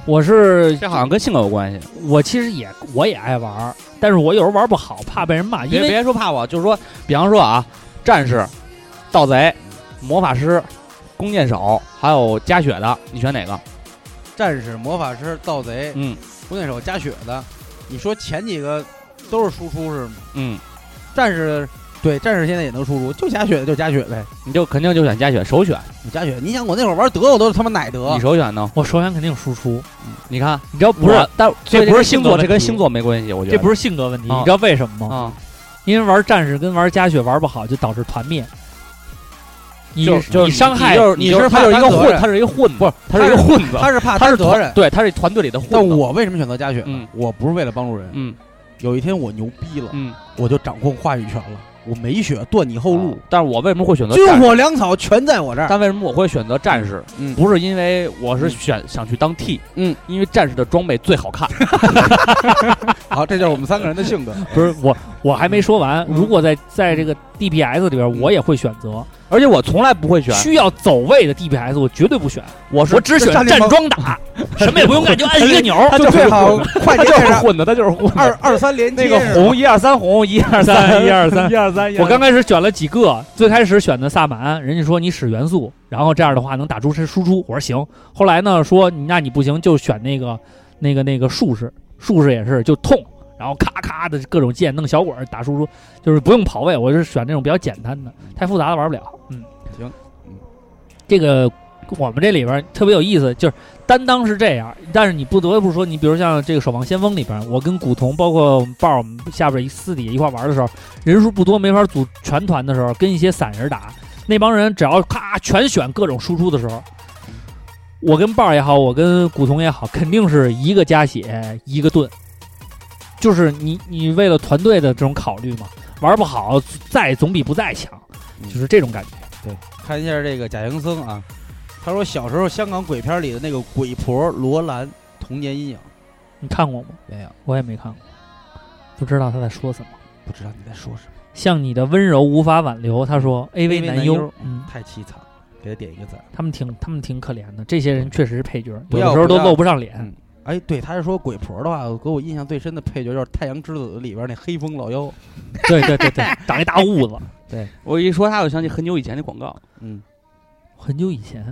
Speaker 2: 我是
Speaker 4: 这好像跟性格有关系。
Speaker 2: 我其实也我也爱玩儿，但是我有时候玩不好，怕被人骂，因
Speaker 4: 别
Speaker 2: 为
Speaker 4: 别说怕我，就是说，比方说啊，战士、盗贼、魔法师、弓箭手，还有加血的，你选哪个？
Speaker 5: 战士、魔法师、盗贼、
Speaker 4: 嗯
Speaker 5: 弓箭手、加血的，你说前几个都是输出是吗？
Speaker 4: 嗯，
Speaker 5: 战士对，战士现在也能输出，就加血就加血呗。
Speaker 4: 你就肯定就选加血首选，
Speaker 5: 你加血，你想我那会儿玩德，我都是他妈奶德
Speaker 4: 你，首选呢？
Speaker 2: 我首选肯定有输出，
Speaker 4: 你看，
Speaker 2: 你知道
Speaker 4: 哦不是
Speaker 2: 我，
Speaker 4: 但
Speaker 2: 这不是性
Speaker 4: 星
Speaker 2: 格
Speaker 4: 座，
Speaker 2: 问
Speaker 4: 这跟
Speaker 2: 题
Speaker 4: 星座没关系，我觉得
Speaker 2: 这不是性格问题，
Speaker 4: 啊
Speaker 2: 你知道为什么吗？
Speaker 4: 啊，
Speaker 2: 因为玩战士跟玩加血玩不好，就导致团灭。你
Speaker 4: 就是就是
Speaker 2: 你伤害
Speaker 4: 就是嗯
Speaker 5: 你
Speaker 4: 你
Speaker 5: 就是
Speaker 4: 是他
Speaker 5: 怕
Speaker 4: 就是一
Speaker 5: 担
Speaker 4: 个
Speaker 5: 责
Speaker 4: 混，
Speaker 5: 任
Speaker 4: 他是一个混，不是他
Speaker 5: 是
Speaker 4: 是一个混子，
Speaker 5: 他是怕
Speaker 4: 他
Speaker 5: 担
Speaker 4: 是
Speaker 5: 责任
Speaker 4: 团。对，他是团队里的
Speaker 5: 但
Speaker 4: 混子。
Speaker 5: 我为什么选择加血呢？
Speaker 4: 嗯
Speaker 5: 我不是为了帮助人。
Speaker 4: 嗯
Speaker 5: 有一天我牛逼了，
Speaker 4: 嗯，
Speaker 5: 我就掌控话语权了，我没血断你后路
Speaker 4: 啊，但是我为什么会选择
Speaker 5: 军
Speaker 4: 战士？
Speaker 5: 火粮草全在我这儿。
Speaker 4: 但为什么我会选择战士？
Speaker 5: 嗯
Speaker 4: 不是因为我是选想去当 T，
Speaker 5: 嗯，
Speaker 4: 因为战士的装备最好看。
Speaker 5: (laughs) 好，这就是我们三个人的性格。
Speaker 2: (laughs) 不是我，我还没说完。
Speaker 5: 嗯
Speaker 2: 如果在在这个 DPS 里边，
Speaker 4: 嗯
Speaker 2: 我也会选择
Speaker 4: 而且我从来不会选，
Speaker 2: 需要走位的 DPS，我绝对不选，
Speaker 4: 我是
Speaker 2: 我只选
Speaker 5: 战
Speaker 2: 站
Speaker 5: 联盟
Speaker 2: 装
Speaker 4: (laughs)
Speaker 2: 打，什么也不用干，就按一个钮儿。
Speaker 4: 他
Speaker 5: 就最好
Speaker 2: (laughs)
Speaker 5: 快
Speaker 4: 他
Speaker 5: 捷
Speaker 4: 就是
Speaker 5: 上
Speaker 4: 混的，他就是混的。
Speaker 5: 二二三连接
Speaker 4: 那个
Speaker 5: 是吧
Speaker 4: 红一二三红一二
Speaker 2: 三
Speaker 4: 一
Speaker 2: 一二三
Speaker 4: 一二三，
Speaker 2: 我刚开始选了几个，最开始选的萨满，人家说你使元素，然后这样的话能打出身输出，我说行。后来呢说你那你不行，就选那个那个那个术士，术士也是就痛，然后咔咔的各种键弄小滚儿打输出，就是不用跑位，我是选那种比较简单的，太复杂的玩不了。嗯，
Speaker 5: 行嗯，
Speaker 2: 这个我们这里边儿特别有意思，就是担当是这样，但是你不得不说，你比如像这个《守望先锋》里边儿，我跟古潼，包括我们豹儿，我们下边儿一私底下一块儿玩的时候，人数不多，没法组全团的时候，跟一些散人打，那帮人只要咔全选各种输出的时候，我跟豹儿也好，我跟古潼也好，肯定是一个加血一个盾，就是你你为了团队的这种考虑嘛，玩不好在总比不在强，就是这种感觉。
Speaker 5: 看一下这个贾行僧啊，他说小时候香港鬼片里的那个鬼婆罗兰，童年阴影
Speaker 2: 你看过吗？
Speaker 5: 没有？
Speaker 2: 我也没看过，不知道他在说什么。
Speaker 5: 不知道你在说什么，
Speaker 2: 像你的温柔无法挽留，他说 A
Speaker 5: AV
Speaker 2: 男
Speaker 5: 男
Speaker 2: 优
Speaker 5: 优，
Speaker 2: 嗯，
Speaker 5: 太凄惨，给他点一个赞。
Speaker 2: 他们挺他们挺可怜的，这些人确实是配角，
Speaker 5: 不
Speaker 2: 有
Speaker 5: 要
Speaker 2: 的时候
Speaker 5: 不
Speaker 2: 都
Speaker 5: 要
Speaker 2: 露不上脸
Speaker 5: 嗯。哎，对，他是说鬼婆的话，我给我印象最深的配角就是《太阳之子》里边那黑风老妖。
Speaker 2: 对对对对， (laughs) 长一大痦子，
Speaker 4: 我一说他，我想起很久以前的广告，
Speaker 5: 嗯
Speaker 2: 很久以前，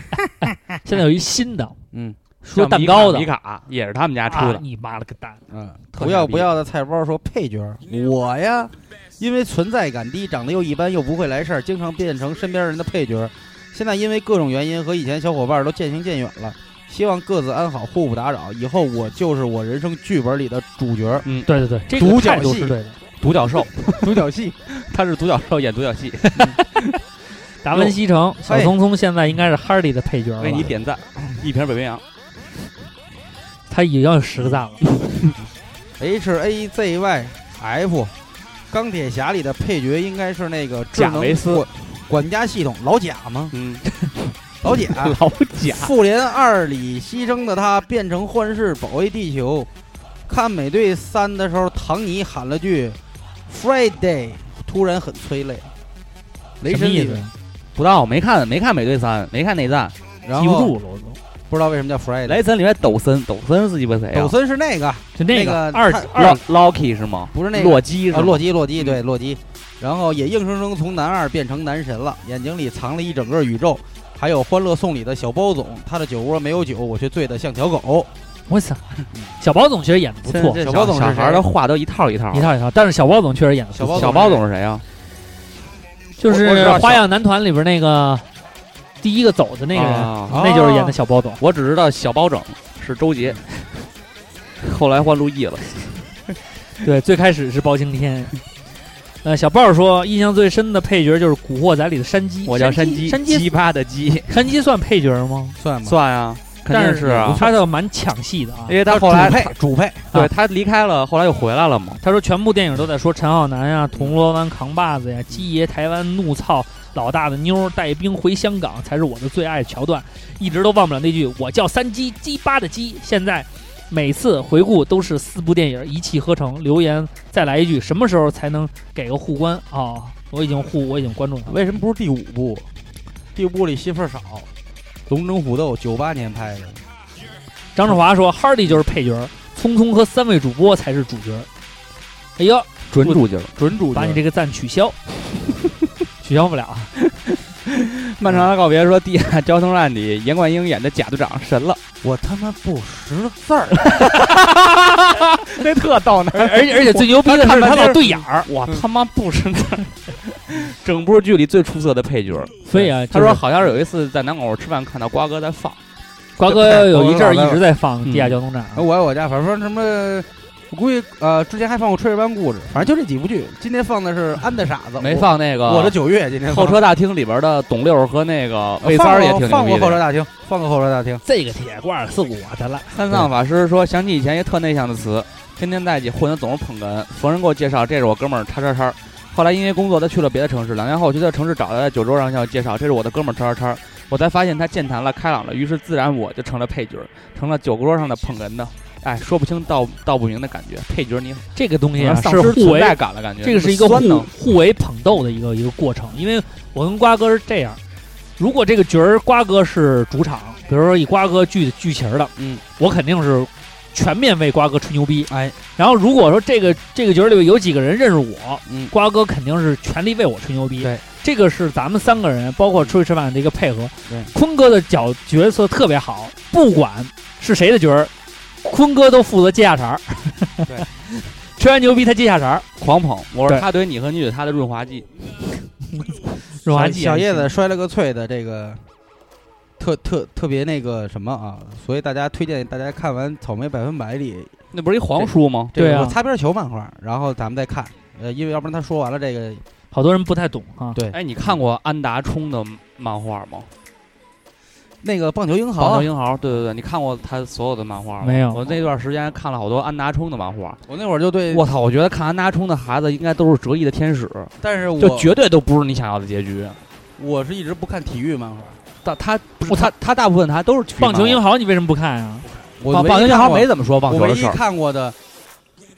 Speaker 2: (laughs) 现在有一
Speaker 5: (laughs)
Speaker 2: 新的
Speaker 5: 嗯
Speaker 2: 说蛋糕的
Speaker 4: 米，卡也是他们家出
Speaker 2: 啊
Speaker 4: 的，
Speaker 2: 你妈了个蛋！
Speaker 5: 嗯，
Speaker 4: 特
Speaker 5: 不要
Speaker 4: 傻逼
Speaker 5: 不要的菜包说配角，我呀，因为存在感低，长得又一般，又不会来事儿，经常变成身边人的配角。现在因为各种原因和以前小伙伴都渐行渐远了，希望各自安好，互不打扰。以后我就是我人生剧本里的主角，
Speaker 2: 对对对，这
Speaker 5: 独
Speaker 2: 个
Speaker 5: 角
Speaker 2: 态度
Speaker 5: 戏
Speaker 2: 是对的。
Speaker 4: (laughs) 独角兽，
Speaker 5: 独角戏。
Speaker 4: 他是独角兽演独角戏，
Speaker 2: 达文西城小
Speaker 5: 哎
Speaker 2: 聪聪现在应该是哈利的配角了
Speaker 4: 为
Speaker 2: 吧
Speaker 4: 你，点赞，一瓶北冰洋。
Speaker 2: 他已经有十个赞了。
Speaker 5: H A Z Y F，钢铁侠里的配角应该是那个智
Speaker 4: 贾
Speaker 5: 能
Speaker 4: 维斯
Speaker 5: 管管家系统老贾吗？
Speaker 4: 嗯，
Speaker 5: (laughs) 老贾，
Speaker 4: (laughs) 老贾，
Speaker 5: 复联二里牺牲的他变成幻视保卫地球。看美队三的时候，唐尼喊了句 “Friday”，突然很催泪。雷
Speaker 2: 什么
Speaker 5: 神
Speaker 2: 意
Speaker 5: 里
Speaker 2: 思？
Speaker 4: 不知道，没看，没看美队三，没看内战。
Speaker 5: 然
Speaker 2: 记不
Speaker 5: 后
Speaker 2: 住了，我都
Speaker 5: 不知道为什么叫 Friday。
Speaker 4: 雷神里面抖森，抖森是鸡巴谁呀
Speaker 5: 抖？森是那个，
Speaker 2: 就那
Speaker 5: 那个
Speaker 2: 二
Speaker 5: 他
Speaker 2: 二
Speaker 4: 洛 Loki 是吗？
Speaker 5: 不是那个
Speaker 4: 洛基是
Speaker 5: 啊，
Speaker 4: 吗？嗯
Speaker 5: 洛基，洛基，对，洛基。然后也硬生生从男二变成男神了，眼睛里藏了一整个宇宙。还有《欢乐颂》里的小包总，他的酒窝没有酒，我却醉得像条狗。
Speaker 2: 我操，
Speaker 5: 嗯
Speaker 2: 小包总其实演的不
Speaker 4: 现在
Speaker 2: 错，
Speaker 4: 这
Speaker 5: 小包总是
Speaker 4: 小孩儿
Speaker 5: 谁
Speaker 4: 的话都一套一套
Speaker 2: 一。套一套，但是小包总确实演的不
Speaker 5: 小包
Speaker 2: 错，
Speaker 4: 啊小包总是谁啊呀？
Speaker 2: 就
Speaker 5: 我我知
Speaker 2: 是
Speaker 5: 道小
Speaker 2: 花样男团里边那个第一个走的那个人，
Speaker 4: 啊
Speaker 2: 那就是演的小包总。
Speaker 4: 我只知道小包拯是周 (laughs) 杰，后来换陆毅了。
Speaker 2: 对，最开始是包青
Speaker 4: (laughs)
Speaker 2: 天。呃，小豹说，印象最深的配角就是《古惑仔》里的山鸡。
Speaker 4: 我叫
Speaker 2: 山
Speaker 4: 鸡，
Speaker 2: 山鸡
Speaker 4: 鸡巴的鸡，
Speaker 2: 山鸡算配角吗？
Speaker 5: 算吧，
Speaker 4: 算啊，肯定是啊。
Speaker 2: 他倒蛮抢戏的啊
Speaker 4: 因。为他后来
Speaker 5: 主配，主配。
Speaker 4: 对他离开了，后来又回来了嘛。
Speaker 2: 他说，全部电影都在说陈浩南呀、铜锣湾扛把子呀、鸡爷台湾怒操老大的妞儿带兵回香港才是我的最爱桥段，一直都忘不了那句“我叫三鸡鸡巴的鸡”。现在每次回顾都是四部电影一气呵成，留言再来一句什么时候才能给个互关啊、我已经互，我已经关注他了。
Speaker 5: 为什么不是第五部？第五部里戏份儿少，《龙争虎斗》九八年拍
Speaker 4: 嗯
Speaker 5: 的，
Speaker 2: 张志华说：“Hardy 就是配角，聪聪和三位主播才是主角。”哎呦，
Speaker 4: 准主角，
Speaker 5: 准
Speaker 4: (laughs)
Speaker 5: 主角。
Speaker 2: 把你这个赞取消，取消不了啊！
Speaker 4: 漫长的告别说地下交通站里，严冠英演的贾队长神了，
Speaker 5: 我他妈不识字儿，
Speaker 4: 那特逗呢。
Speaker 2: 而且而且最牛逼的是他老对眼儿，
Speaker 4: 我他妈不识字儿，整部剧里最出色的配角。
Speaker 2: 所以啊，
Speaker 4: 他
Speaker 2: 就
Speaker 4: 说
Speaker 2: 是
Speaker 4: 好像是有一次在南广路吃饭看到瓜哥在放，
Speaker 2: 瓜哥有一阵儿一直在放
Speaker 4: 嗯
Speaker 2: 地下交通站啊，
Speaker 5: 我爱我家，反正什么。我估计呃，之前还放过《炊事班故事》，反正就这几部剧。今天放的是《安的傻子》，
Speaker 4: 没
Speaker 5: 我
Speaker 4: 放那个呃
Speaker 5: 我的九月。今天
Speaker 4: 候
Speaker 5: 放
Speaker 4: 车大厅里边的董六和那个魏三
Speaker 5: 放
Speaker 4: 儿
Speaker 5: 过
Speaker 4: 也挺牛
Speaker 5: 放
Speaker 4: 逼
Speaker 5: 过候车
Speaker 4: 的。
Speaker 5: 大厅，放过候车大厅。
Speaker 2: 这个铁罐是我的了。
Speaker 4: 三藏法师说，想起以前一特内向的词，天天在一起混的总是捧哏，逢人给我介绍这是我哥们儿叉叉叉。后来因为工作，他去了别的城市，两年后我去他的城市找他，在酒桌上向我介绍这是我的哥们儿叉叉叉。我才发现他健谈了、开朗了，于是自然我就成了配角，成了酒桌上的捧哏的。哎，说不清道道不明的感觉，配角你
Speaker 2: 这个东西
Speaker 4: 好
Speaker 2: 啊
Speaker 4: 像丧
Speaker 2: 是
Speaker 4: 失
Speaker 2: 互
Speaker 4: 存
Speaker 2: 为
Speaker 4: 在感了，感觉
Speaker 2: 这个是一个
Speaker 4: 酸
Speaker 2: 互
Speaker 4: 呢。
Speaker 2: 互为捧逗的一个一个过程，因为我跟瓜哥是这样，如果这个角儿瓜哥是主场，比如说以瓜哥剧剧情儿的，
Speaker 4: 嗯，
Speaker 2: 我肯定是全面为瓜哥吹牛逼，
Speaker 4: 哎，
Speaker 2: 然后如果说这个这个角儿里有几个人认识我，
Speaker 4: 嗯
Speaker 2: 瓜哥肯定是全力为我吹牛逼，
Speaker 4: 对，
Speaker 2: 这个是咱们三个人包括出去吃饭的一个配合，
Speaker 4: 对，
Speaker 2: 坤哥的角角色特别好，不管是谁的角儿，坤哥都负责接下茬儿，
Speaker 4: 对，
Speaker 2: (laughs) 吹完牛逼他接下茬儿，
Speaker 4: 狂捧，我
Speaker 2: 对
Speaker 4: 是他对你和你对他的润滑剂。
Speaker 2: 润滑剂
Speaker 5: 小
Speaker 2: 还
Speaker 5: 叶
Speaker 2: 行
Speaker 5: 子摔了个脆的这个。特特特别那个什么啊，所以大家推荐大家看完《草莓百分百》里
Speaker 4: 那不是一黄书吗？
Speaker 5: 这
Speaker 2: 对
Speaker 5: 个
Speaker 2: 啊
Speaker 5: 擦边球漫画，然后咱们再看，呃，因为要不然他说完了这个
Speaker 2: 好多人不太懂啊。
Speaker 5: 对
Speaker 4: 哎，你看过安达充的漫画吗？
Speaker 5: 那个棒球英
Speaker 4: 《棒
Speaker 5: 豪
Speaker 4: 球，英豪》对对对，你看过他所有的漫画吗？
Speaker 2: 没有
Speaker 4: 我那段时间看了好多安达充的漫画。
Speaker 5: 我那会儿就对，
Speaker 4: 我操，我觉得看安达充的孩子应该都是折翼的天使，
Speaker 5: 但是
Speaker 4: 就
Speaker 5: 我
Speaker 4: 绝对都不是你想要的结局。
Speaker 5: 我是一直不看体育漫画，
Speaker 4: 他他不是他他大部分他都是
Speaker 2: 棒球英
Speaker 4: 豪，
Speaker 2: 豪你为什么不看啊？
Speaker 5: 我
Speaker 4: 棒
Speaker 5: 唯一
Speaker 4: 棒球英
Speaker 5: 看
Speaker 4: 豪
Speaker 5: 过
Speaker 4: 没怎么说棒
Speaker 5: 我
Speaker 4: 球
Speaker 5: 唯
Speaker 4: 的
Speaker 5: 一
Speaker 4: 事儿。
Speaker 5: 看过的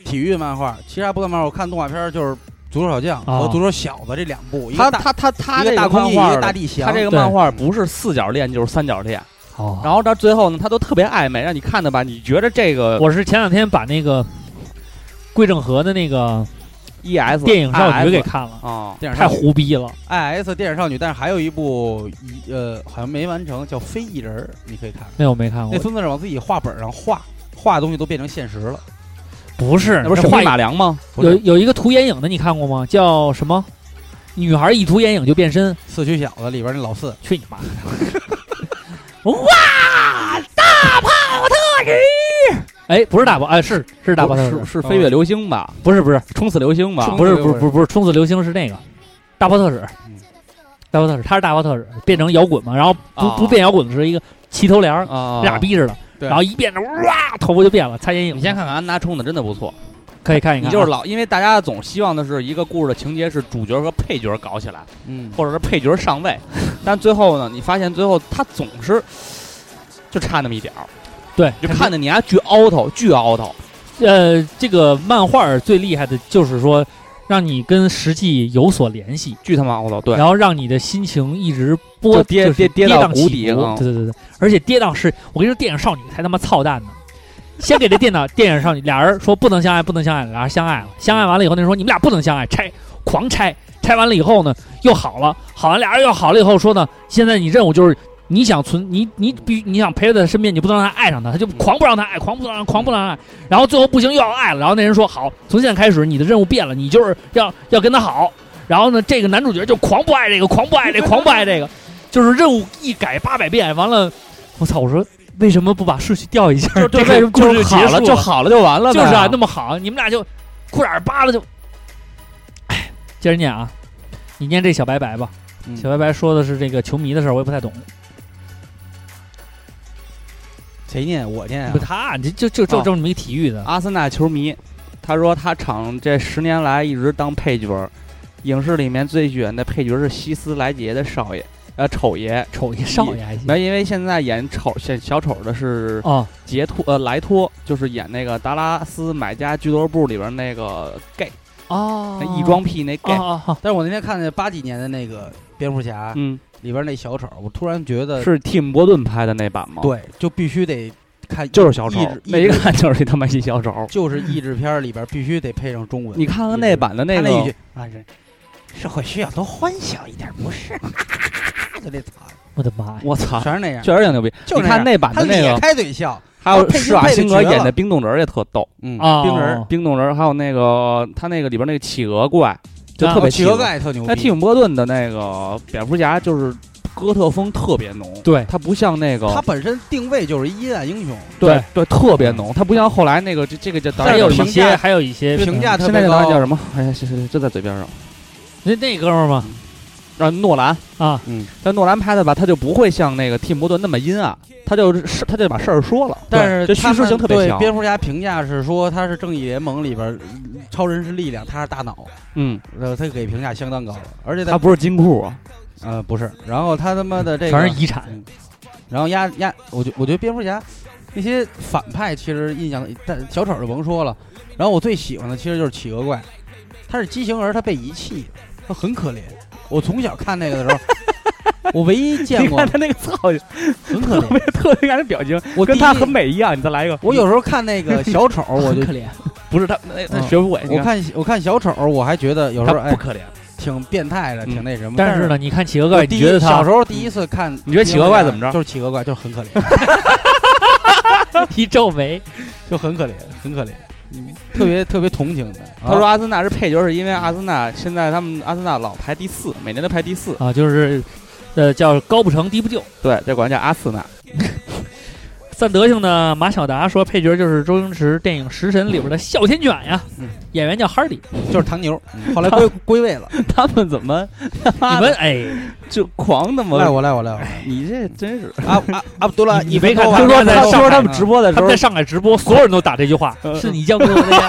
Speaker 5: 体育漫画，其他不看漫画，我看动画片儿就是《足球小将》
Speaker 2: 啊
Speaker 5: 和《足球小子》这两部，一个
Speaker 4: 他
Speaker 5: 大
Speaker 4: 他他他
Speaker 5: 一个
Speaker 4: 这
Speaker 5: 大
Speaker 4: 个
Speaker 5: 空
Speaker 4: 漫
Speaker 5: 翼，一
Speaker 4: 画
Speaker 5: 个
Speaker 4: 的，
Speaker 5: 大地形，
Speaker 4: 他这个
Speaker 2: 对
Speaker 4: 漫画不是四角恋就是三角恋，
Speaker 2: 哦
Speaker 4: 然后到最后呢，他都特别暧昧，让你看的吧，你觉得这个
Speaker 2: 我是前两天把那个桂正和的那个
Speaker 4: E S
Speaker 2: 电影少女给
Speaker 4: IS
Speaker 2: 看了，
Speaker 4: 啊，
Speaker 5: 电影
Speaker 2: 太
Speaker 5: 少女
Speaker 2: 胡逼了。
Speaker 5: I S 电影少女，但是还有一部一呃好像没完成，叫《非裔人儿》，你可以看看。
Speaker 2: 那我没看
Speaker 5: 那
Speaker 2: 过，
Speaker 5: 孙子是往自己画本上画，画的东西都变成现实了。
Speaker 2: 不是，
Speaker 4: 那不是
Speaker 2: 那
Speaker 4: 画
Speaker 2: 画
Speaker 4: 马良吗？
Speaker 2: 有有一个涂眼影的，你看过吗？叫什么？女孩一涂眼影就变身，
Speaker 5: 四驱小子里边那老四，
Speaker 2: 去你妈！ (laughs) 哇，大炮特驴！哎，不是大炮，哎，是是大炮特
Speaker 4: 是
Speaker 2: 使，
Speaker 4: 是飞跃流星吧？
Speaker 2: 不是不是
Speaker 4: 冲刺流星吧？
Speaker 2: 不是不是不是不是冲刺流星是那
Speaker 4: 嗯
Speaker 2: 个大炮特使
Speaker 5: 嗯，
Speaker 2: 大炮特使，他是大炮特使，变成摇滚嘛，然后不
Speaker 4: 啊
Speaker 2: 不变摇滚的是一个齐头帘儿，
Speaker 4: 啊，
Speaker 2: 俩逼似的，
Speaker 5: 对
Speaker 2: 然后一变着哇，头发就变了，擦眼影。
Speaker 4: 你先看看安达充的真的不错，
Speaker 2: 可以看一看啊，
Speaker 4: 你就是老，因为大家总希望的是一个故事的情节是主角和配角搞起来，
Speaker 5: 嗯，
Speaker 4: 或者是配角上
Speaker 2: (laughs)
Speaker 4: 位，但最后呢，你发现最后他总是就差那么一点儿，
Speaker 2: 对，
Speaker 4: 就看的你还巨凹头，巨凹头，
Speaker 2: 呃，这个漫画儿最厉害的就是说，让你跟实际有所联系，
Speaker 4: 巨他妈凹头，对
Speaker 2: 然后让你的心情一直波
Speaker 4: 就跌
Speaker 2: 就是
Speaker 4: 跌
Speaker 2: 跌
Speaker 4: 跌到
Speaker 2: 宕起
Speaker 4: 谷底
Speaker 2: 伏
Speaker 4: 嗯
Speaker 2: 对对对对，而且跌宕是，我跟你说，电影少女才他妈操蛋呢。先给这电脑 (laughs) 电影少女俩人说不能相爱，不能相爱，俩人相爱了，相爱完了以后，那人说你们俩不能相爱，拆，狂拆，拆完了以后呢，又好了，好完俩人又好了以后说呢，现在你任务就是你想存你你必须你想陪在他身边，你不能让他爱上他，他就狂不让他爱，狂不让狂不让他爱，然后最后不行又要爱了，然后那人说好，从现在开始你的任务变了，你就是要要跟他好，然后呢，这个男主角就狂不爱这个，狂不爱这个，狂不爱这个，就是任务一改八百遍，完了，我操，我说为什么不把顺序调一下？这个故
Speaker 4: 就
Speaker 2: 事
Speaker 4: 好
Speaker 2: 结束
Speaker 4: 了就好了就完了呗，
Speaker 2: 就是啊，那么好，你们俩就裤衩扒了就，哎，接着念啊，你念这小白白吧。
Speaker 5: 嗯
Speaker 2: 小白白说的是这个球迷的事儿，我也不太懂。
Speaker 5: 谁念我念啊啊
Speaker 2: 不，？他这就就就
Speaker 4: 哦
Speaker 2: 这么一体育的，
Speaker 4: 阿森纳球迷，他说他场这十年来一直当配角儿，影视里面最喜欢的配角是希斯莱杰的少爷，呃，丑爷。
Speaker 2: 瞅一少爷还行。
Speaker 4: 没，因为现在演丑小小丑的是
Speaker 2: 哦，
Speaker 4: 杰托呃莱托，就是演那个达拉斯买家俱乐部里边那个 gay，、
Speaker 2: 哦
Speaker 4: 那异装癖那 gay，、
Speaker 2: 哦哦
Speaker 5: 但是我那天看见八几年的那个蝙蝠侠
Speaker 4: 嗯，
Speaker 5: 里边那小丑，我突然觉得
Speaker 4: 是蒂姆伯顿拍的那版吗？，
Speaker 5: 对，就必须得看，
Speaker 4: 就是小丑
Speaker 5: 译制，
Speaker 4: 那
Speaker 5: 译
Speaker 4: 一
Speaker 5: 制
Speaker 4: 看就是他妈一小丑。
Speaker 5: 就是译制片儿里边必须得配上中文。
Speaker 4: 你看看那版的
Speaker 5: 他
Speaker 4: 那
Speaker 5: 那
Speaker 4: 个 (laughs)
Speaker 5: 一句啊，人社会需要多欢笑一点，不是？就得惨，
Speaker 2: 我的妈呀！
Speaker 4: 我操，
Speaker 5: 全是那样。
Speaker 4: 确实挺牛逼。
Speaker 5: 就
Speaker 4: 你
Speaker 5: 是那
Speaker 4: 看
Speaker 5: 样
Speaker 4: 那版
Speaker 5: 他
Speaker 4: 的那
Speaker 5: 咧
Speaker 4: 个，
Speaker 5: 开嘴笑，
Speaker 4: 还有
Speaker 5: 配
Speaker 4: 施
Speaker 5: 音
Speaker 4: 瓦
Speaker 5: 配得
Speaker 4: 辛格
Speaker 5: 绝
Speaker 4: 演
Speaker 5: 了
Speaker 4: 的冰冻人儿也特逗，
Speaker 5: 嗯，
Speaker 2: 啊，
Speaker 4: 冰人儿冰冻人儿，还有那个他那个里边那个企鹅怪，就
Speaker 2: 啊
Speaker 4: 特别
Speaker 5: 企鹅怪也特牛
Speaker 4: 那蒂
Speaker 5: 逼，
Speaker 4: 姆·波顿的那个蝙蝠侠就是哥特风特别浓，
Speaker 2: 对
Speaker 4: 他不像那个
Speaker 5: 他本身定位就是一代英雄，
Speaker 4: 对对特别浓，他不像后来那个这这个叫导
Speaker 2: 还
Speaker 4: 演
Speaker 2: 有
Speaker 4: 叫
Speaker 2: 一
Speaker 4: 什么
Speaker 2: 些，还有一些
Speaker 5: 评价特
Speaker 4: 现在
Speaker 5: 别
Speaker 4: 这导演叫
Speaker 5: 高。
Speaker 4: 什么？哎呀，是是是就在嘴边上。
Speaker 2: 那那哥们儿嘛
Speaker 4: 让诺兰，嗯
Speaker 2: 啊，
Speaker 4: 但诺兰拍的吧，他就不会像那个蒂姆·波顿那么阴暗，他就是他就把事儿说了，
Speaker 5: 但是
Speaker 4: 对这
Speaker 5: 他
Speaker 4: 叙事
Speaker 5: 们
Speaker 4: 性特别
Speaker 5: 对
Speaker 4: 强。
Speaker 5: 蝙蝠侠评价是说他是正义联盟里边儿超人是力量，他是大脑，
Speaker 4: 嗯，
Speaker 5: 呃，他给评价相当高了。而且
Speaker 4: 他
Speaker 5: 他
Speaker 4: 不是金库啊，
Speaker 5: 呃不是，然后他他妈的这个
Speaker 2: 全是遗产。
Speaker 5: 然后压压，我觉我觉得蝙蝠侠那些反派其实印象，但小丑就甭说了。然后我最喜欢的其实就是企鹅怪，他是畸形儿，他被遗弃，他很可怜。我从小看那个的时候，
Speaker 4: (laughs)
Speaker 5: 我唯一
Speaker 4: (laughs)
Speaker 5: 见
Speaker 4: 你
Speaker 5: 过
Speaker 4: 看他那个操，
Speaker 5: 很可怜。
Speaker 4: 特别看他表情，
Speaker 5: 我
Speaker 4: 跟
Speaker 5: 第
Speaker 4: 他
Speaker 5: 一
Speaker 4: 很美一样。你再来一个，嗯
Speaker 5: 我有时候看那个小丑，我就
Speaker 2: 可怜，
Speaker 4: 不是他，那那
Speaker 5: 嗯
Speaker 4: 学不会。哎你啊
Speaker 5: 我看我看小丑，我还觉得有时
Speaker 4: 他
Speaker 5: 候哎
Speaker 4: 不嗯可怜，
Speaker 5: 挺变态的，挺那什么。
Speaker 2: 但
Speaker 5: 是
Speaker 2: 是，呢，你看企鹅
Speaker 5: 我
Speaker 2: 怪，
Speaker 5: 第
Speaker 2: 你
Speaker 5: 一
Speaker 2: 觉得
Speaker 5: 小
Speaker 2: 他
Speaker 5: 时候第一次看，啊
Speaker 4: 你觉得企鹅怪怎么着
Speaker 5: 就是企鹅怪，就是很可怜， (laughs)
Speaker 2: 一皱眉，
Speaker 5: 就很可怜，很可怜，特别特别同情他。
Speaker 4: 他说阿森纳是配角，是因为阿森纳现在他们阿森纳老排第四，每年都排第四。
Speaker 2: 啊，就是呃叫高不成低不就。
Speaker 4: 对，这管叫阿森纳。
Speaker 2: 散德性呢，马小达说配角就是周星驰电影《食神》里边的哮天犬呀
Speaker 5: 嗯，
Speaker 2: 演员叫哈利。
Speaker 5: 就是唐牛，后来归归位
Speaker 4: (laughs)
Speaker 5: 了。
Speaker 4: (laughs) 嗯他们怎么
Speaker 2: 你们哎，
Speaker 4: 就狂那
Speaker 5: 赖
Speaker 4: 么？
Speaker 5: 我赖我赖我！
Speaker 4: (laughs) 你这真是。
Speaker 5: 阿阿阿卜杜拉，
Speaker 2: 你没看
Speaker 5: 分
Speaker 2: 他
Speaker 5: 多
Speaker 2: 说
Speaker 5: 晚
Speaker 2: 在
Speaker 4: (laughs)
Speaker 5: 上
Speaker 2: 上
Speaker 5: 海
Speaker 2: 海
Speaker 5: 呢
Speaker 4: 播的
Speaker 2: 他们在上海直播，所有人都打这句话，
Speaker 4: 嗯
Speaker 2: 是你教给我的呀。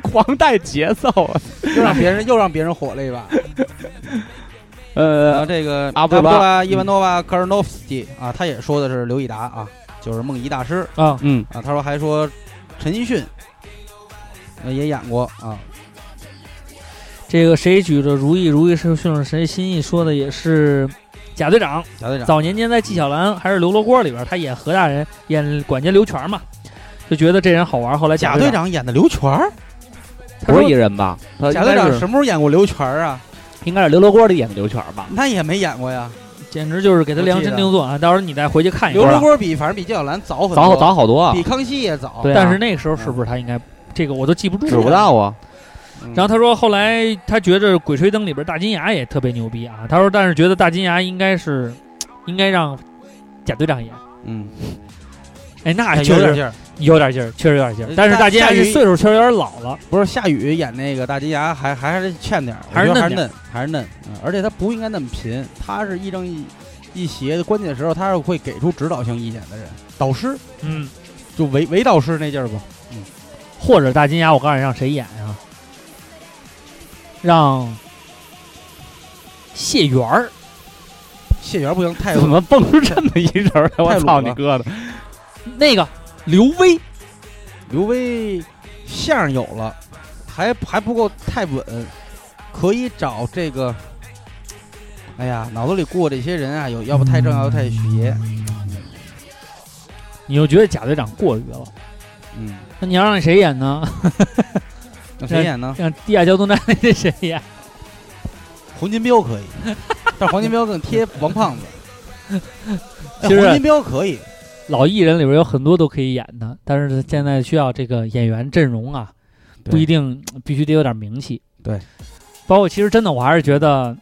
Speaker 4: 狂带节奏啊。
Speaker 5: 又让别人又让别人火了一
Speaker 4: (laughs)
Speaker 5: 把。然后
Speaker 4: 呃，
Speaker 5: 这个
Speaker 4: 阿
Speaker 5: 阿
Speaker 4: 卜
Speaker 5: 卜
Speaker 4: 杜
Speaker 5: 杜
Speaker 4: 拉
Speaker 5: 拉伊万诺娃科尔诺夫斯基啊，他也说的是刘以达啊，就是梦遗大师
Speaker 2: 啊，
Speaker 4: 嗯，
Speaker 5: 啊。他说还说陈奕迅呃也演过啊，
Speaker 2: 这个谁举着如意，如意是顺着谁心意，说的也是贾队长。
Speaker 5: 贾队长
Speaker 2: 早年间在纪晓岚还是刘罗锅里边，他演何大人，演管家刘全嘛，就觉得这人好玩。后来
Speaker 5: 贾
Speaker 2: 队
Speaker 5: 队，长演的刘全儿，
Speaker 2: 他说
Speaker 4: 人吧？他
Speaker 5: 贾队长什么时候演过刘全儿啊？
Speaker 4: 应该是刘罗锅里演的刘全吧？
Speaker 5: 那也没演过呀。
Speaker 2: 简直就是给他量身定做啊！到时候你再回去看一
Speaker 5: 刘
Speaker 2: 下
Speaker 5: 罗。锅比反正比纪晓岚早很
Speaker 4: 早
Speaker 5: 多，
Speaker 4: 早好多啊
Speaker 5: 比，康熙也早。
Speaker 4: 对啊
Speaker 2: 但是那个时候是不是他应该这个我都记不住
Speaker 4: 指
Speaker 2: 了。
Speaker 4: 不到啊。
Speaker 5: 嗯
Speaker 2: 然后他说，后来他觉着《鬼吹灯》里边大金牙也特别牛逼啊。他说，但是觉得大金牙应该是应该让贾队长演。
Speaker 5: 嗯，
Speaker 2: 哎，那
Speaker 5: 哎
Speaker 2: 确
Speaker 5: 有点
Speaker 2: 实
Speaker 5: 劲儿。
Speaker 2: 有点劲儿，确实有点劲儿
Speaker 5: 呃。
Speaker 2: 但是大金牙
Speaker 5: 大
Speaker 2: 这
Speaker 5: 鱼
Speaker 2: 岁数确实有点老了，
Speaker 5: 不是夏雨演那个大金牙还还是欠点儿，我
Speaker 2: 还是
Speaker 5: 觉
Speaker 2: 嫩
Speaker 5: 得还是
Speaker 2: 点
Speaker 5: 嫩，还是嫩、嗯而且他不应该那么贫，他是亦正亦亦邪的关键时候，他是会给出指导性意见的人，导师
Speaker 2: 嗯。
Speaker 5: 就唯唯导师那劲儿吧。
Speaker 2: 或者大金牙，我告诉你，让谁演啊？让谢元儿， (laughs)
Speaker 5: 谢元不行，太
Speaker 4: 怎么蹦出这么一人 (laughs) 来？我操你哥的！
Speaker 2: 那个刘威，
Speaker 5: 刘威相儿有了，还还不够太稳，可以找这个。哎呀，脑子里过这些人啊，有要不太正，要不太
Speaker 4: 嗯
Speaker 5: 邪，
Speaker 2: 你又觉得贾队长过于了？
Speaker 5: 嗯，
Speaker 2: 那你要让谁演呢？ (laughs)
Speaker 5: 那谁演呢？
Speaker 2: 让地下交通站那那谁演？
Speaker 5: 黄金彪可以，但黄金彪更贴王胖
Speaker 4: (laughs)
Speaker 5: 子。哎
Speaker 2: 其实
Speaker 5: 黄金彪可以，
Speaker 2: 老艺人里边有很多都可以演的，但是现在需要这个演员阵容啊，
Speaker 5: 对
Speaker 2: 不一定呃必须得有点名气。
Speaker 5: 对，
Speaker 2: 包括其实真的，我还是觉得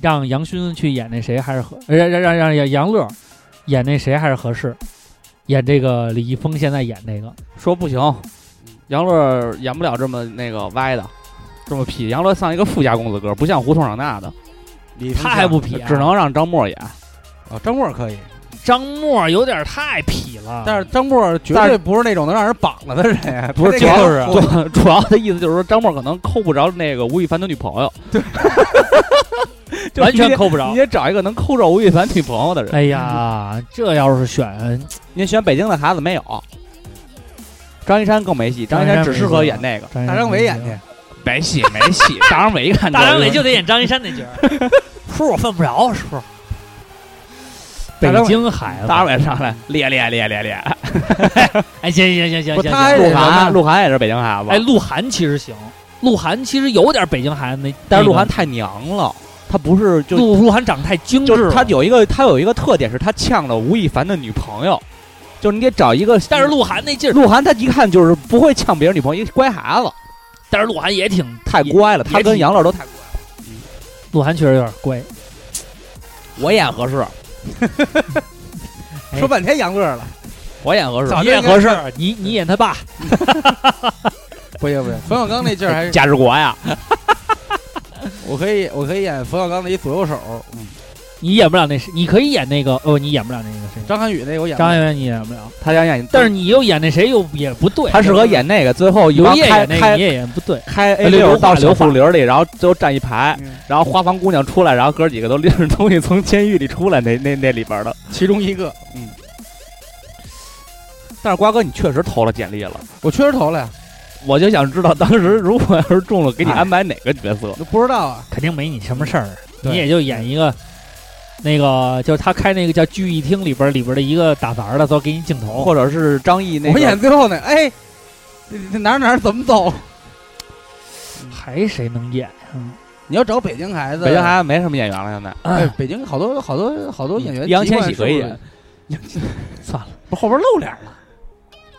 Speaker 2: 让杨勋去演那谁还是合，呃让让让让杨杨乐演那谁还是合适，演这个李易峰现在演那个，
Speaker 4: 说不行，杨乐演不了这么那个歪的，这么痞。杨乐像一个富家公子哥，不像胡同长大的，
Speaker 5: 李
Speaker 2: 他
Speaker 5: 峰
Speaker 2: 还
Speaker 5: 像
Speaker 2: 不痞、啊，
Speaker 4: 只能让张默演。
Speaker 5: 啊，张默可以，
Speaker 2: 张默有点太痞了。
Speaker 5: 但是张默绝
Speaker 4: 但
Speaker 5: 对
Speaker 4: 是
Speaker 5: 不是那种能让人绑了的人，
Speaker 4: (laughs) 不是
Speaker 5: 他这
Speaker 4: 就
Speaker 5: 个
Speaker 4: 是对，主要的意思就是说，张默可能抠不着那个吴亦凡的女朋友， (laughs) 对，
Speaker 2: 完全抠不着
Speaker 4: 你。得找一个能抠着吴亦凡女朋友的人。
Speaker 2: 哎呀，这要是选
Speaker 4: 你选北京的孩子没有？张一山更没戏，张一山只适合演那个，
Speaker 5: 大张伟演去，
Speaker 4: 没戏没戏。 (laughs) 大张伟一看，
Speaker 2: 大张伟就得演张一山那角儿。
Speaker 4: (laughs)
Speaker 2: 叔，我犯不着叔。北京孩子，
Speaker 4: 大张伟上来咧咧咧咧咧。
Speaker 2: 哎，行行行行
Speaker 5: 不
Speaker 2: 行
Speaker 5: 他还
Speaker 2: 行，
Speaker 4: 鹿
Speaker 5: 得什么
Speaker 4: 晗鹿晗也是北京
Speaker 2: 哎
Speaker 4: 孩子，
Speaker 2: 哎，鹿晗其实行，鹿晗其实有点北京孩子那，
Speaker 4: 但是鹿晗
Speaker 2: 那个
Speaker 4: 太娘了，他不是就
Speaker 2: 鹿鹿晗长得太精致
Speaker 4: 就是
Speaker 2: 了，
Speaker 4: 他有一个他有一个特点是他呛了吴亦凡的女朋友，就是你得找一个，
Speaker 2: 但是鹿晗那劲儿，
Speaker 4: 鹿晗他一看就是不会呛别人女朋友，一乖孩子，
Speaker 2: 但是鹿晗也挺
Speaker 4: 太
Speaker 2: 也
Speaker 4: 乖了，他
Speaker 2: 也
Speaker 4: 跟
Speaker 2: 挺
Speaker 4: 杨乐都太乖，
Speaker 2: 鹿晗确实有点乖，
Speaker 4: 我演合适，
Speaker 5: 说半天杨乐了，
Speaker 4: 我演合适，
Speaker 5: 早
Speaker 2: 你
Speaker 5: 就
Speaker 2: 演
Speaker 5: 应该
Speaker 2: 合适，你你演他爸
Speaker 5: 不行不行，冯小刚那劲儿还是
Speaker 4: 贾志国呀，
Speaker 5: 我可以我可以演冯小刚的一左右手，嗯，
Speaker 2: 你演不了那谁，你可以演那个哦，你演不了那个谁，
Speaker 5: 张涵予那个我演
Speaker 4: 嗯
Speaker 2: 张演员你演不了，
Speaker 4: 他想演，
Speaker 2: 但是你又演那谁又也不对，
Speaker 4: 他适合演那个，最后一
Speaker 2: 刘
Speaker 4: 帮
Speaker 2: 烨
Speaker 4: 开
Speaker 2: 演那个你
Speaker 4: 开
Speaker 2: 也演不对，
Speaker 4: 开 A
Speaker 2: 哎刘
Speaker 4: 六
Speaker 2: 华
Speaker 4: 到小
Speaker 2: 刘华
Speaker 4: 树林里，然后最后站一排
Speaker 5: 嗯，
Speaker 4: 然后花房姑娘出来，然后哥几个都 (laughs) 拎着东西从监狱里出来，那那那里边的。
Speaker 5: 其中一个，嗯，
Speaker 4: 但是瓜哥，你确实投了简历了。
Speaker 5: 我确实投了呀，
Speaker 4: 我就想知道，当时如果要是中了，给你
Speaker 5: 哎
Speaker 4: 安排哪个角色？
Speaker 5: 都不知道啊，
Speaker 2: 肯定没你什么事儿，
Speaker 5: 对
Speaker 2: 你也就演一个。那个就是他开那个叫聚义厅里边儿里边儿的一个打杂儿的，都给你镜头，
Speaker 4: 哦或者是张译那
Speaker 5: 我演
Speaker 4: 个？
Speaker 5: 最后那哎，这哪儿哪儿怎么走？
Speaker 2: 还谁能演啊
Speaker 5: 你要找北京孩子，
Speaker 4: 北京，孩子没什么演员了，现在
Speaker 5: 哎
Speaker 2: 啊？，
Speaker 5: 北京好多好多好多演员，
Speaker 4: 易烊千玺可以演，
Speaker 2: 算了，
Speaker 5: 不是后边露脸了，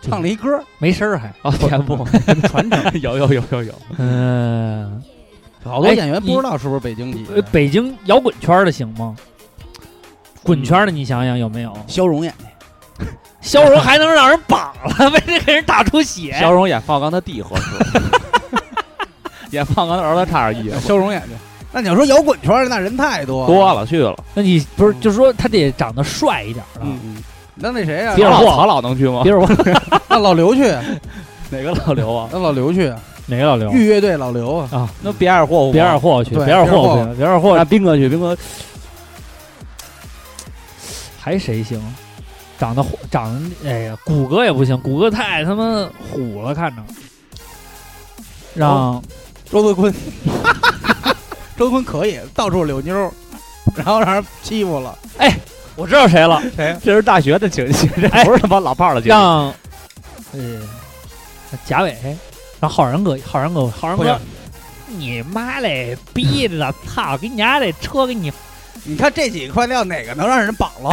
Speaker 5: 唱了一歌，
Speaker 2: 没声儿还。
Speaker 4: 哦，全部
Speaker 5: 传
Speaker 4: (laughs)
Speaker 5: 承。
Speaker 4: 有有有有有，
Speaker 2: 嗯，
Speaker 5: 好多
Speaker 2: 哎
Speaker 5: 演员
Speaker 2: 你
Speaker 5: 不知道是不是北京籍的，
Speaker 2: 呃北京摇滚圈儿的行吗？滚圈儿的你想想有没有？
Speaker 5: 肖荣演
Speaker 2: 肖荣还能让人绑了， (laughs) 为这给人打出血。
Speaker 4: 肖荣演方刚他弟合 (laughs) 适，演方刚的儿子差点意
Speaker 5: 的，
Speaker 4: 思
Speaker 5: 肖荣演的。那你要说摇滚圈儿，那人太嗯多了。
Speaker 4: 多了去了。
Speaker 2: 那你不是
Speaker 5: 嗯
Speaker 2: 就是说他得长得帅一点儿啊？
Speaker 5: 嗯，那那谁呀？
Speaker 2: 别
Speaker 4: 曹
Speaker 2: 人
Speaker 4: 老
Speaker 2: 霍
Speaker 4: 曹老能去吗
Speaker 2: 别？是我
Speaker 5: 那老刘去，
Speaker 4: 哪个老刘啊？
Speaker 5: 那老刘去，
Speaker 2: 哪个老刘？
Speaker 5: 豫乐队老刘啊，
Speaker 2: 啊，
Speaker 4: 那比尔霍夫吗，
Speaker 2: 别二货去，
Speaker 5: 对
Speaker 2: 别二
Speaker 5: 别
Speaker 2: 货
Speaker 5: 二
Speaker 2: 去，别二货
Speaker 4: 让斌哥去，斌哥
Speaker 2: 还谁行？长得长得哎呀，骨骼也不行，骨骼太他妈虎了，看着。让
Speaker 5: 周泽坤， (laughs) 周泽坤可以到处溜妞儿，然后让人欺负了。
Speaker 2: 我知道谁 (laughs) 了，
Speaker 5: 谁？
Speaker 4: 这是大学的情节，这
Speaker 2: 哎
Speaker 4: 不是他妈老炮儿的情节。
Speaker 2: 让呃贾伟，让浩然哥，浩然哥，浩然
Speaker 5: 不
Speaker 2: 哥
Speaker 5: 行，
Speaker 2: 你妈嘞，逼的，操，给你家这车给你
Speaker 5: 你看这几块料哪个能让人绑
Speaker 4: (laughs)
Speaker 5: 了？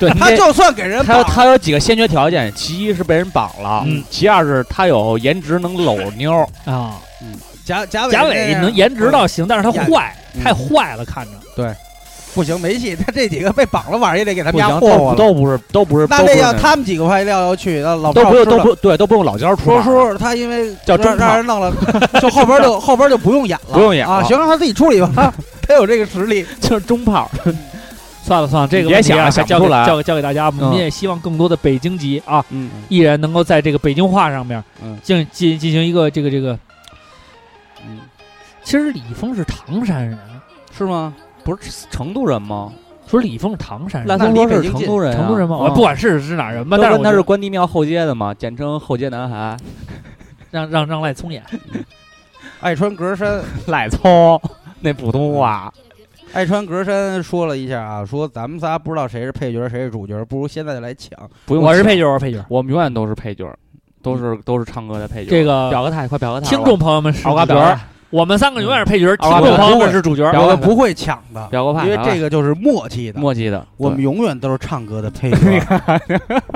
Speaker 4: 对，你
Speaker 5: 他
Speaker 4: 得
Speaker 5: 就算给人
Speaker 4: 他有
Speaker 5: 绑，
Speaker 4: 他有几个先决条件，其一是被人绑了，
Speaker 2: 嗯
Speaker 4: 其二是他有颜值能搂妞儿，
Speaker 2: 啊！
Speaker 5: 贾贾
Speaker 2: 贾
Speaker 5: 伟那
Speaker 2: 伟
Speaker 5: 样
Speaker 2: 能颜值到行，但是他
Speaker 5: 贾
Speaker 2: 坏，
Speaker 5: 嗯
Speaker 2: 太坏了，看着。
Speaker 5: 不行没戏，他这几个被绑了，晚上也得给他
Speaker 4: 不
Speaker 5: 们
Speaker 4: 行，
Speaker 5: 家霍
Speaker 4: 都
Speaker 5: 霍了。
Speaker 4: 都不是都不是，
Speaker 5: 那
Speaker 4: 都不
Speaker 5: 这
Speaker 4: 是
Speaker 5: 要
Speaker 4: 那
Speaker 5: 他们几个块料要去，那老
Speaker 4: 都
Speaker 5: 炮
Speaker 4: 不
Speaker 5: 知
Speaker 4: 用
Speaker 5: 道
Speaker 4: 都不对，都不用老焦出
Speaker 5: 说
Speaker 4: 马了
Speaker 5: 叔他因为
Speaker 4: 叫
Speaker 5: 让
Speaker 4: 真
Speaker 5: 让
Speaker 4: 胖
Speaker 5: 人弄了， (laughs) 就后边
Speaker 4: (laughs)
Speaker 5: 就后边就不用演了，
Speaker 4: 不用演
Speaker 5: 啊，
Speaker 4: 了
Speaker 5: 行，让他自己处理吧， (laughs) 他有这个
Speaker 2: (laughs)
Speaker 5: 实力。
Speaker 4: 就是中炮，
Speaker 2: 算了算了，这个
Speaker 4: 别
Speaker 2: 问题啊
Speaker 4: 想了
Speaker 2: 还
Speaker 4: 想不
Speaker 2: 交给
Speaker 4: 出来
Speaker 2: 交给交给大家，我们
Speaker 4: 嗯
Speaker 2: 也希望更多的北京籍啊，
Speaker 4: 嗯，
Speaker 2: 艺人能够在这个北京话上面
Speaker 4: 嗯
Speaker 2: 进进进行一个这个这个。
Speaker 4: 嗯
Speaker 2: 其实李易峰是唐山人，啊
Speaker 5: 是吗？
Speaker 4: 不是成都人吗？
Speaker 2: 说李易峰是唐山
Speaker 4: 烂
Speaker 2: 人，
Speaker 4: 松
Speaker 5: 那
Speaker 4: 说
Speaker 5: 离北
Speaker 4: 是
Speaker 5: 京
Speaker 4: 成
Speaker 5: 近
Speaker 4: 都人啊，
Speaker 2: 成都人吗？
Speaker 4: 啊
Speaker 2: 我不管是是哪儿人吧，
Speaker 4: 都
Speaker 2: 但是
Speaker 4: 跟
Speaker 2: 我
Speaker 4: 他
Speaker 2: 觉
Speaker 4: 是
Speaker 2: 得
Speaker 4: 关帝庙后街的嘛，简称后街男 (laughs) 孩，
Speaker 2: 让让让赖聪演，
Speaker 5: 爱穿格衫，
Speaker 4: 赖聪嗯那普通话，
Speaker 5: 爱穿格衫说了一下啊，说咱们仨不知道谁是配角，谁是主角，不如现在就来抢。
Speaker 4: 不用，
Speaker 2: 我是配，角，我是配角。
Speaker 4: 我们永远都是配角，都是都是唱歌的配角。
Speaker 2: 这个
Speaker 4: 表个态，快表个态，
Speaker 2: 听众朋友们是
Speaker 4: 敖嘎
Speaker 2: 主
Speaker 4: 表
Speaker 2: 角
Speaker 4: 个，
Speaker 2: 我们三个永远是配角，听
Speaker 4: 敖嘎
Speaker 2: 众
Speaker 4: 表
Speaker 2: 朋友
Speaker 5: 不
Speaker 2: 们
Speaker 5: 会
Speaker 2: 是主角。
Speaker 4: 表
Speaker 5: 我
Speaker 4: 个
Speaker 5: 们不会抢的，
Speaker 4: 表个派，
Speaker 5: 因为
Speaker 4: 来吧
Speaker 5: 这个就是默契
Speaker 4: 啊
Speaker 5: 的，
Speaker 4: 默契的，
Speaker 5: 我们永远都是唱歌的
Speaker 4: (laughs)
Speaker 5: 配角，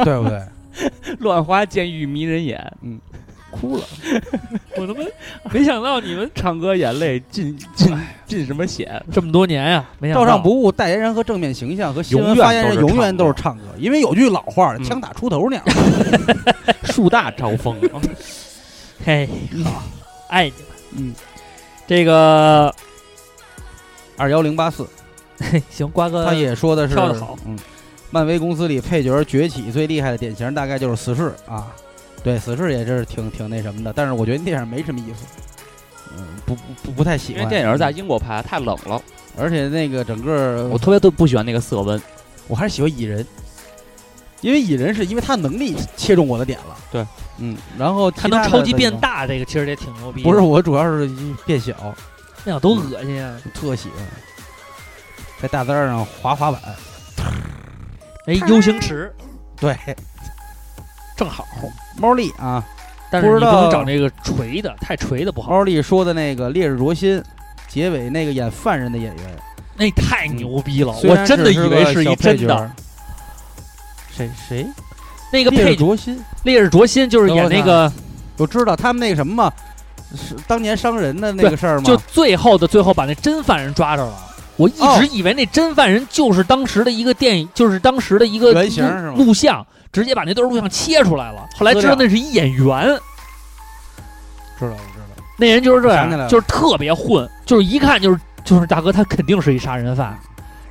Speaker 5: 对不对？
Speaker 4: 对 (laughs) 乱花渐欲迷人眼，嗯，哭了，
Speaker 2: 我他妈没想到你们
Speaker 4: 唱歌眼泪进进进什么血？
Speaker 2: 这么多年呀，没想到
Speaker 5: 照上不误代言人和正面形象和新闻
Speaker 4: 永远
Speaker 5: 发言人
Speaker 4: 都是
Speaker 5: 永远
Speaker 4: 唱歌
Speaker 5: 都是唱歌，因为有句老话儿，
Speaker 4: 嗯
Speaker 5: 枪打出
Speaker 4: (laughs)
Speaker 5: 头鸟。
Speaker 4: 树大招 (laughs) 风，
Speaker 2: 嘿，好，爱你们。
Speaker 5: 嗯，
Speaker 2: 这个
Speaker 5: 二幺零八四，
Speaker 2: 嘿行，瓜哥
Speaker 5: 他也说的是
Speaker 2: 呃跳得好，
Speaker 5: 嗯，漫威公司里配角崛起最厉害的典型大概就是死侍啊，对，死侍也是挺挺那什么的，但是我觉得电影没什么意思，嗯，不不不不太喜
Speaker 4: 因为
Speaker 5: 欢嗯
Speaker 4: 电影在，英国拍，太冷了，
Speaker 5: 而且那个整个
Speaker 4: 我特别都不喜欢那个色温。
Speaker 5: 我还是喜欢蚁人，因为蚁人是因为他能力切中我的点了，
Speaker 4: 对，
Speaker 5: 嗯，然后
Speaker 2: 他
Speaker 5: 其
Speaker 2: 能
Speaker 5: 的
Speaker 2: 超级
Speaker 5: 都
Speaker 2: 变
Speaker 5: 行，
Speaker 2: 大，这个其实也挺牛逼的。
Speaker 5: 不是我主要是变小，
Speaker 2: 那有多恶心啊！
Speaker 5: 特喜欢在大字儿上滑滑板，
Speaker 2: 哎，U 型池
Speaker 5: 对，
Speaker 2: 正好，
Speaker 5: 猫力啊。
Speaker 2: 但是
Speaker 5: 不
Speaker 2: 你
Speaker 5: 知
Speaker 2: 不
Speaker 5: 道嗯
Speaker 2: 能找那个垂的，太垂的不好。
Speaker 5: 奥利说的那个《烈日灼心》，结尾那个演犯人的演员，
Speaker 2: 那太牛逼
Speaker 5: 嗯
Speaker 2: 了，
Speaker 3: 虽
Speaker 2: 我
Speaker 3: 然
Speaker 2: 真的
Speaker 3: 只
Speaker 2: 以为
Speaker 3: 个
Speaker 2: 是
Speaker 3: 小
Speaker 2: 一
Speaker 3: 配角
Speaker 2: 真的。
Speaker 3: 儿。谁谁？
Speaker 2: 那个
Speaker 3: 烈
Speaker 2: 配
Speaker 3: 日灼心，
Speaker 2: 烈日灼心就是演那个，
Speaker 5: 我知道他们那个什么嘛，是当年伤人的那个事儿吗？
Speaker 2: 就最后的最后把那真犯人抓着了。我一
Speaker 5: 哦
Speaker 2: 直以为那真犯人就是当时的一个电影，就是当时的一个
Speaker 5: 原型
Speaker 2: 录
Speaker 5: 是吗啊
Speaker 2: 录像，直接把那段录像切出来了。后来知道那是一演员，
Speaker 5: 知道，我知道。
Speaker 2: 那人就是这
Speaker 5: 想起来
Speaker 2: 样，
Speaker 5: 了
Speaker 2: 就是特别混，就是一看就是就是大哥，他肯定是一杀人犯。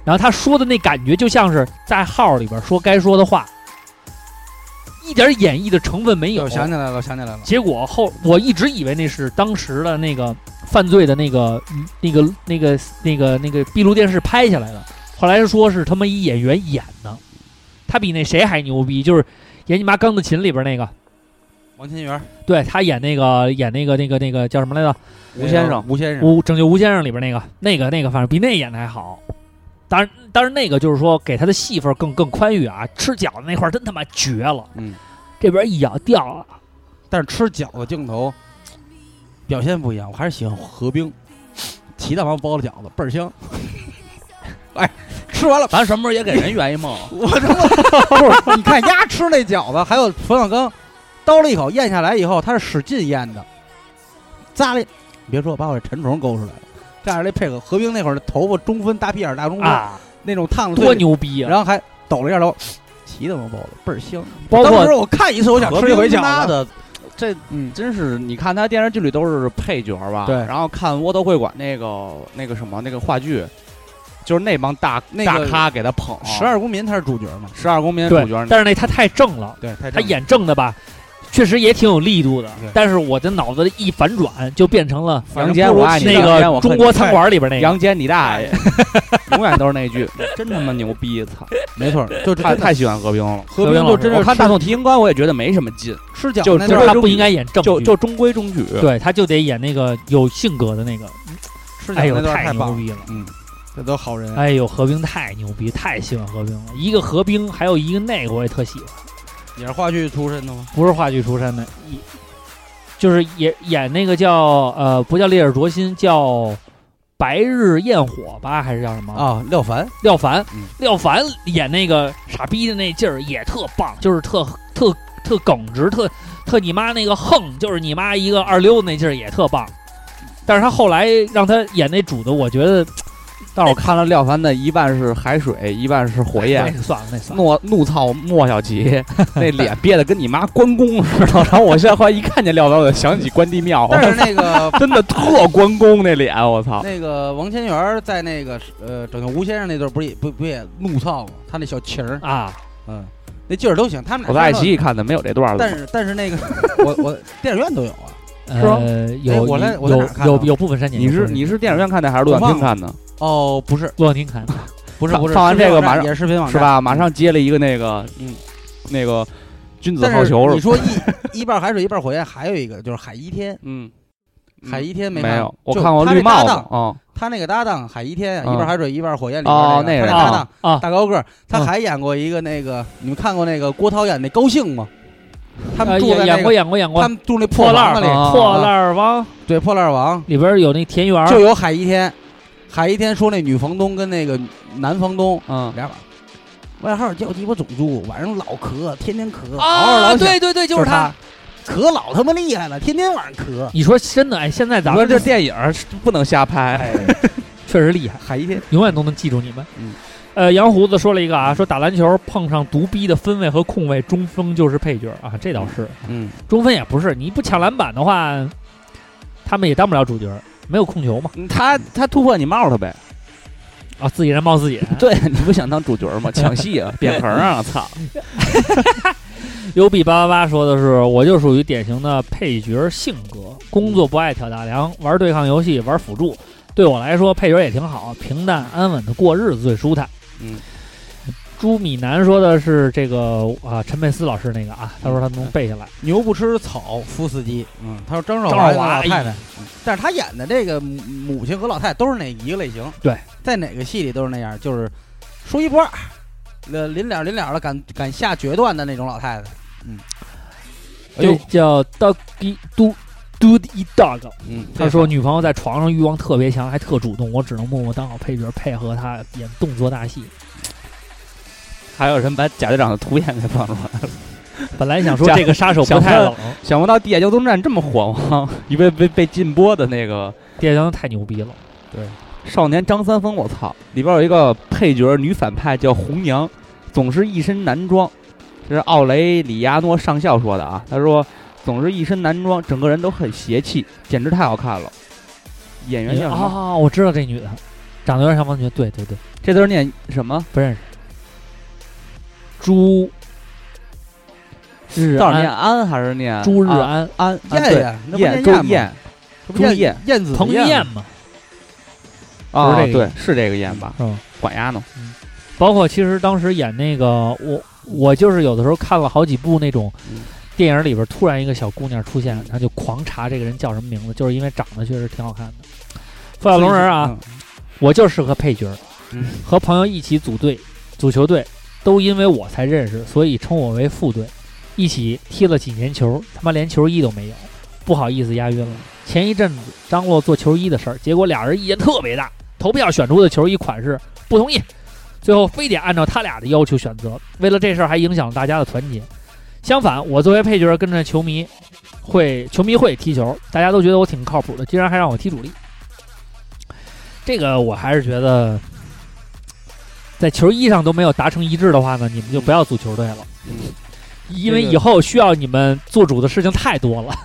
Speaker 2: 然后他说的那感觉就像是在号里边说该说的话，一点演绎的成分没有
Speaker 5: 我。想起来了，我想起来了。
Speaker 2: 结果后我一直以为那是当时的那个犯罪的那个嗯那个那个那个那个闭路电视拍下来的，后来说是他妈一演员演的，他比那谁还牛逼，就是演你妈钢的琴里边那个，
Speaker 5: 王千源，
Speaker 2: 对他演那个演那个那个那个叫什么来着？
Speaker 5: 吴先生，哎吴先生，
Speaker 2: 吴拯救吴先生里边那个那个那个，反正比那演的还好。当然，当然，那个就是说给他的戏份更更宽裕啊。吃饺子那块儿真他妈绝了，
Speaker 5: 嗯，
Speaker 2: 这边一咬掉了，
Speaker 5: 但是吃饺子镜头表现不一样，我还是喜欢何冰，齐大王包的饺子倍儿香。 (laughs) 哎，吃完了，
Speaker 4: 咱什么时候也给人圆一 (laughs) 梦？
Speaker 5: 我他 (laughs) 妈不是，你看鸭吃那饺子，还有冯小刚叨了一口咽下来以后，他是使劲咽的，咂了一，你别说，把我这馋虫勾出来了。这样那配合，何冰那会儿头发中分，大屁眼儿大中分，
Speaker 2: 啊，
Speaker 5: 那种烫的
Speaker 2: 多牛逼啊！
Speaker 5: 然后还抖了一下头，齐的嘛包的倍儿香。
Speaker 2: 包
Speaker 5: 当
Speaker 2: 括
Speaker 5: 时我看一次，我想吃一回
Speaker 4: 何冰
Speaker 5: 饺
Speaker 4: 妈
Speaker 5: 子。
Speaker 4: 的，这
Speaker 5: 嗯，
Speaker 4: 真是你看他电视剧里都是配角吧？
Speaker 5: 对
Speaker 4: 然后看《窝头会馆》那个那个什么那个话剧，就是那帮大
Speaker 5: 那
Speaker 4: 大
Speaker 5: 个
Speaker 4: 咖给他捧
Speaker 5: 十二公民他是主角嘛？
Speaker 4: 十二公民的
Speaker 2: 对
Speaker 4: 主角，，
Speaker 2: 但是那他太正了，
Speaker 5: 对，他
Speaker 2: 他演正的吧，确实也挺有力度的
Speaker 5: 对。
Speaker 2: 但是我的脑子一反转，就变成了
Speaker 4: 杨坚我爱你，
Speaker 2: 那
Speaker 4: 杨坚我
Speaker 2: 个
Speaker 4: 恨
Speaker 2: 中
Speaker 4: 你
Speaker 2: 国餐馆里边那个。
Speaker 4: 杨坚你大爷， (laughs) 永远都是那句，真他妈牛逼！操，
Speaker 5: 没错，就这
Speaker 4: 太太喜欢何冰了。
Speaker 5: 何冰就真
Speaker 4: 我
Speaker 5: 是
Speaker 4: 看大宋提刑官，我也觉得没什么劲，嗯
Speaker 5: 吃饺
Speaker 4: 就
Speaker 5: 子
Speaker 2: 就
Speaker 5: 那段
Speaker 2: 是
Speaker 5: 儿
Speaker 2: 他不应该演正
Speaker 4: 就
Speaker 2: 剧
Speaker 4: 就中规中矩。
Speaker 2: 对他就得演那个有性格的那个。
Speaker 5: 吃饺
Speaker 2: 哎
Speaker 5: 子
Speaker 2: 呦，
Speaker 5: 那段儿
Speaker 2: 太牛
Speaker 5: 棒了，
Speaker 2: 逼了！
Speaker 5: 这都好人。啊
Speaker 2: 哎呦，何冰太牛逼，太喜欢何冰了。一个何冰，还有一个那个我也特喜欢，
Speaker 5: (laughs) 也是话剧出身的吗？
Speaker 2: 不是话剧出身的，一就是演演那个叫呃不叫烈日灼心，叫《白日焰火》吧，还是叫什么？
Speaker 5: 啊，廖凡，
Speaker 2: 廖凡
Speaker 5: 嗯，
Speaker 2: 廖凡演那个傻逼的那劲儿也特棒，就是特特特耿直，特特你妈那个横，就是你妈一个二溜子那劲儿也特棒。但是他后来让他演那主的，我觉得
Speaker 4: 但是我看了廖凡的一半是海水，一半是
Speaker 5: 哎
Speaker 4: 火焰
Speaker 2: 那，算了，那算了。
Speaker 4: 怒怒操莫小 (laughs) 琪，那脸憋得跟你妈关公似的。然后我现在后来一看见廖凡，我就想起关帝庙，
Speaker 5: (laughs) 但是那个
Speaker 4: 真的特关公那脸，我操！
Speaker 5: 那个王千源在那个呃拯救吴先生那段儿不是也不不也怒操吗？他那小情儿，
Speaker 2: 啊，
Speaker 5: 嗯，那劲儿都行。他们俩
Speaker 4: 我在爱
Speaker 5: 身上
Speaker 4: 奇艺看的，没有这段
Speaker 5: 但
Speaker 4: 子。
Speaker 5: 是 (laughs) 但是那个我我电影院都有啊。
Speaker 2: 呃，有
Speaker 5: 哎我在
Speaker 2: 有
Speaker 5: 我在哪儿看
Speaker 2: 有
Speaker 5: 的啊
Speaker 2: 有部分删减。
Speaker 4: 你
Speaker 2: 有
Speaker 4: 是
Speaker 2: 部分
Speaker 4: 你是电影院看的还是录像厅看的？
Speaker 5: 哦，不是
Speaker 2: 陆小宁看的
Speaker 5: 不是
Speaker 4: 放
Speaker 5: 不是，
Speaker 4: 放完
Speaker 5: 视频
Speaker 4: 这个
Speaker 5: 网站
Speaker 4: 马上
Speaker 5: 也是视频网站
Speaker 4: 是？吧？马上接了一个那个，嗯，那个君子
Speaker 5: 但
Speaker 4: 好
Speaker 5: 是
Speaker 4: 逑
Speaker 5: 你
Speaker 4: 是吧？
Speaker 5: 说一一半海水一半火焰，还有一个就是海一天，
Speaker 4: 嗯，
Speaker 5: 海一天
Speaker 4: 没
Speaker 5: 看
Speaker 4: 有，我
Speaker 5: 就
Speaker 4: 看过
Speaker 5: 他
Speaker 4: 绿
Speaker 5: 那搭
Speaker 4: 帽子
Speaker 5: 档
Speaker 4: 啊，
Speaker 5: 他那个搭档海一天，
Speaker 4: 嗯
Speaker 5: 一半海水一半火焰里
Speaker 4: 哦
Speaker 5: 边那
Speaker 4: 那
Speaker 5: 个
Speaker 4: 个
Speaker 5: 他搭档
Speaker 2: 啊，
Speaker 5: 大高个儿，他
Speaker 2: 嗯
Speaker 5: 还演过一个那个，你们看过那个郭涛演那高兴吗？他
Speaker 2: 呃
Speaker 5: 们住在
Speaker 2: 演演
Speaker 5: 那
Speaker 2: 过
Speaker 5: 个，
Speaker 2: 演过演
Speaker 5: 他
Speaker 2: 过
Speaker 5: 们住那
Speaker 2: 破
Speaker 5: 破
Speaker 2: 烂
Speaker 5: 房
Speaker 2: 儿
Speaker 5: 子里，
Speaker 4: 啊
Speaker 2: 破烂儿王
Speaker 5: 对破烂王
Speaker 2: 里边有那田园儿，
Speaker 5: 就有海一天，海一天说那女房东跟那个男房东
Speaker 4: 嗯，
Speaker 5: 俩把。外号叫鸡巴总督，晚上老咳，天天咳，嗷嗷
Speaker 2: 啊，
Speaker 5: 老响
Speaker 2: 对对对，就
Speaker 5: 就是他
Speaker 2: 他。，
Speaker 5: 咳老他妈厉害了，天天晚上咳。
Speaker 2: 你说真的，哎，现在
Speaker 4: 你
Speaker 2: 咱
Speaker 4: 说
Speaker 2: 们
Speaker 4: 这电影儿是不能瞎拍，
Speaker 5: 哎
Speaker 2: 确实厉害。
Speaker 5: 海一天，
Speaker 2: 永远都能记住你们。
Speaker 5: 嗯，
Speaker 2: 呃，杨胡子说了一个啊，说打篮球碰上独逼的分位和控卫，中锋就是配角啊，这倒是，
Speaker 5: 嗯，
Speaker 2: 中锋也不是，你不抢篮板的话，他们也当不了主角，没有控球嘛，
Speaker 4: 嗯他他突破你帽子呗。
Speaker 2: 啊，自己人冒自己人。
Speaker 4: 对 (laughs) 你不想当主角吗？抢戏啊，扁盆啊，
Speaker 5: (laughs)
Speaker 4: 操！
Speaker 2: U B 八八八说的是，我就属于典型的配角性格，工作不爱挑大梁，玩对抗游戏，玩辅助。对我来说，配角也挺好，平淡安稳的过日子最舒坦。
Speaker 5: 嗯，
Speaker 2: 朱米南说的是这个啊，陈佩斯老师那个啊，他说他能背下来。
Speaker 5: 牛不吃草，夫斯基。嗯，他说张少
Speaker 2: 张
Speaker 5: 华
Speaker 2: 少华
Speaker 5: 老太
Speaker 2: 哎
Speaker 5: 太，但是他演的这个母母亲和老太太都是那一个类型。
Speaker 2: 对，
Speaker 5: 在哪个戏里都是那样，就是说一不二，呃，临了临了了，敢敢下决断的那种老太太。
Speaker 2: 嗯哎这叫 doggy do dude e dog。
Speaker 5: 嗯，
Speaker 2: 他说女朋友在床上欲望特别强，还特主动，我只能默默当好配角，配合她演动作大戏。
Speaker 4: 还有人把贾队长的图片给放出来，
Speaker 2: 本来想说
Speaker 4: 讲
Speaker 2: 这个杀手不
Speaker 4: 讲
Speaker 2: 太
Speaker 4: 他
Speaker 2: 冷，
Speaker 4: 想不到地铁交通站这么火吗？ (laughs) 一被被被禁播的那个
Speaker 2: 电影太牛逼了。
Speaker 4: 少年张三丰，我操！里边有一个配角女反派叫红娘，总是一身男装，这是奥雷里亚诺上校说的啊。他说，总是一身男装，整个人都很邪气，简直太好看了。演员叫什么？
Speaker 2: 啊，我知道这女的，长得有点像王俊，对对对，
Speaker 4: 这字儿念什么？
Speaker 2: 不认识。朱日
Speaker 4: 到底念
Speaker 2: 安，
Speaker 4: 安还是念
Speaker 2: 朱日
Speaker 4: 啊
Speaker 2: 安，
Speaker 5: 安
Speaker 4: 啊
Speaker 5: 燕
Speaker 4: 对
Speaker 5: 燕，那不
Speaker 4: 燕？周
Speaker 5: 燕燕吗？
Speaker 4: 燕
Speaker 5: 这
Speaker 4: 朱燕
Speaker 5: 不燕燕子的
Speaker 2: 彭于
Speaker 5: 燕
Speaker 2: 晏
Speaker 5: 吗？
Speaker 2: 嘛，
Speaker 4: 啊，
Speaker 2: 不是这个
Speaker 4: 对，是这个燕吧？
Speaker 2: 是吧？
Speaker 4: 管丫呢？
Speaker 2: 包括其实当时演那个我我就是有的时候看了好几部那种
Speaker 4: 嗯
Speaker 2: 电影里边突然一个小姑娘出现，然后就狂查这个人叫什么名字，就是因为长得确实挺好看的。付小龙人啊，我就适合配角儿，
Speaker 4: 嗯
Speaker 2: 和朋友一起组队，足球队都因为我才认识，所以称我为副队。一起踢了几年球，他妈连球衣都没有，不好意思押韵了。前一阵子张罗做球衣的事儿，结果俩人意见特别大，投票选出的球衣款式不同意，最后非得按照他俩的要求选择。为了这事儿还影响了大家的团结。相反，我作为配角儿跟着球迷会球迷会踢球，大家都觉得我挺靠谱的，竟然还让我踢主力。这个我还是觉得，在球衣上都没有达成一致的话呢，你们就不要组球队了，因为
Speaker 5: 这个
Speaker 2: 以后需要你们做主的事情太多了。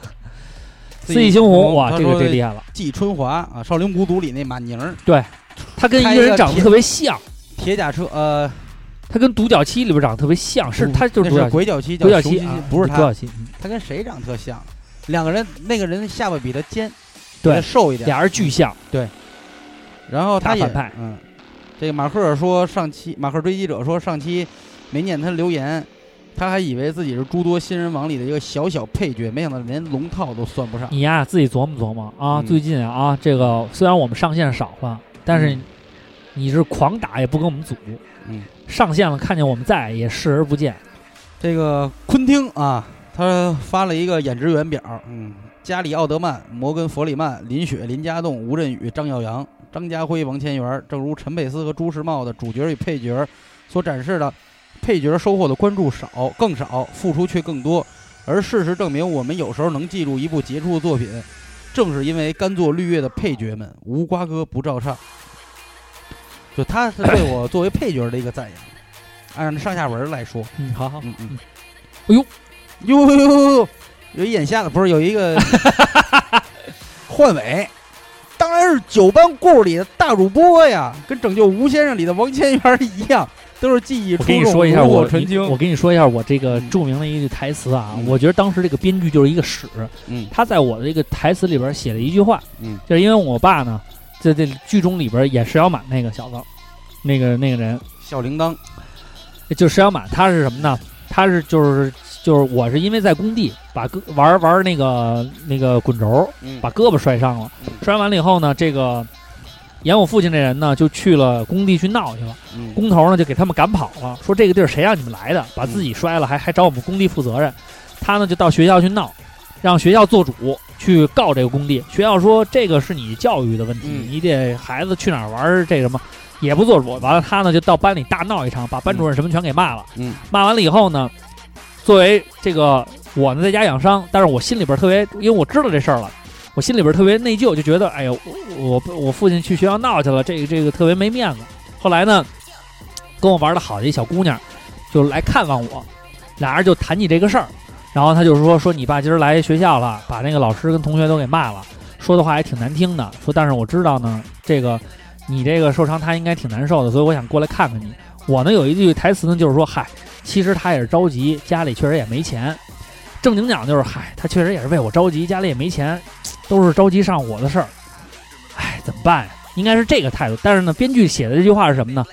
Speaker 5: 自
Speaker 2: 四
Speaker 5: 己
Speaker 2: 季猩红，
Speaker 5: 嗯他
Speaker 2: 哇，这个
Speaker 5: 说
Speaker 2: 这厉害了，
Speaker 5: 季春华啊，《少林五祖》里那马宁儿，
Speaker 2: 他跟
Speaker 5: 开
Speaker 2: 一
Speaker 5: 一
Speaker 2: 个
Speaker 5: 个
Speaker 2: 人长得
Speaker 5: 铁
Speaker 2: 特别像，
Speaker 5: 铁甲车呃，
Speaker 2: 他跟独角七里边长得特别像，是
Speaker 5: 不
Speaker 2: 他就是独
Speaker 5: 那
Speaker 2: 角
Speaker 5: 是
Speaker 2: 七，
Speaker 5: 鬼脚七，
Speaker 2: 独角
Speaker 5: 雄
Speaker 2: 七
Speaker 5: 鸡
Speaker 2: 啊，
Speaker 5: 不是
Speaker 2: 独
Speaker 5: 他
Speaker 2: 角，七，嗯
Speaker 5: 他跟谁长得特像？两个人，那个人下巴比他尖，
Speaker 2: 对
Speaker 5: 比他瘦一点，
Speaker 2: 俩人巨
Speaker 5: 啊
Speaker 2: 像，
Speaker 5: 然后他
Speaker 2: 大
Speaker 5: 也
Speaker 2: 反派
Speaker 5: 嗯，这个马克尔说上期马克尔追击者说上期没念他留言，他还以为自己是诸多新人王里的一个小小配角，没想到连龙套都算不上。
Speaker 2: 你呀、自己琢磨琢磨啊。
Speaker 5: 嗯
Speaker 2: 最近啊，这个虽然我们上线少了，但是
Speaker 5: 嗯
Speaker 2: 你是狂打也不跟我们组，
Speaker 5: 嗯，
Speaker 2: 上线了看见我们在也视而不见。
Speaker 5: 这个昆汀啊，他发了一个演职员表，嗯，加里奥德曼、摩根弗里曼、林雪、林家栋、吴镇宇、张耀扬、张家辉、王千源，正如陈佩斯和朱时茂的主角与配角所展示的，配角收获的关注少，更少，付出却更多。而事实证明，我们有时候能记住一部杰出的作品，正是因为甘做绿叶的配角们无瓜葛不照唱。就他是对我作为配角的一个赞扬，按上下文来说。
Speaker 2: 嗯，好好，
Speaker 5: 嗯嗯，
Speaker 2: 哎呦，
Speaker 5: 呦呦呦呦，有一眼瞎子不是有
Speaker 2: (laughs)
Speaker 5: 一个换尾，当然是九班故事里的大主播呀，跟拯救吴先生里的王千源一样，都是技艺出
Speaker 2: 我
Speaker 5: 众，
Speaker 2: 跟你说一下
Speaker 5: 炉火
Speaker 2: 我
Speaker 5: 纯青。
Speaker 2: 我跟你说一下我这个
Speaker 5: 嗯
Speaker 2: 著名的一句台词啊，
Speaker 5: 嗯
Speaker 2: 我觉得当时这个编剧就是一个屎，
Speaker 5: 嗯
Speaker 2: 他在我的这个台词里边写了一句话，
Speaker 5: 嗯，
Speaker 2: 就是因为我爸呢，在这剧中里边演石小满那个小子，那个那个人，
Speaker 5: 小铃铛，
Speaker 2: 就是石小满，他是什么呢？他是就是就是我是因为在工地把胳玩玩那个那个滚轴，
Speaker 5: 嗯
Speaker 2: 把胳膊摔伤了
Speaker 5: 嗯，
Speaker 2: 摔完了以后呢，这个演我父亲这人呢就去了工地去闹去了，
Speaker 5: 嗯
Speaker 2: 工头呢就给他们赶跑了，说这个地儿谁让你们来的，把自己摔了还还找我们工地负责任，他呢就到学校去闹，让学校做主去告这个工地，学校说这个是你教育的问题，
Speaker 5: 嗯
Speaker 2: 你得孩子去哪儿玩儿这什么。也不做主。完了，他呢就到班里大闹一场，把班主任什么全给骂了。
Speaker 5: 嗯，
Speaker 2: 骂完了以后呢，作为这个我呢在家养伤，但是我心里边特别，因为我知道这事儿了，我心里边特别内疚，就觉得哎呀，我我我父亲去学校闹去了，这个这个特别没面子。后来呢，跟我玩的好的一小姑娘就来看望我，俩人就谈起这个事儿。然后他就说说你爸今儿来学校了，把那个老师跟同学都给骂了，说的话也挺难听的。说但是我知道呢，这个你这个受伤他应该挺难受的，所以我想过来看看你。我呢有一句台词呢，就是说，嗨，其实他也是着急，家里确实也没钱。正经讲就是，嗨，他确实也是为我着急，家里也没钱，都是着急上我的事儿。唉，怎么办呀？应该是这个态度。但是呢，编剧写的这句话是什么呢？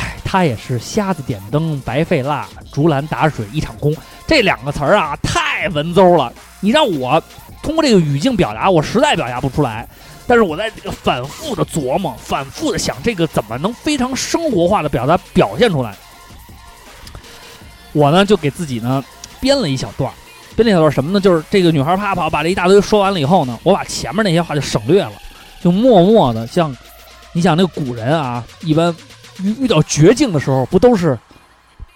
Speaker 2: 唉，他也是瞎子点灯，白费蜡，竹篮打水一场空。这两个词儿啊，太文绉了。你让我通过这个语境表达，我实在表达不出来。但是我在这个反复的琢磨，反复的想这个怎么能非常生活化的表达表现出来。我呢就给自己呢编了一小段儿，便利小段什么呢？就是这个女孩啪跑把这一大堆说完了以后呢，我把前面那些话就省略了，就默默的像，你想那个古人啊，一般遇遇到绝境的时候，不都是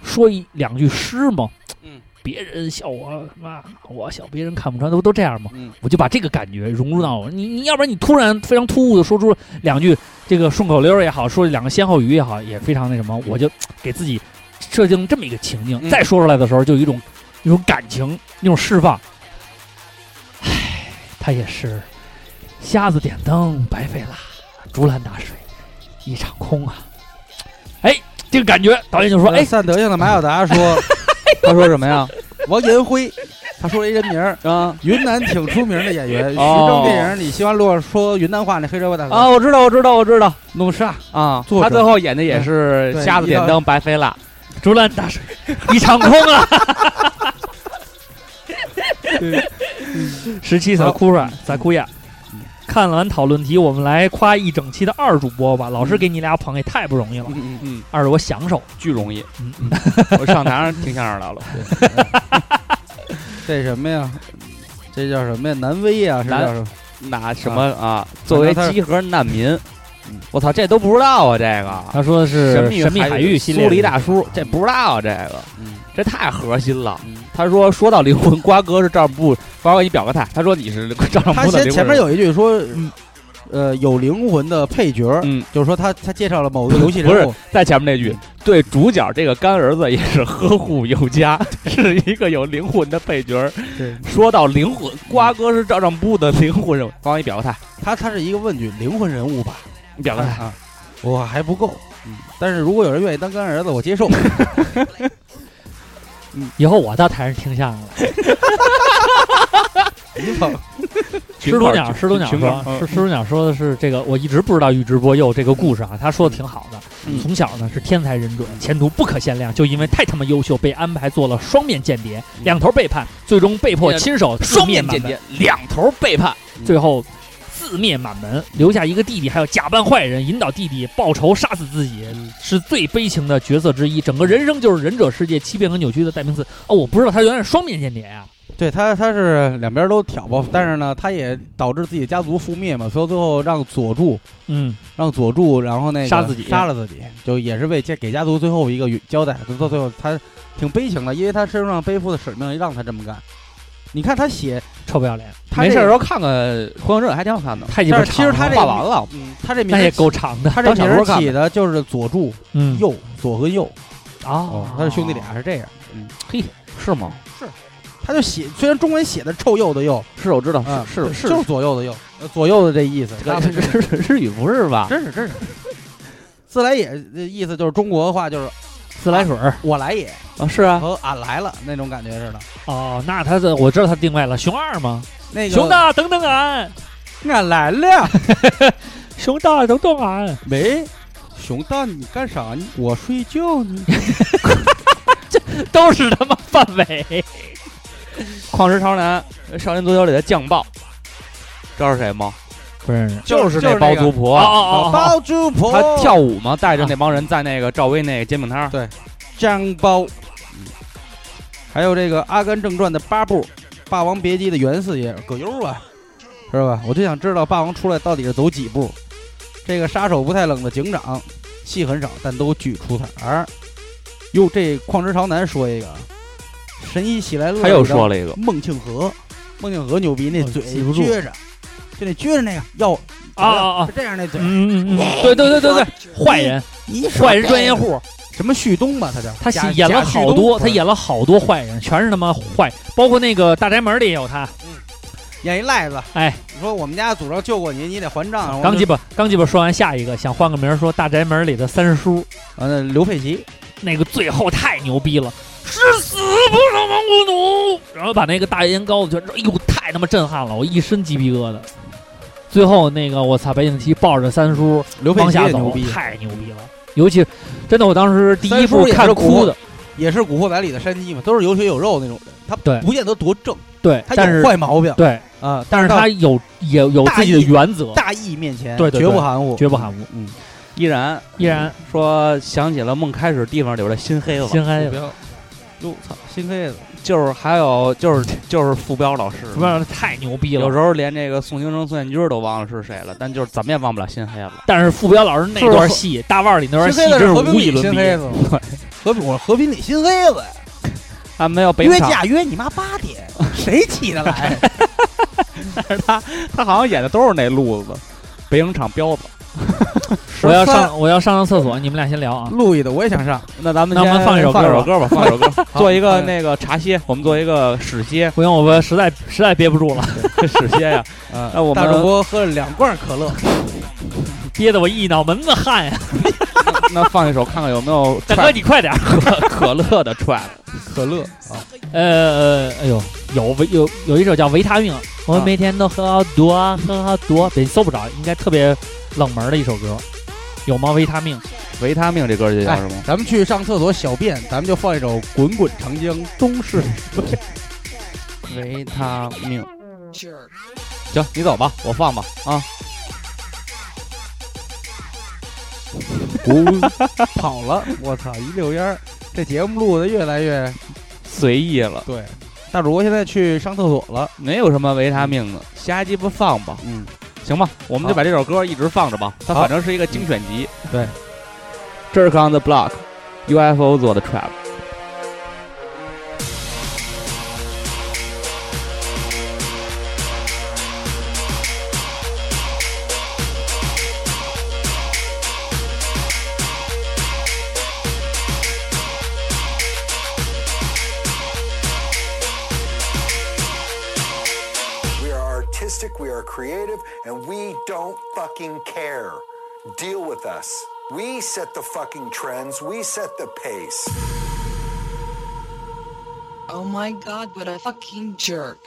Speaker 2: 说一两句诗吗？
Speaker 5: 嗯，
Speaker 2: 别人笑我妈，我笑别人看不穿，都都这样吗？
Speaker 5: 嗯，
Speaker 2: 我就把这个感觉融入到我，你你要不然你突然非常突兀的说出两句这个顺口溜儿也好，说两个先后语也好，也非常那什么，我就给自己设定这么一个情境，
Speaker 5: 嗯
Speaker 2: 再说出来的时候就有一种一种感情，一种释放。唉，他也是瞎子点灯白费蜡，竹篮打水一场空啊！哎，这个感觉，导演就说：“哎，
Speaker 5: 呃散德性的马小
Speaker 2: (laughs)
Speaker 5: 达说，他说什么呀？王银辉，他说了一人名儿，
Speaker 4: 啊，
Speaker 5: 云南挺出名的演员，徐
Speaker 4: 哦
Speaker 5: 峥电影里希望路上说云南话那黑社会大哥
Speaker 2: 哦
Speaker 4: 啊，我知道，我知道，我知道
Speaker 5: 弄啥？
Speaker 4: 啊
Speaker 5: 作，者
Speaker 4: 他最后演的也是
Speaker 5: 对
Speaker 4: 瞎子点灯白费蜡，
Speaker 2: 竹篮打水 (laughs) 一场空 (laughs) 啊！”十七小哭出来，小哭呀！看完讨论题，我们来夸一整期的二主播吧。老师给你俩捧也太不容易了，
Speaker 4: 嗯嗯，
Speaker 2: 二主播享受。
Speaker 4: 巨容易
Speaker 2: 嗯，
Speaker 4: (laughs) 我上台上听相声来了，
Speaker 5: 这什么呀？这叫什么呀？南威啊呀，是
Speaker 4: 南
Speaker 5: 叫什么？
Speaker 4: 那什么啊，作为
Speaker 5: 难道他是
Speaker 4: 集合难民，我操，这都不知道啊，这个。
Speaker 2: 他说的是
Speaker 4: 神
Speaker 2: 《神秘海域》系列
Speaker 4: 苏
Speaker 2: 里
Speaker 4: 黎大叔，这不知道啊这个，
Speaker 5: 嗯
Speaker 4: 这太核心了。
Speaker 5: 嗯
Speaker 4: 他说说到灵魂，瓜哥是赵本布，瓜哥给你表个态，他说你是赵本
Speaker 5: 他
Speaker 4: 布的灵
Speaker 5: 先
Speaker 4: 魂。
Speaker 5: 前面，有一句说，呃，有灵魂的配角儿，
Speaker 4: 嗯，
Speaker 5: 就是说他他介绍了某个游戏
Speaker 4: 不是
Speaker 5: 人物，
Speaker 4: 在前面那句，对主角这个干儿子也是呵护有加，是一个有灵魂的配角儿。
Speaker 5: 对
Speaker 4: 说到灵魂，瓜哥是赵尚布的灵魂人物，瓜哥给你表个态，
Speaker 5: 他他是一个问句，灵魂人物吧？
Speaker 4: 你表个态。
Speaker 5: 啊，我还不够。
Speaker 4: 嗯
Speaker 5: 嗯但是如果有人愿意当干儿子，
Speaker 4: (laughs)
Speaker 5: 我接受。
Speaker 2: 以后我到台上听相声了。
Speaker 4: 群
Speaker 2: 石
Speaker 4: 口
Speaker 2: 头鸟，石头鸟
Speaker 4: 群口
Speaker 2: 说，石石头鸟说的是这个，我一直不知道玉直播幼这个故事啊，他说的挺好的。
Speaker 5: 嗯
Speaker 2: 从小呢是天才人种，前途不可限量，就因为太他妈优秀，被安排做了双面间谍，两头背叛，最终被迫亲手
Speaker 4: 嗯双面
Speaker 2: 自
Speaker 4: 间
Speaker 2: 满门，
Speaker 4: 谍，两头背叛，
Speaker 2: 最后自灭满门，留下一个弟弟，还有假扮坏人引导弟弟报仇，杀死自己，
Speaker 4: 嗯
Speaker 2: 是最悲情的角色之一。整个人生就是忍者世界欺骗和扭曲的代名词。哦，我不知道他原来是双面间谍啊。
Speaker 5: 对他，他是两边都挑拨，但是呢，他也导致自己家族覆灭嘛，所以最后让佐助，
Speaker 2: 嗯，
Speaker 5: 让佐助，然后那个
Speaker 2: 杀自己
Speaker 5: 杀了自己，就也是为家给家族最后一个交代。到最后他挺悲情的，因为他身上背负的使命让他这么干。你看他写，
Speaker 2: 臭不要脸，
Speaker 5: 他
Speaker 4: 没事
Speaker 5: 这
Speaker 4: 儿时候看看《火影忍者》还挺好看的。
Speaker 2: 太鸡巴
Speaker 5: 但是其
Speaker 2: 长
Speaker 5: 实
Speaker 2: 了。
Speaker 5: 他这
Speaker 4: 画完了，
Speaker 5: 嗯，他这名
Speaker 2: 那
Speaker 5: 儿
Speaker 2: 也够长的。
Speaker 5: 他这
Speaker 4: 当小
Speaker 5: 名
Speaker 4: 说
Speaker 5: 儿
Speaker 4: 看
Speaker 5: 起的就是佐助
Speaker 2: 嗯，
Speaker 5: 右左和右，
Speaker 2: 啊，
Speaker 5: 哦他是兄弟俩是这样。
Speaker 4: 是吗？
Speaker 5: 他就写，虽然中文写的臭鼬的鼬，
Speaker 4: 是，我知道，
Speaker 5: 嗯
Speaker 4: 是啊是
Speaker 5: 就是左右的右，呃左右的这意思。
Speaker 4: 是日日语不是吧？
Speaker 5: 真是真是，自来也这意思就是中国话就是
Speaker 2: 自来水儿
Speaker 5: 我来也
Speaker 4: 啊，是啊，
Speaker 5: 和俺来了那种感觉似的。
Speaker 2: 哦，那他的我知道他定位了，熊二吗？
Speaker 5: 那个
Speaker 2: 熊，大等等俺，
Speaker 5: 俺来了，
Speaker 2: 熊大等等
Speaker 5: (laughs)
Speaker 2: 俺，
Speaker 5: 喂，熊大你干啥呢？我睡觉呢。
Speaker 2: 都是他妈范伟。
Speaker 4: 矿石超男《少林足球》里的酱爆，知道是谁吗？
Speaker 2: 不认识。
Speaker 4: 就是
Speaker 5: 就是
Speaker 4: 包
Speaker 5: 那个
Speaker 4: 租
Speaker 2: 哦
Speaker 4: 婆，
Speaker 2: 哦哦，
Speaker 5: 包租婆，
Speaker 4: 他跳舞嘛，带着那帮人在那个赵薇那个煎饼摊儿
Speaker 5: 对张包，还有这个《阿甘正传》的八部，《霸王别姬》的袁四爷葛优啊，是吧？我就想知道霸王出来到底是走几步。这个杀手不太冷的警长，戏很少，但都巨出彩儿。哟，这矿石潮男说一个，神医喜来乐
Speaker 4: 他又说了一个，
Speaker 5: 孟庆和，孟庆和牛逼，那
Speaker 2: 哦
Speaker 5: 嘴
Speaker 2: 记不住
Speaker 5: 撅着，就那撅着那个要
Speaker 2: 啊啊啊
Speaker 5: 就这样那嘴，
Speaker 2: 嗯嗯嗯，对对对对对，坏人，
Speaker 5: 你
Speaker 2: 坏人专业户，
Speaker 5: 什么旭东吧，他叫
Speaker 2: 他
Speaker 5: 贾
Speaker 2: 戏演
Speaker 5: 贾
Speaker 2: 了
Speaker 5: 旭
Speaker 2: 好
Speaker 5: 东
Speaker 2: 多，他演了好多坏人，全是他妈坏，包括那个《大宅门》里也有他。
Speaker 5: 演一赖子，
Speaker 2: 哎，啊
Speaker 5: 你说我们家祖宗救过你，你得还账。
Speaker 2: 刚鸡
Speaker 5: 进，
Speaker 2: 巴刚鸡巴说完下一个，想换个名儿说《大宅门》里的三叔，
Speaker 5: 完了啊刘佩琦，
Speaker 2: 那个最后太牛逼了，誓死不让亡国奴。然后把那个大烟膏子全，哎呦，太他妈震撼了，我一身鸡皮疙瘩。最后那个我操，白景琦抱着三叔
Speaker 5: 刘佩
Speaker 2: 往
Speaker 5: 琦
Speaker 2: 下
Speaker 5: 也
Speaker 2: 走
Speaker 5: 牛，逼，
Speaker 2: 太牛逼了。尤其真的，我当时第一
Speaker 5: 三
Speaker 2: 部
Speaker 5: 叔也是
Speaker 2: 看着
Speaker 5: 国
Speaker 2: 哭的，
Speaker 5: 也是《古惑仔》里的山鸡嘛，都是有血有肉那种人，他
Speaker 2: 对
Speaker 5: 不见得多正，
Speaker 2: 对，
Speaker 5: 他
Speaker 2: 但
Speaker 5: 有
Speaker 2: 是
Speaker 5: 坏毛病
Speaker 2: 对，
Speaker 5: 啊，
Speaker 2: 但是
Speaker 5: 到
Speaker 2: 他有也有
Speaker 5: 大
Speaker 2: 自己的
Speaker 5: 义
Speaker 2: 原则，
Speaker 5: 大义面前
Speaker 2: 对对
Speaker 5: 绝不
Speaker 2: 对
Speaker 5: 含糊，
Speaker 2: 绝不含糊。
Speaker 5: 嗯，
Speaker 4: 依然
Speaker 2: 依然
Speaker 5: 嗯
Speaker 4: 说想起了梦开始地方里边的心黑了。
Speaker 2: 心黑了。
Speaker 5: 哟，操，心黑子，
Speaker 4: 就是还有就是就是傅彪老师，
Speaker 2: 不然太牛逼
Speaker 4: 有
Speaker 2: 了。
Speaker 4: 时候连这个宋庆龄、宋彦军都忘了是谁了，但就是怎么也忘不了心黑子。
Speaker 2: 但是傅彪老师那
Speaker 5: 是
Speaker 2: 段
Speaker 5: 和
Speaker 2: 戏，大腕儿里那段
Speaker 5: 心
Speaker 2: 戏
Speaker 5: 黑子
Speaker 2: 真是
Speaker 5: 和平
Speaker 2: 无以
Speaker 5: 里
Speaker 2: 伦
Speaker 5: 心
Speaker 2: 比。
Speaker 5: 黑子，和平我和平里心黑子呀，
Speaker 4: 他啊没有北
Speaker 5: 约
Speaker 4: 厂，
Speaker 5: 架约你妈八点，谁起得来？
Speaker 4: 他好像演的都是那路子。北影厂彪子，
Speaker 2: 我要
Speaker 5: 十三
Speaker 2: 上，我要上趟厕所，你们俩先聊啊。
Speaker 5: 路易的我也想上，
Speaker 4: 那咱
Speaker 2: (laughs)
Speaker 4: 们
Speaker 2: 那我们
Speaker 4: 先
Speaker 2: 放一首歌
Speaker 4: 放
Speaker 2: 吧
Speaker 4: 首歌吧，放一 (laughs) 首歌，做一
Speaker 5: 放
Speaker 4: 个
Speaker 5: 一首
Speaker 4: 那个茶歇，我们做一个屎 (laughs) 歇，
Speaker 2: 不行，我实在实在憋不住了，
Speaker 4: 屎歇 (laughs) 呀。那我
Speaker 5: 大主
Speaker 4: 们
Speaker 5: 播喝了两罐可乐，
Speaker 2: 憋得我一脑门子汗 (laughs) 呀。
Speaker 4: 那放一首，看看有没 (laughs) 有
Speaker 2: 大哥，你快点儿。
Speaker 4: 可 (laughs) 可乐的 trap。
Speaker 5: 可乐
Speaker 2: 呃，哎呦，有维有有一首叫维他命，我每天都喝好多，喝好多，别搜不着，应该特别冷门的一首歌，有吗？维他命，
Speaker 4: 维他命这歌就叫
Speaker 5: 哎
Speaker 4: 什么？
Speaker 5: 咱们去上厕所小便，咱们就放一首《滚滚长江东逝水》。
Speaker 4: 维他命。行，你走吧，我放吧啊。
Speaker 5: 滚跑了，我操，一溜烟儿，这节目录的越来越
Speaker 4: 随意了，
Speaker 5: 对。大主播现在去上厕所了，
Speaker 4: 没有什么维他命的，瞎鸡巴放吧。
Speaker 5: 嗯，
Speaker 4: 行吧，我们就
Speaker 5: 好
Speaker 4: 把这首歌一直放着吧，它
Speaker 5: 好
Speaker 4: 反正是一个精选集。
Speaker 5: 对
Speaker 4: ，Jerk on the Block。UFO 做的 trap，
Speaker 7: We are artistic, we are creative, and we don't fucking care. Deal with us. We set the fucking trends, we set the pace.
Speaker 8: Oh my god, what a fucking jerk.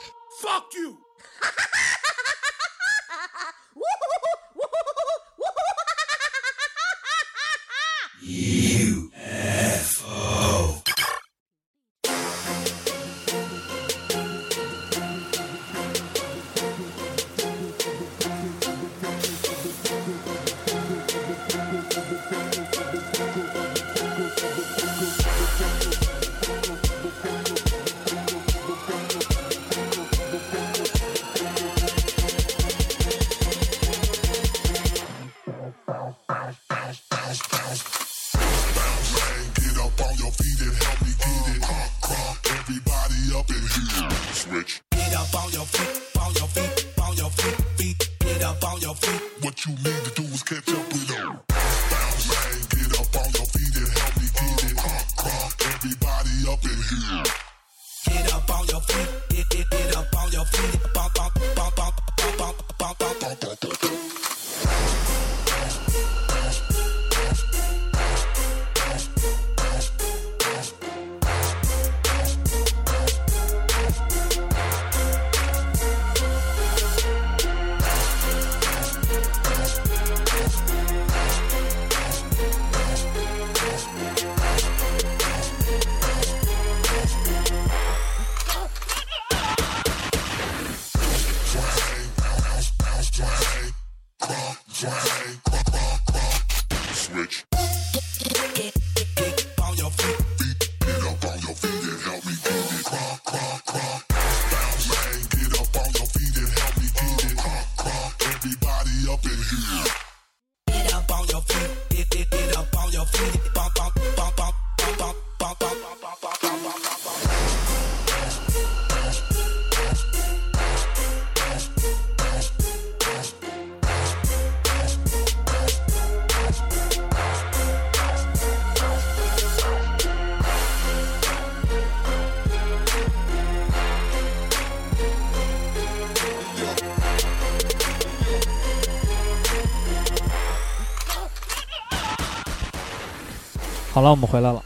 Speaker 2: 好了，我们回来了。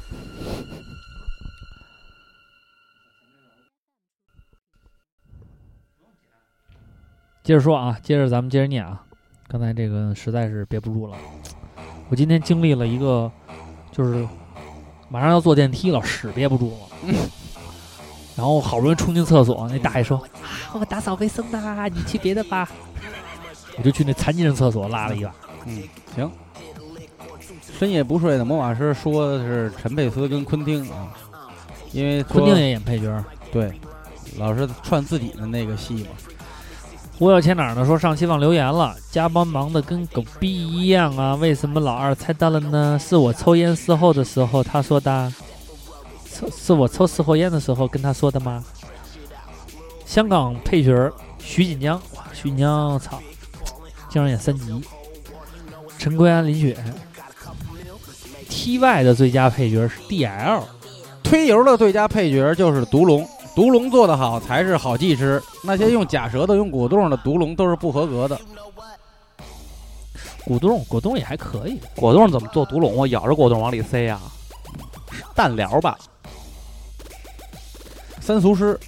Speaker 2: 接着说啊，接着咱们接着念啊。刚才这个实在是憋不住了，我今天经历了一个，就是马上要坐电梯了，屎憋不住了。然后好不容易冲进厕所，那大爷说：“啊，我打扫卫生的，你去别的吧。”我就去那残疾人厕所拉了一把。
Speaker 5: 深夜不睡的魔法师说的是陈佩斯跟昆汀啊，因为
Speaker 2: 昆汀
Speaker 5: 说
Speaker 2: 也演配角儿。
Speaker 5: 对，老是串自己的那个戏嘛。
Speaker 2: 吴小千哪儿呢？说上期忘留言了，加班忙得跟狗逼一样啊！为什么老二猜到了呢？是我抽烟事后的时候他说的啊，抽是我抽事后烟的时候跟他说的吗？香港配角儿徐锦江，哇，徐锦江，操，竟然演三级，陈奎安、林雪，T.Y 的最佳配角是 D.L，
Speaker 5: 推油的最佳配角就是独龙，独龙做得好才是好技师，那些用假舌头、用果冻的独龙都是不合格的。
Speaker 2: 古洞，古洞也还可以，
Speaker 4: 果冻怎么做毒龙啊？咬着果冻往里塞呀、是蛋疗吧？
Speaker 5: 三俗师，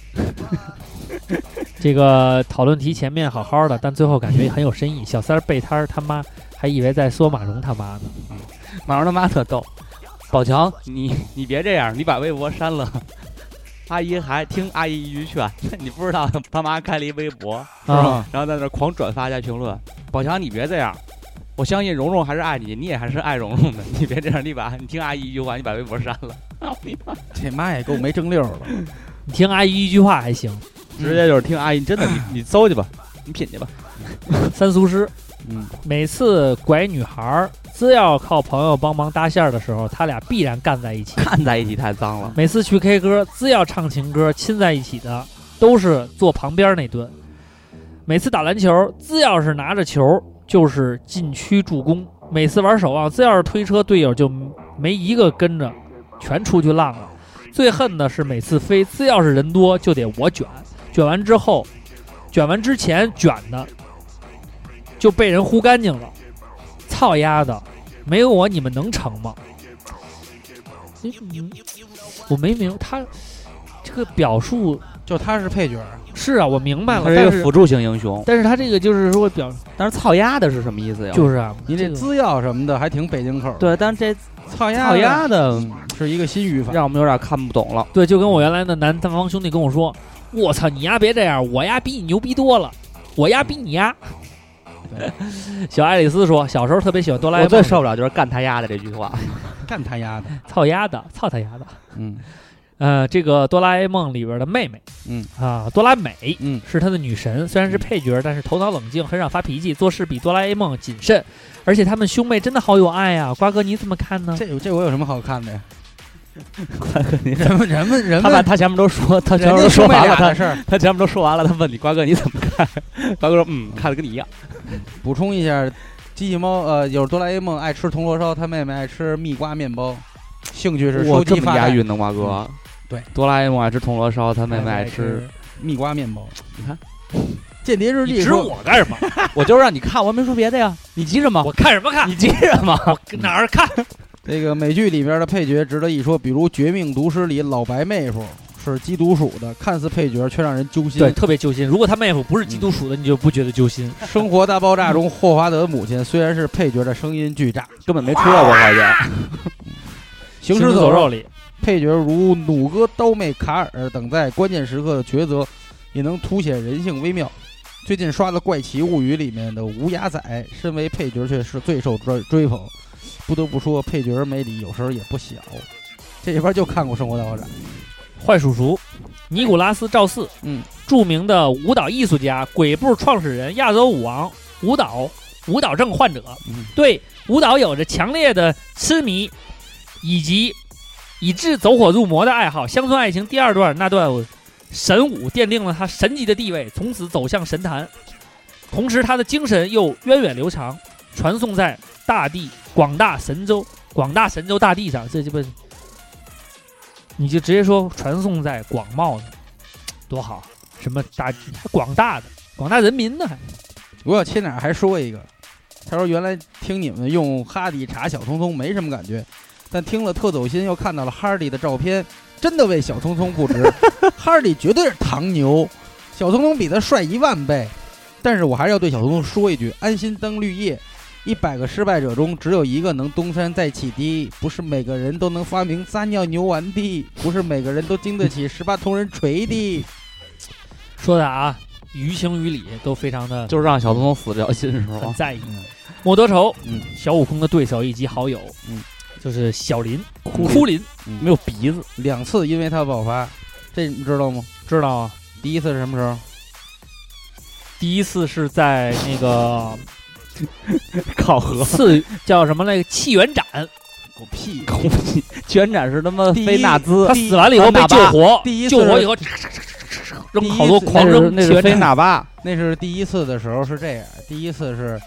Speaker 2: 这个讨论题前面好好的，但最后感觉很有深意。小三儿背摊儿他妈还以为在说马蓉他妈呢。
Speaker 4: 马上他妈特逗。宝强，你你别这样，你把微博删了。 (laughs) 阿姨还听阿姨一句劝， (laughs) 你不知道他妈开了一微博，
Speaker 2: 啊，
Speaker 4: 然后在那儿狂转发加评论。宝强，你别这样，我相信蓉蓉还是爱你，你也还是爱蓉蓉的。 (laughs) 你别这样，你把你听阿姨一句话，你把微博删 (laughs) 了。
Speaker 5: 这妈也够没正溜的。
Speaker 2: 你听阿姨一句话还行。
Speaker 4: (laughs) 直接就是听阿姨，真的，你你搜去吧，你品去吧。
Speaker 2: 三俗师
Speaker 5: 嗯，
Speaker 2: 每次拐女孩儿，只要靠朋友帮忙搭线儿的时候，他俩必然干在一起。
Speaker 4: (laughs) 看在一起太脏了，
Speaker 2: 每次去 K 歌，只要唱情歌，亲在一起的都是坐旁边那顿。每次打篮球，只要是拿着球，就是禁区助攻。每次玩守望，只要是推车，队友就没一个跟着，全出去浪了。最恨的是每次飞，只要是人多就得我卷，卷完之后，卷完之前卷的就被人呼干净了。操丫的，没有我你们能成吗？嗯嗯我没明他这个表述
Speaker 5: 就他是配角，
Speaker 2: 是啊，我明白了，
Speaker 4: 他是一
Speaker 2: 但
Speaker 4: 个
Speaker 2: 是
Speaker 4: 辅助型英雄。
Speaker 2: 但是他这个就是说表
Speaker 4: 但是操丫的是什么意思呀？
Speaker 2: 就是啊，
Speaker 5: 你这
Speaker 2: 个
Speaker 5: 资料什么的还挺北京口。，
Speaker 4: 对，但这
Speaker 5: 操丫
Speaker 4: 操丫的
Speaker 5: 是一个新语法。
Speaker 4: 让我们有点看不懂了。
Speaker 2: 对，就跟我原来的南南方兄弟跟我说，我操你丫别这样，我丫比你牛逼多了，我丫比你丫。
Speaker 5: (laughs)
Speaker 2: 小爱丽丝说，小时候特别喜欢哆啦 A
Speaker 4: 我
Speaker 2: 梦，
Speaker 4: 最受不了就是干他丫的这句话。
Speaker 5: 干他丫的！
Speaker 2: 操丫的，操他丫的。
Speaker 5: 嗯，
Speaker 2: 呃，这个哆啦 A 梦里边的妹妹，
Speaker 5: 嗯
Speaker 2: 啊，哆啦美，
Speaker 5: 嗯，
Speaker 2: 是她的女神，虽然是配角，但是头脑冷静，很少发脾气，做事比哆啦 A 梦谨慎，而且他们兄妹真的好有爱呀、瓜哥你怎么看
Speaker 4: 啊
Speaker 2: 呢？
Speaker 5: 这这我有什么好看的呀？人们人们人
Speaker 4: 他把
Speaker 5: 们
Speaker 4: 他前面都说， (laughs) 他前
Speaker 5: 人
Speaker 4: 面
Speaker 5: 家
Speaker 4: 都说
Speaker 5: 兄妹
Speaker 4: 完了，
Speaker 5: 俩
Speaker 4: 他
Speaker 5: 的事儿。
Speaker 4: 他前面都说完了，他问你瓜哥你怎么看？瓜哥说嗯，看的跟你一样。
Speaker 5: 补充一下，机器猫呃，有哆啦 A 梦爱吃铜锣烧，他妹妹爱吃蜜瓜面包，兴趣是收
Speaker 4: 这
Speaker 5: 集
Speaker 4: 么
Speaker 5: 发
Speaker 4: 押
Speaker 5: 带
Speaker 4: 韵呢，瓜哥。
Speaker 5: 对，
Speaker 4: 哆啦 A 梦爱吃铜锣烧，他妹妹爱吃。
Speaker 5: 哎蜜瓜面包。
Speaker 4: 你看，
Speaker 5: 《间谍日
Speaker 2: 你
Speaker 5: 记》
Speaker 2: 指
Speaker 5: 说
Speaker 2: 我干什么？
Speaker 4: 我就是让你看，我没说别的呀。你急什么？
Speaker 2: 我看什么看？
Speaker 4: 你急什么？
Speaker 2: 我哪儿看？
Speaker 5: 这个美剧里边的配角值得一说，比如《绝命毒师》里老白妹夫是缉毒署的，看似配角却让人揪心。
Speaker 2: 对，特别揪心。如果他妹夫不是基
Speaker 5: 嗯
Speaker 2: 督属的，你就不觉得揪心。
Speaker 5: 《生活大爆炸》中霍华德的母亲虽然是配角，但声音巨炸。
Speaker 4: 根本没出来过，好像。
Speaker 5: 《行
Speaker 2: 尸
Speaker 5: 尸
Speaker 2: 走
Speaker 5: 走肉》
Speaker 2: 里，
Speaker 5: 配角如弩哥、刀妹、卡尔等，在关键时刻的抉择也能凸显人性微妙。最近刷的《怪奇物语》里面的无牙仔，身为配角却是最受追追捧。不得不说，配角魅力有时候也不小。这里边就看过《生活大爆炸》，
Speaker 2: 坏叔叔，尼古拉斯·赵四，
Speaker 5: 嗯，
Speaker 2: 著名的舞蹈艺术家，鬼步创始人，亚洲舞王，舞蹈舞蹈症患者，
Speaker 5: 嗯
Speaker 2: 对舞蹈有着强烈的痴迷，以及以致走火入魔的爱好。《乡村爱情》第二段那段神舞奠定了他神级的地位，从此走向神坛。同时，他的精神又源远流长，传颂在大地广大神州广大神州大地上。这鸡巴，你就直接说传颂在广袤呢，多好！啊什么大还广大的广大人民呢？还
Speaker 5: 我小亲哪儿还说一个，他说原来听你们用哈迪查小聪聪没什么感觉，但听了特走心，又看到了哈迪的照片，真的为小聪聪不值。 (laughs) 哈迪绝对是唐牛，小聪聪比他帅一万倍。但是我还是要对小聪聪说一句：安心当绿叶。一百个失败者中，只有一个能东山再起的。不是每个人都能发明撒尿牛丸的，不是每个人都经得起十八铜人锤的。
Speaker 2: 说的啊，于情于理都非常的
Speaker 4: (laughs) 就是让小聪聪死掉心是 (laughs)
Speaker 2: 很
Speaker 4: 吗？
Speaker 2: 在意
Speaker 5: 嗯。
Speaker 2: 莫德仇，
Speaker 5: 嗯
Speaker 2: 小悟空的对手以及好友，
Speaker 5: 嗯
Speaker 2: 就是小林
Speaker 5: 哭
Speaker 2: 哭林，
Speaker 4: 没有鼻子，
Speaker 5: 两次因为他爆发，这你知道吗？
Speaker 2: 知道啊？
Speaker 5: 第一次是什么时候？
Speaker 2: 第一次是在那
Speaker 5: (laughs)
Speaker 2: 个
Speaker 4: 考核
Speaker 2: 次叫什么那个气源展，
Speaker 5: 狗屁！
Speaker 4: 空 (laughs) 气全展是他妈
Speaker 5: 第一
Speaker 4: 菲纳兹
Speaker 2: 他，死完了以后被救活，
Speaker 5: 第一次
Speaker 2: 救活以后
Speaker 5: 第
Speaker 2: 扔
Speaker 5: 一
Speaker 2: 好多
Speaker 5: 次
Speaker 2: 狂
Speaker 5: 那是
Speaker 4: (laughs)
Speaker 2: 扔
Speaker 5: 那
Speaker 2: 气
Speaker 5: 是
Speaker 2: 源
Speaker 5: 飞
Speaker 2: 展，
Speaker 5: 纳巴，那是第一次的时候是这样，第一次是，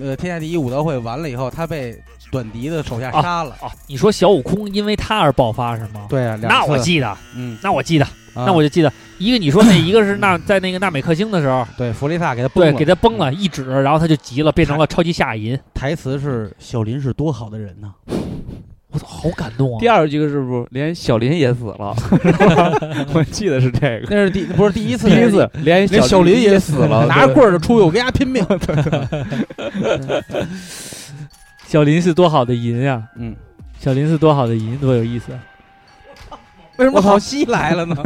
Speaker 5: 呃，天下第一武道会完了以后，他被短笛的手下
Speaker 2: 啊
Speaker 5: 杀了。
Speaker 2: 哦，你说小悟空因为他而爆发是吗？
Speaker 5: 对啊，两
Speaker 2: 那
Speaker 5: 次
Speaker 2: 我，记得，
Speaker 5: 嗯，
Speaker 2: 那我记得，
Speaker 5: 啊
Speaker 2: 那我就记得一个你说那一个是那在那个纳美克星的时候，
Speaker 5: 对弗利萨给他崩
Speaker 2: 对，
Speaker 5: 了，
Speaker 2: 给他崩了一指，然后他就急了，变成了超级下银。
Speaker 5: 台词是小林是多好的人呐、
Speaker 2: 我操，好感动啊！
Speaker 4: 第二句是不是连小林也死了？我记得是这个。
Speaker 5: 那是第不是第一次，
Speaker 4: 第一次连
Speaker 5: 连
Speaker 4: 小
Speaker 5: 小林
Speaker 4: 也
Speaker 5: 也
Speaker 4: 死了，
Speaker 5: 拿着
Speaker 4: 对
Speaker 5: 棍儿就出去，我跟他拼命。
Speaker 2: (laughs) 小林是多好的银呀！
Speaker 5: 嗯，
Speaker 2: 小林是多好的银，多有意思啊！
Speaker 5: 为什么跑西来 (laughs) 了呢？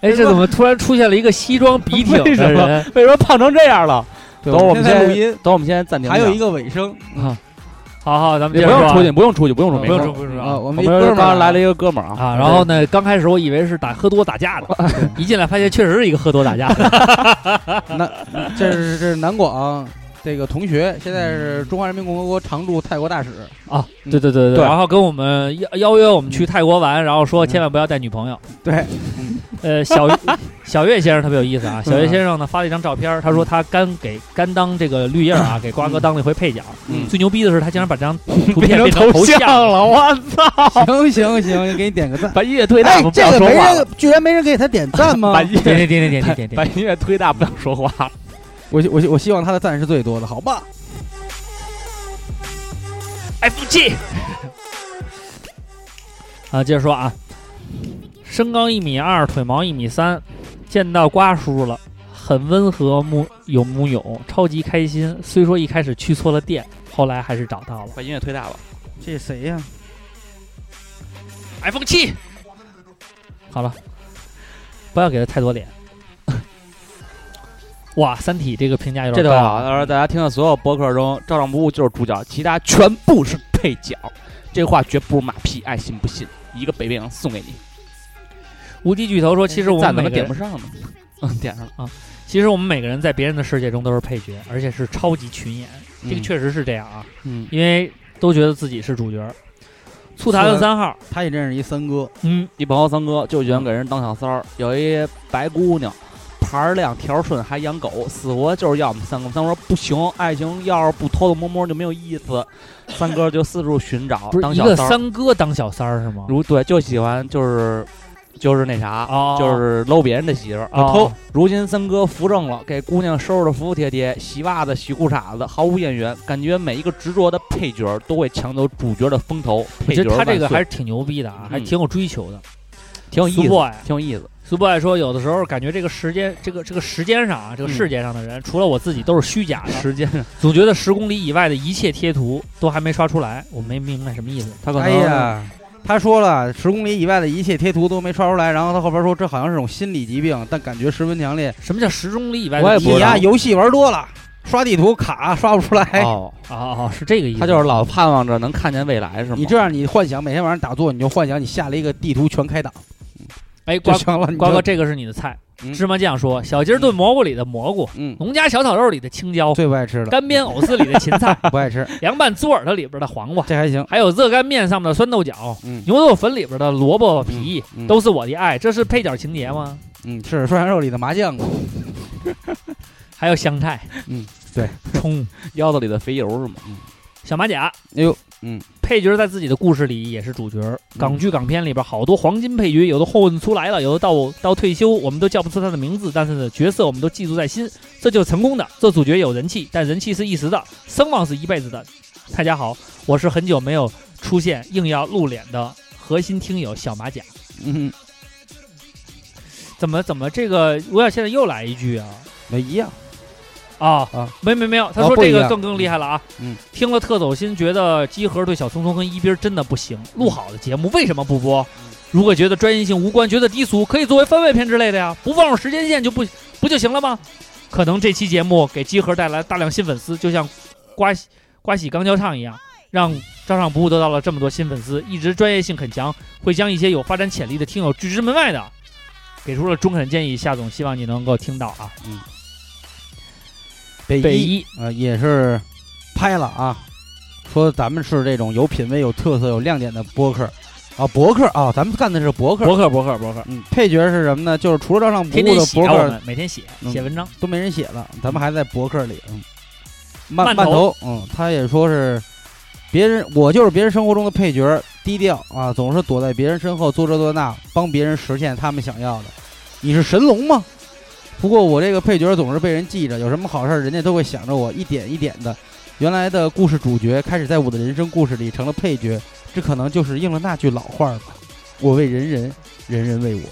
Speaker 2: 哎，这怎么突然出现了一个西装笔挺
Speaker 4: 为
Speaker 2: 的
Speaker 4: 什么
Speaker 2: 人？
Speaker 4: 为什么胖成这样了？
Speaker 5: 对
Speaker 4: 等会儿我
Speaker 5: 现
Speaker 4: 们
Speaker 5: 在录
Speaker 4: 先
Speaker 5: 音，
Speaker 4: 等会儿我们先暂停下，
Speaker 5: 还有一个尾声
Speaker 2: 好好，咱们
Speaker 4: 也
Speaker 2: 接
Speaker 4: 不
Speaker 2: 着说
Speaker 4: 用
Speaker 2: 啊
Speaker 4: 出去，不用出去，不用出去，
Speaker 2: 不用
Speaker 4: 没事
Speaker 2: 说，不用说
Speaker 5: 啊，
Speaker 2: 啊。
Speaker 5: 我
Speaker 4: 我
Speaker 5: 们
Speaker 4: 们
Speaker 5: 一哥们
Speaker 4: 刚
Speaker 5: 儿
Speaker 4: 刚来了
Speaker 5: 了
Speaker 4: 一个哥们儿啊，啊
Speaker 2: 啊，然后呢？刚开始我以为是打喝多打架的，一进来发现确实是一个喝多打架的。
Speaker 5: 南，这是这是南广这个同学，现在是中华人民共和国常驻泰国大使。
Speaker 2: 啊，对对对嗯
Speaker 5: 对
Speaker 2: 然后跟我们邀邀约我们去泰国玩，然后说千万不要带女朋友。
Speaker 5: 对，
Speaker 2: 呃，小 (laughs) 小岳先生特别有意思啊，小岳先生呢发了一张照片儿，他说他干给干当这个绿叶儿啊，给瓜哥当了一回配角。
Speaker 5: 嗯
Speaker 2: 最牛逼的是他竟然把这张图片变成头像了，我 (laughs) 操！
Speaker 5: 行行行，给你点个赞。
Speaker 4: 把音乐推大，
Speaker 5: 哎
Speaker 4: 我们，不
Speaker 5: 这
Speaker 4: 要
Speaker 5: 个
Speaker 4: 说
Speaker 5: 没
Speaker 4: 话
Speaker 5: 人
Speaker 4: 了。，哎
Speaker 5: 居然没人给他点赞
Speaker 2: 啊
Speaker 4: (laughs)
Speaker 5: 吗
Speaker 4: 把？音乐
Speaker 2: 点点点点点点
Speaker 4: (laughs) 把
Speaker 2: 点，
Speaker 4: 音乐推大，不要说话了。
Speaker 5: 我希我希我希望他的赞是最多的，好吧？
Speaker 2: F G。啊，接着说啊，身高一米二，腿毛一米三，见到瓜叔了，很温和木有木有，超级开心。虽说一开始去错了店，后来还是找到了
Speaker 4: 把音乐推大吧。
Speaker 5: 这是谁呀？
Speaker 2: iPhone 七。好了，不要给他太多脸。 (laughs) 哇，《三体》这个评价有
Speaker 4: 这
Speaker 2: 点高
Speaker 4: 特别
Speaker 2: 啊，
Speaker 4: 好。他说大家听到所有博客中，照常不误就是主角，其他全部是配角。这话绝不是马屁，爱信不信。一个北冰洋送给你。
Speaker 2: 无敌巨头说，其实我
Speaker 4: 赞
Speaker 2: 们每
Speaker 4: 怎么
Speaker 2: 个
Speaker 4: 点
Speaker 2: 人
Speaker 4: 不上呢？嗯，点上了。
Speaker 2: 其实我们每个人在别人的世界中都是配角，而且是超级群演，这个
Speaker 5: 嗯
Speaker 2: 确实是这样啊，
Speaker 5: 嗯，
Speaker 2: 因为都觉得自己是主角。醋坛子三号，
Speaker 5: 他也认识一三哥，
Speaker 2: 嗯，
Speaker 4: 一朋友三哥就喜欢给人当小三儿，有一白姑娘，牌儿亮条儿顺，还养狗，死活就是要我们三哥。三哥说不行，爱情要是不偷偷摸摸就没有意思。三哥就四处寻找，
Speaker 2: 不是
Speaker 4: 啊当
Speaker 2: 一
Speaker 4: 小
Speaker 2: 个
Speaker 4: 三儿。
Speaker 2: 三哥当小三儿是吗？
Speaker 4: 如对，就喜欢就是就是那啥，
Speaker 2: 哦
Speaker 4: (laughs) 就是搂别人的媳妇儿。
Speaker 2: 哦
Speaker 4: 偷。如今三哥扶正了，给姑娘收拾的服服帖帖，洗袜子、洗裤衩子，毫无眼缘。感觉每一个执着的配角儿都会抢走主角的风头。
Speaker 2: 我
Speaker 4: 配
Speaker 2: 觉
Speaker 4: 角
Speaker 2: 得他
Speaker 4: 万
Speaker 2: 这个
Speaker 4: 岁
Speaker 2: 还是挺牛逼的啊，
Speaker 4: 嗯
Speaker 2: 还挺有追求的，
Speaker 4: 挺有意
Speaker 2: 苏
Speaker 4: 思，
Speaker 2: boy，
Speaker 4: 挺有意思。
Speaker 2: 苏 boy 说，有的时候感觉这个时间，这个这个时间上啊，这个
Speaker 4: 嗯
Speaker 2: 世界上的人，除了我自己都是虚假的，
Speaker 4: 时间，
Speaker 2: 总觉得十公里以外的一切贴图都还没刷出来，我没明白什么意思。
Speaker 4: 他可能
Speaker 5: 哎呀，他说了，十公里以外的一切贴图都没刷出来，然后他后边说这好像是种心理疾病，但感觉十分强烈。
Speaker 2: 什么叫十公里以外的？
Speaker 4: 哎我也不
Speaker 5: 你
Speaker 4: 知道
Speaker 5: 呀，游戏玩多了，刷地图卡 (laughs) 刷不出来。
Speaker 4: 哦，
Speaker 2: 啊啊，是这个意思。
Speaker 4: 他就是老盼望着能看见未来，是吗？
Speaker 5: 你这样，你幻想每天晚上打坐，你就幻想你下了一个地图全开档
Speaker 2: 哎，
Speaker 5: 就
Speaker 2: 瓜
Speaker 5: 行了。你就
Speaker 2: 瓜哥，，这个是你的菜。
Speaker 5: 嗯
Speaker 2: 芝麻酱说：“小鸡儿
Speaker 4: 嗯
Speaker 2: 炖蘑菇里的蘑菇，
Speaker 5: 嗯，
Speaker 2: 农家小炒肉里的青椒，
Speaker 5: 最不爱吃了，
Speaker 2: 干煸藕丝里的芹菜，
Speaker 5: (laughs) 不爱吃，
Speaker 2: 凉拌猪耳朵里边的黄瓜，
Speaker 5: 这还行。
Speaker 2: 还有热干面上面的酸豆角，
Speaker 5: 嗯
Speaker 2: 牛肉粉里边的萝卜皮，
Speaker 5: 嗯嗯
Speaker 2: 都是我的爱。这是配角情节吗？
Speaker 5: 嗯，是涮羊肉里的麻酱。
Speaker 2: 还有香菜，
Speaker 5: 嗯，对，
Speaker 2: 葱，
Speaker 4: 腰子里的肥油是吗？
Speaker 2: 小马甲。
Speaker 5: 哎呦，嗯，
Speaker 2: 配角在自己的故事里也是主角。港剧、港片里边好多黄金配角，有的混出来了，有的到到退休，我们都叫不出他的名字，但是呢，角色我们都记住在心，这就是成功的。做主角有人气，但人气是一时的，声望是一辈子的。大家好，我是很久没有出现硬要露脸的核心听友小马甲。
Speaker 5: 嗯，
Speaker 2: 怎么怎么这个我想现在又来一句啊
Speaker 5: 没一样。
Speaker 2: 啊
Speaker 5: 啊
Speaker 2: 没没没有，他
Speaker 5: 啊
Speaker 2: 说
Speaker 5: 不
Speaker 2: 这
Speaker 5: 一
Speaker 2: 个
Speaker 5: 样
Speaker 2: 更更厉害了啊！
Speaker 5: 嗯，
Speaker 2: 听了特走心，觉得鸡盒对小聪聪跟一斌真的不行。录好的节目为什么不播？
Speaker 5: 嗯
Speaker 2: 如果觉得专业性无关，觉得低俗，可以作为番外篇之类的呀，不放入时间线就不不就行了吗？可能这期节目给鸡盒带来大量新粉丝，就像瓜喜瓜喜钢交唱一样，让照上不误得到了这么多新粉丝，一直专业性很强，会将一些有发展潜力的听友拒之门外的，啊给出了中肯建议。夏总，希望你能够听到啊。
Speaker 5: 北
Speaker 2: 北
Speaker 5: 一
Speaker 2: 一
Speaker 5: 呃也是拍了啊，说咱们是这种有品位、有特色、有亮点的播客啊，博客啊，咱们干的是博客。
Speaker 2: 博客，博客，博客，
Speaker 5: 嗯，配角是什么呢？就是除了照上不
Speaker 2: 天
Speaker 5: 误
Speaker 2: 天
Speaker 5: 的
Speaker 2: 写
Speaker 5: 博
Speaker 2: 啊我
Speaker 5: 客
Speaker 2: 们，每天写
Speaker 5: 嗯
Speaker 2: 写文章，
Speaker 5: 都没人写了，咱们还在博客里。嗯，慢
Speaker 2: 慢
Speaker 5: 头
Speaker 2: 头，
Speaker 5: 嗯，他也说是别人，我就是别人生活中的配角，低调啊，总是躲在别人身后做这做那，帮别人实现他们想要的。你是神龙吗？不过我这个配角总是被人记着，有什么好事儿人家都会想着我，一点一点的，原来的故事主角开始在我的人生故事里成了配角，这可能就是应了那句老话儿吧：我为人人，人人为我。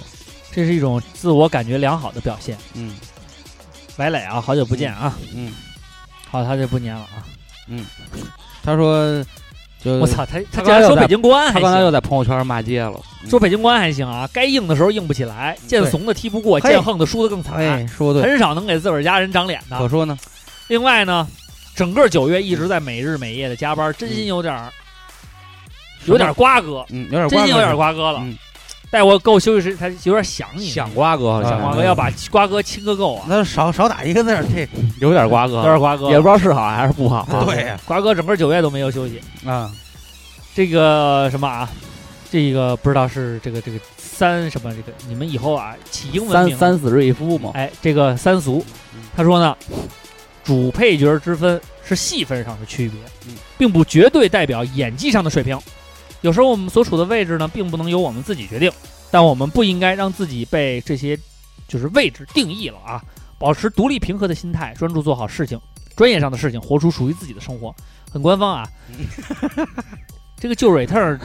Speaker 2: 这是一种自我感觉良好的表现。
Speaker 5: 嗯
Speaker 2: 白磊啊，好久不见啊，
Speaker 5: 嗯，
Speaker 2: 好，他就不粘了啊。
Speaker 5: 他说，就
Speaker 2: 我操，他他
Speaker 3: 他
Speaker 2: 竟然
Speaker 3: 刚才又
Speaker 2: 说
Speaker 3: 在
Speaker 2: 北京国安
Speaker 3: 他
Speaker 2: 还
Speaker 3: 刚才又
Speaker 2: 行，
Speaker 3: 在朋友圈骂街了，
Speaker 2: 说北京国安还行啊，该硬的时候硬不起来，见
Speaker 5: 对
Speaker 2: 怂的踢不过，
Speaker 5: 嘿
Speaker 2: 见横的输得更惨，
Speaker 5: 哎，说得对，
Speaker 2: 很少能给自个儿家人长脸的。
Speaker 5: 可说呢。
Speaker 2: 另外呢，整个九月一直在每日每夜的加班，真心有点儿、有点儿瓜葛，
Speaker 5: 嗯，有点
Speaker 2: 真心有点儿瓜
Speaker 5: 瓜
Speaker 2: 葛了。
Speaker 5: 嗯
Speaker 2: 待我够休息时，他有点想你，
Speaker 3: 想啊瓜哥，
Speaker 5: 想
Speaker 3: 想瓜
Speaker 2: 瓜哥
Speaker 3: 哥嗯
Speaker 2: 要把瓜哥亲个够啊，
Speaker 5: 那少少打一个字儿，这
Speaker 3: 有点瓜
Speaker 2: 有
Speaker 3: 哥
Speaker 2: 点，儿瓜哥
Speaker 3: 嗯也不知道是好还是不好。
Speaker 5: 对呀
Speaker 2: 瓜哥整个九月都没有休息。
Speaker 5: 啊，
Speaker 2: 这个什么啊？这个不知道是这个这个三什么这个，你们以后啊起英文
Speaker 3: 三
Speaker 2: 名
Speaker 3: 三死瑞夫嘛，
Speaker 2: 哎，这个三俗，
Speaker 3: 嗯
Speaker 2: 他说呢，主配角之分是戏份上的区别
Speaker 5: 嗯，
Speaker 2: 并不绝对代表演技上的水平。有时候我们所处的位置呢，并不能由我们自己决定，但我们不应该让自己被这些就是位置定义了啊！保持独立平和的心态，专注做好事情，专业上的事情，活出属于自己的生活。很官
Speaker 3: (laughs)
Speaker 2: 方啊。这个旧蕊特儿，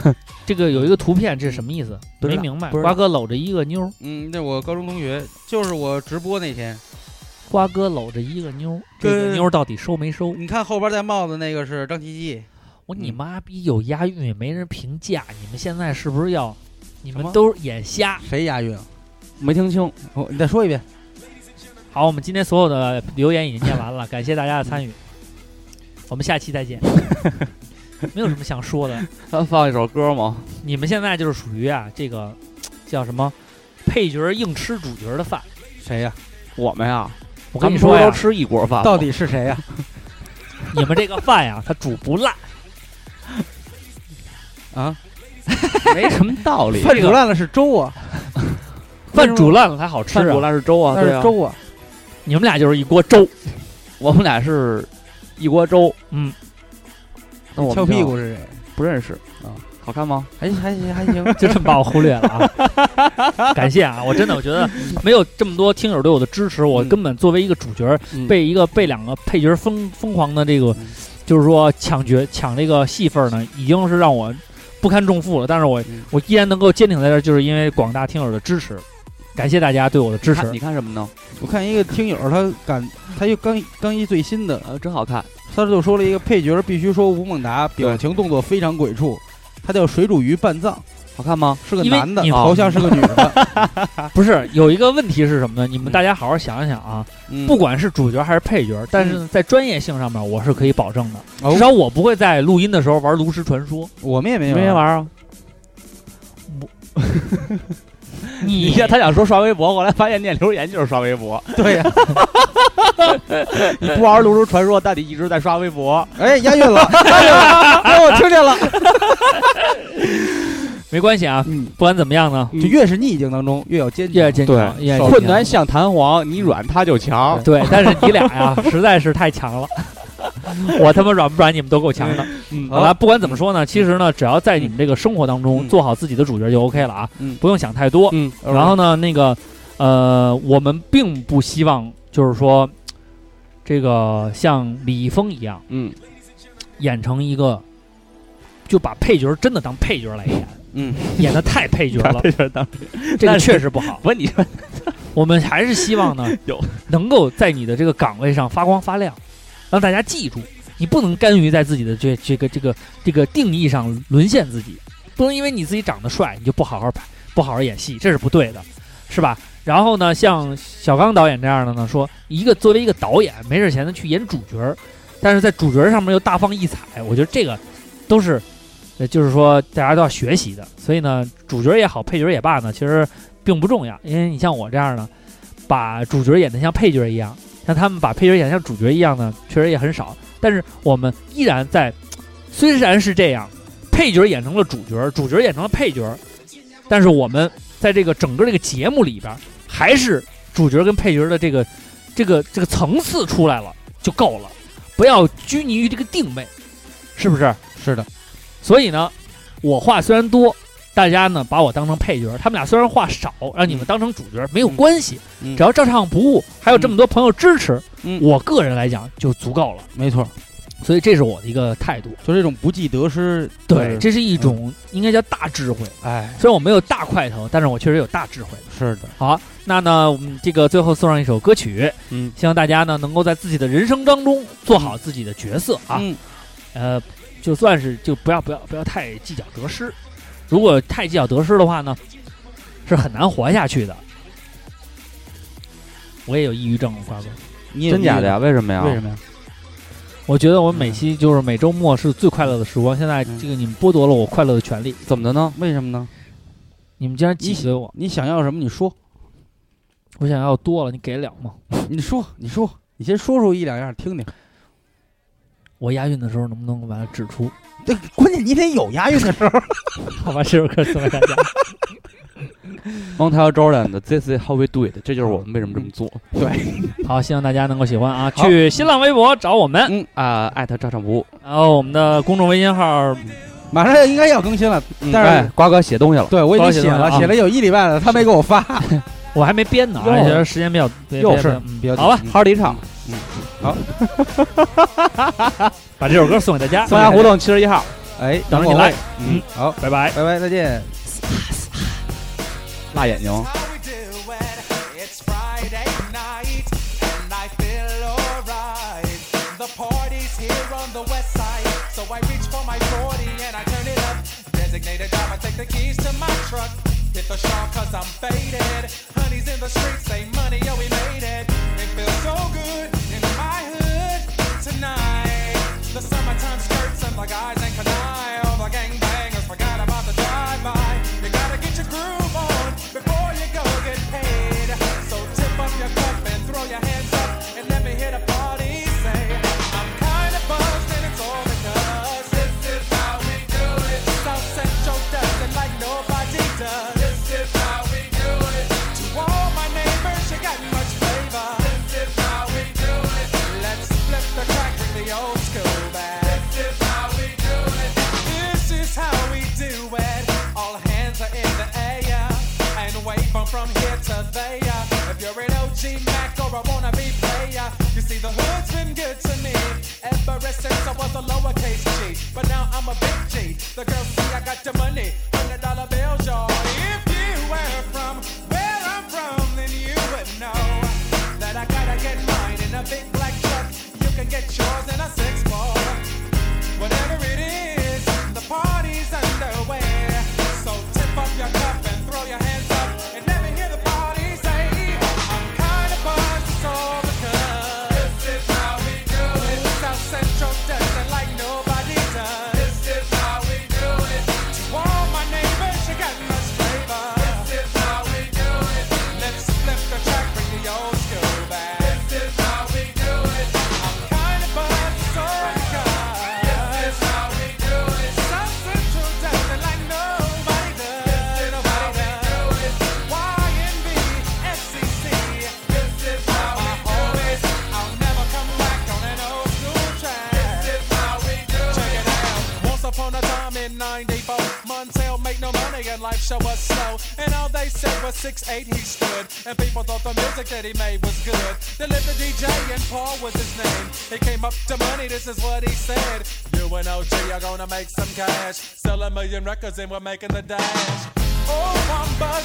Speaker 2: 这个有一个图片，这是什么意思？
Speaker 3: 不知
Speaker 2: 没
Speaker 3: 道
Speaker 2: 明白。
Speaker 3: 不知道
Speaker 2: 瓜哥搂着一个妞儿，
Speaker 5: 嗯，那我高中同学，就是我直播那天，
Speaker 2: 瓜哥搂着一个妞儿，这个
Speaker 5: 跟
Speaker 2: 妞儿到底收没收？
Speaker 5: 你看后边戴帽子那个是张琪琪，
Speaker 2: 我
Speaker 5: 嗯
Speaker 2: 你妈逼有押韵也没人评价，你们现在是不是要？你
Speaker 5: 什
Speaker 2: 们
Speaker 5: 么
Speaker 2: 都是眼瞎。
Speaker 5: 谁押韵？啊
Speaker 3: 没听清。
Speaker 5: 哦，你再说一遍。
Speaker 2: 好，我们今天所有的留言已经念 (laughs) 完了，感谢大家的参与，我们下期 (laughs) 再见。没有什么想说的，
Speaker 3: 他 (laughs) 放一首歌吗？
Speaker 2: 你们现在就是属于啊这个叫什么配角儿硬吃主角儿的饭。
Speaker 5: 谁呀、
Speaker 3: 我们呀，
Speaker 2: 我
Speaker 3: 咱
Speaker 2: 跟你
Speaker 3: 们不
Speaker 2: 说
Speaker 3: 是
Speaker 2: 呀
Speaker 3: 都，吃一锅饭吗，
Speaker 5: 啊到底是谁呀、
Speaker 2: (laughs) 你们这个饭呀，它煮不烂。
Speaker 3: 没什么道理。
Speaker 5: 饭煮烂了是粥啊，
Speaker 2: (laughs) 饭煮烂了才好吃
Speaker 3: 饭煮
Speaker 2: 啊！
Speaker 3: 烂是粥啊，
Speaker 5: 那
Speaker 3: 对
Speaker 5: 是
Speaker 3: 啊，
Speaker 5: 粥啊。
Speaker 2: 你们俩就是一锅粥，
Speaker 3: 我们俩是一锅粥。
Speaker 2: 嗯，
Speaker 3: 那我们
Speaker 5: 翘
Speaker 3: 就
Speaker 5: 屁股是谁？
Speaker 3: 不认识
Speaker 5: 啊？
Speaker 3: 好看吗？
Speaker 5: 还还行还
Speaker 3: (laughs)
Speaker 5: 行，
Speaker 2: 就这 (laughs) 么把我忽略了啊！感谢啊，我真的我觉得没有这么多听友对我的支持，我
Speaker 5: 嗯
Speaker 2: 根本作为一个主角儿
Speaker 3: 嗯
Speaker 2: 被一个被两个配角儿疯疯狂的这个，
Speaker 5: 嗯
Speaker 2: 就是说抢角抢这个戏份儿呢，已经是让我不堪重负了。但是我
Speaker 5: 嗯
Speaker 2: 我依然能够坚挺在这儿，就是因为广大听友的支持，感谢大家对我的支
Speaker 3: 你
Speaker 2: 持
Speaker 3: 看。你看什么呢？
Speaker 5: 我看一个听友他敢，他又刚刚一最新的，
Speaker 3: 呃，真好看。
Speaker 5: 他就说了一个配角必须说吴孟达，表
Speaker 3: 对
Speaker 5: 情动作非常鬼畜，他叫水煮鱼半藏，
Speaker 3: 好看吗？
Speaker 5: 是个
Speaker 2: 因为
Speaker 5: 男的，
Speaker 2: 你
Speaker 5: 头像是个女
Speaker 3: (laughs)
Speaker 5: 的，
Speaker 2: 不是有一个问题是什么呢？你们
Speaker 5: 嗯
Speaker 2: 大家好好想想啊，
Speaker 5: 嗯
Speaker 2: 不管是主角还是配角，但是在专业性上面我是可以保证的，
Speaker 5: 哦
Speaker 2: 至少我不会在录音的时候玩炉石传说。
Speaker 5: 我们也没有啊
Speaker 3: 没玩啊？
Speaker 2: (laughs) 你
Speaker 3: 看他想说刷微博，后来发现念留言就是刷微博。
Speaker 5: 对呀、
Speaker 3: (laughs) 你不玩《炉石传说》，但你一直在刷微博。
Speaker 5: 哎，押韵 (laughs) 了，押韵了，哎，我听 (laughs) 见了。
Speaker 2: 没关系啊，
Speaker 3: 嗯，
Speaker 2: 不管怎么样呢，
Speaker 5: 就越是逆境当中越要坚
Speaker 2: 越坚
Speaker 5: 强。
Speaker 3: 对
Speaker 2: 强，越坚强
Speaker 3: 哎困难像弹簧，你软它就强。
Speaker 2: 对，但是你俩呀，实在是太强 (laughs) 了。我他妈软不软，你们都够强的。
Speaker 3: 嗯
Speaker 2: 好了，不管怎么说呢，其实呢，只要在你们这个生活当中
Speaker 5: 嗯
Speaker 2: 做好自己的主角就 OK 了啊，
Speaker 5: 嗯
Speaker 2: 不用想太多。
Speaker 3: 嗯，
Speaker 2: 然后呢，那个呃，我们并不希望就是说这个像李易峰一样
Speaker 3: 嗯，
Speaker 2: 演成一个就把配角真的当配角来演，
Speaker 5: 嗯，
Speaker 2: 演的太配角了，
Speaker 3: 这就是当
Speaker 2: 这个
Speaker 3: 但是
Speaker 2: 确实不好。
Speaker 3: 不是你说
Speaker 2: 我们还是希望呢
Speaker 3: 有
Speaker 2: 能够在你的这个岗位上发光发亮，让大家记住，你不能甘于在自己的这这个这个这个定义上沦陷自己，不能因为你自己长得帅你就不好好拍不好好演戏，这是不对的，是吧？然后呢，像小刚导演这样的呢，说一个作为一个导演没事闲的去演主角儿，但是在主角儿上面又大放异彩，我觉得这个都是，呃，就是说大家都要学习的。所以呢，主角也好，配角也罢呢，其实并不重要，因为你像我这样呢，把主角演得像配角一样，像他们把配角演得像主角一样呢，确实也很少。但是我们依然在，虽然是这样，配角演成了主角，主角演成了配角，但是我们在这个整个这个节目里边，还是主角跟配角的这个这个这个层次出来了就够了，不要拘泥于这个定位，是不是？
Speaker 5: 是的，
Speaker 2: 所以呢，我话虽然多，大家呢把我当成配角儿，他们俩虽然话少，让你们当成主角儿没有关系，
Speaker 5: 嗯
Speaker 2: 只要照唱不误，还有这么多朋友支持，
Speaker 5: 嗯
Speaker 2: 我个人来讲就足够了。
Speaker 5: 没错，
Speaker 2: 所以这是我的一个态度。
Speaker 5: 就这种不计得失，
Speaker 2: 对，
Speaker 5: 就是
Speaker 2: 这是一种应该叫大智慧。
Speaker 5: 哎，
Speaker 2: 虽然我没有大块头，但是我确实有大智慧。
Speaker 5: 是的，
Speaker 2: 好，那呢，我们这个最后送上一首歌曲，
Speaker 5: 嗯，
Speaker 2: 希望大家呢能够在自己的人生当中做好自己的角色啊，
Speaker 5: 嗯
Speaker 2: 呃，就算是就不要不要不要太计较得失，如果太计较得失的话呢，是很难活下去的。我也有抑郁症，瓜哥，
Speaker 5: 你也
Speaker 4: 真假的呀？？为什么呀？
Speaker 5: 为什么哎呀？
Speaker 2: 我觉得我每期就是每周末是最快乐的时光，现在
Speaker 5: 嗯
Speaker 2: 这个你们剥夺了我快乐的权利，
Speaker 4: 怎么的呢？
Speaker 5: 为什么呢？
Speaker 2: 你们竟然挤兑我，
Speaker 5: 你想要什么？你说，
Speaker 2: 我想要多了，你给得了吗？
Speaker 5: 你说，你说，你先说出一两样听听。
Speaker 2: 我押韵的时候能不能把它指出？
Speaker 5: 对，关键你得有押韵啊的时候。
Speaker 2: 好吧，这首歌送给大家。
Speaker 4: 蒙台和 Jordan，This is how we do it，这就是我们为什么这么做。
Speaker 2: 好，希望大家能够喜欢啊！去新浪微博找我们，
Speaker 4: 嗯啊，艾特照唱不误。
Speaker 2: 然后我们的公众微信号，
Speaker 5: 马上应该要更新了，但是
Speaker 4: 哎瓜哥写东西了，
Speaker 5: 对我已经
Speaker 2: 高兴
Speaker 5: 写
Speaker 2: 了
Speaker 5: 了，嗯
Speaker 2: 啊
Speaker 5: 写了有一礼拜了，他没给我发。
Speaker 2: 我还没编呢，
Speaker 5: 哟
Speaker 2: 而且时间比较比较
Speaker 5: 又是
Speaker 2: 嗯
Speaker 5: 比较
Speaker 2: 好吧，
Speaker 4: 哈尔离场，
Speaker 2: 把这首歌送给大家，
Speaker 4: 松
Speaker 2: 大
Speaker 4: 崖胡同七十一号。
Speaker 5: 哎，
Speaker 2: 等着你来，
Speaker 5: 嗯，好，
Speaker 2: 拜拜。
Speaker 5: 拜拜，再见。
Speaker 4: 辣眼睛。
Speaker 9: how we do it. It's Friday night and I feel alright. The party's here on the west side, so I reach for my 40 and I turn it up. Designated driver, take the keys to my truck. Hit the shop cause I'm faded. Honey's in the streets, say money, yo, we made it. It feels so good in my hood tonight. The summertime skirts and the guys ain't canine. All the gangbangers forgot about the drive-by. You gotta get your groove on before you go get paid. So tip up your cup and throw your hands up and let me hit a party. Say, I'm kinda buzzed and it's all because this is how we do it. South Central does it like nobody does. This is how we do it. To all my neighbors, you got much flavor. This is how we do it. Let's flip the crack with the old school bag. This is how we do it. This is how we do it. All hands are in the air and wave from from here to there. If you're an OG Mac or a wannabe player, you see the hood's been good to me ever since I was a lowercase G. But now I'm a big G. The girls see I got the money, hundred dollar bills, y'all. If you were from where I'm from, then you would know that I gotta get mine in a big black truck. You can get yours in a six four. Whatever it is, the party's underway. So tip up your cup and throw your hands up and let me hear the party say, I'm kinda buzzed, it's all because this is how we do it. South Central does it like nobody does. This is how we do it. To all my neighbors, you got much flavor. This is how we do it. Let's flip the track, bring the old school back. This is how we do it. I'm kinda buzzed, it's all because. This is how we do it. South Central does it like nobody does. This is how we do it. YNB, SCC. This is how we do it. I'll never come back on an old school track. This is how we do it. Check it out. Once upon a time in 94, Montel make no money and life show us slow. And all they said was 6'8 he stood. And people thought the music that he made was good. They lived the DJ and Paul was his name. He came up to money, this is what he said. You and OG are gonna make some cash. Sell a million records and we're making the dash. Oh, I'm buzzed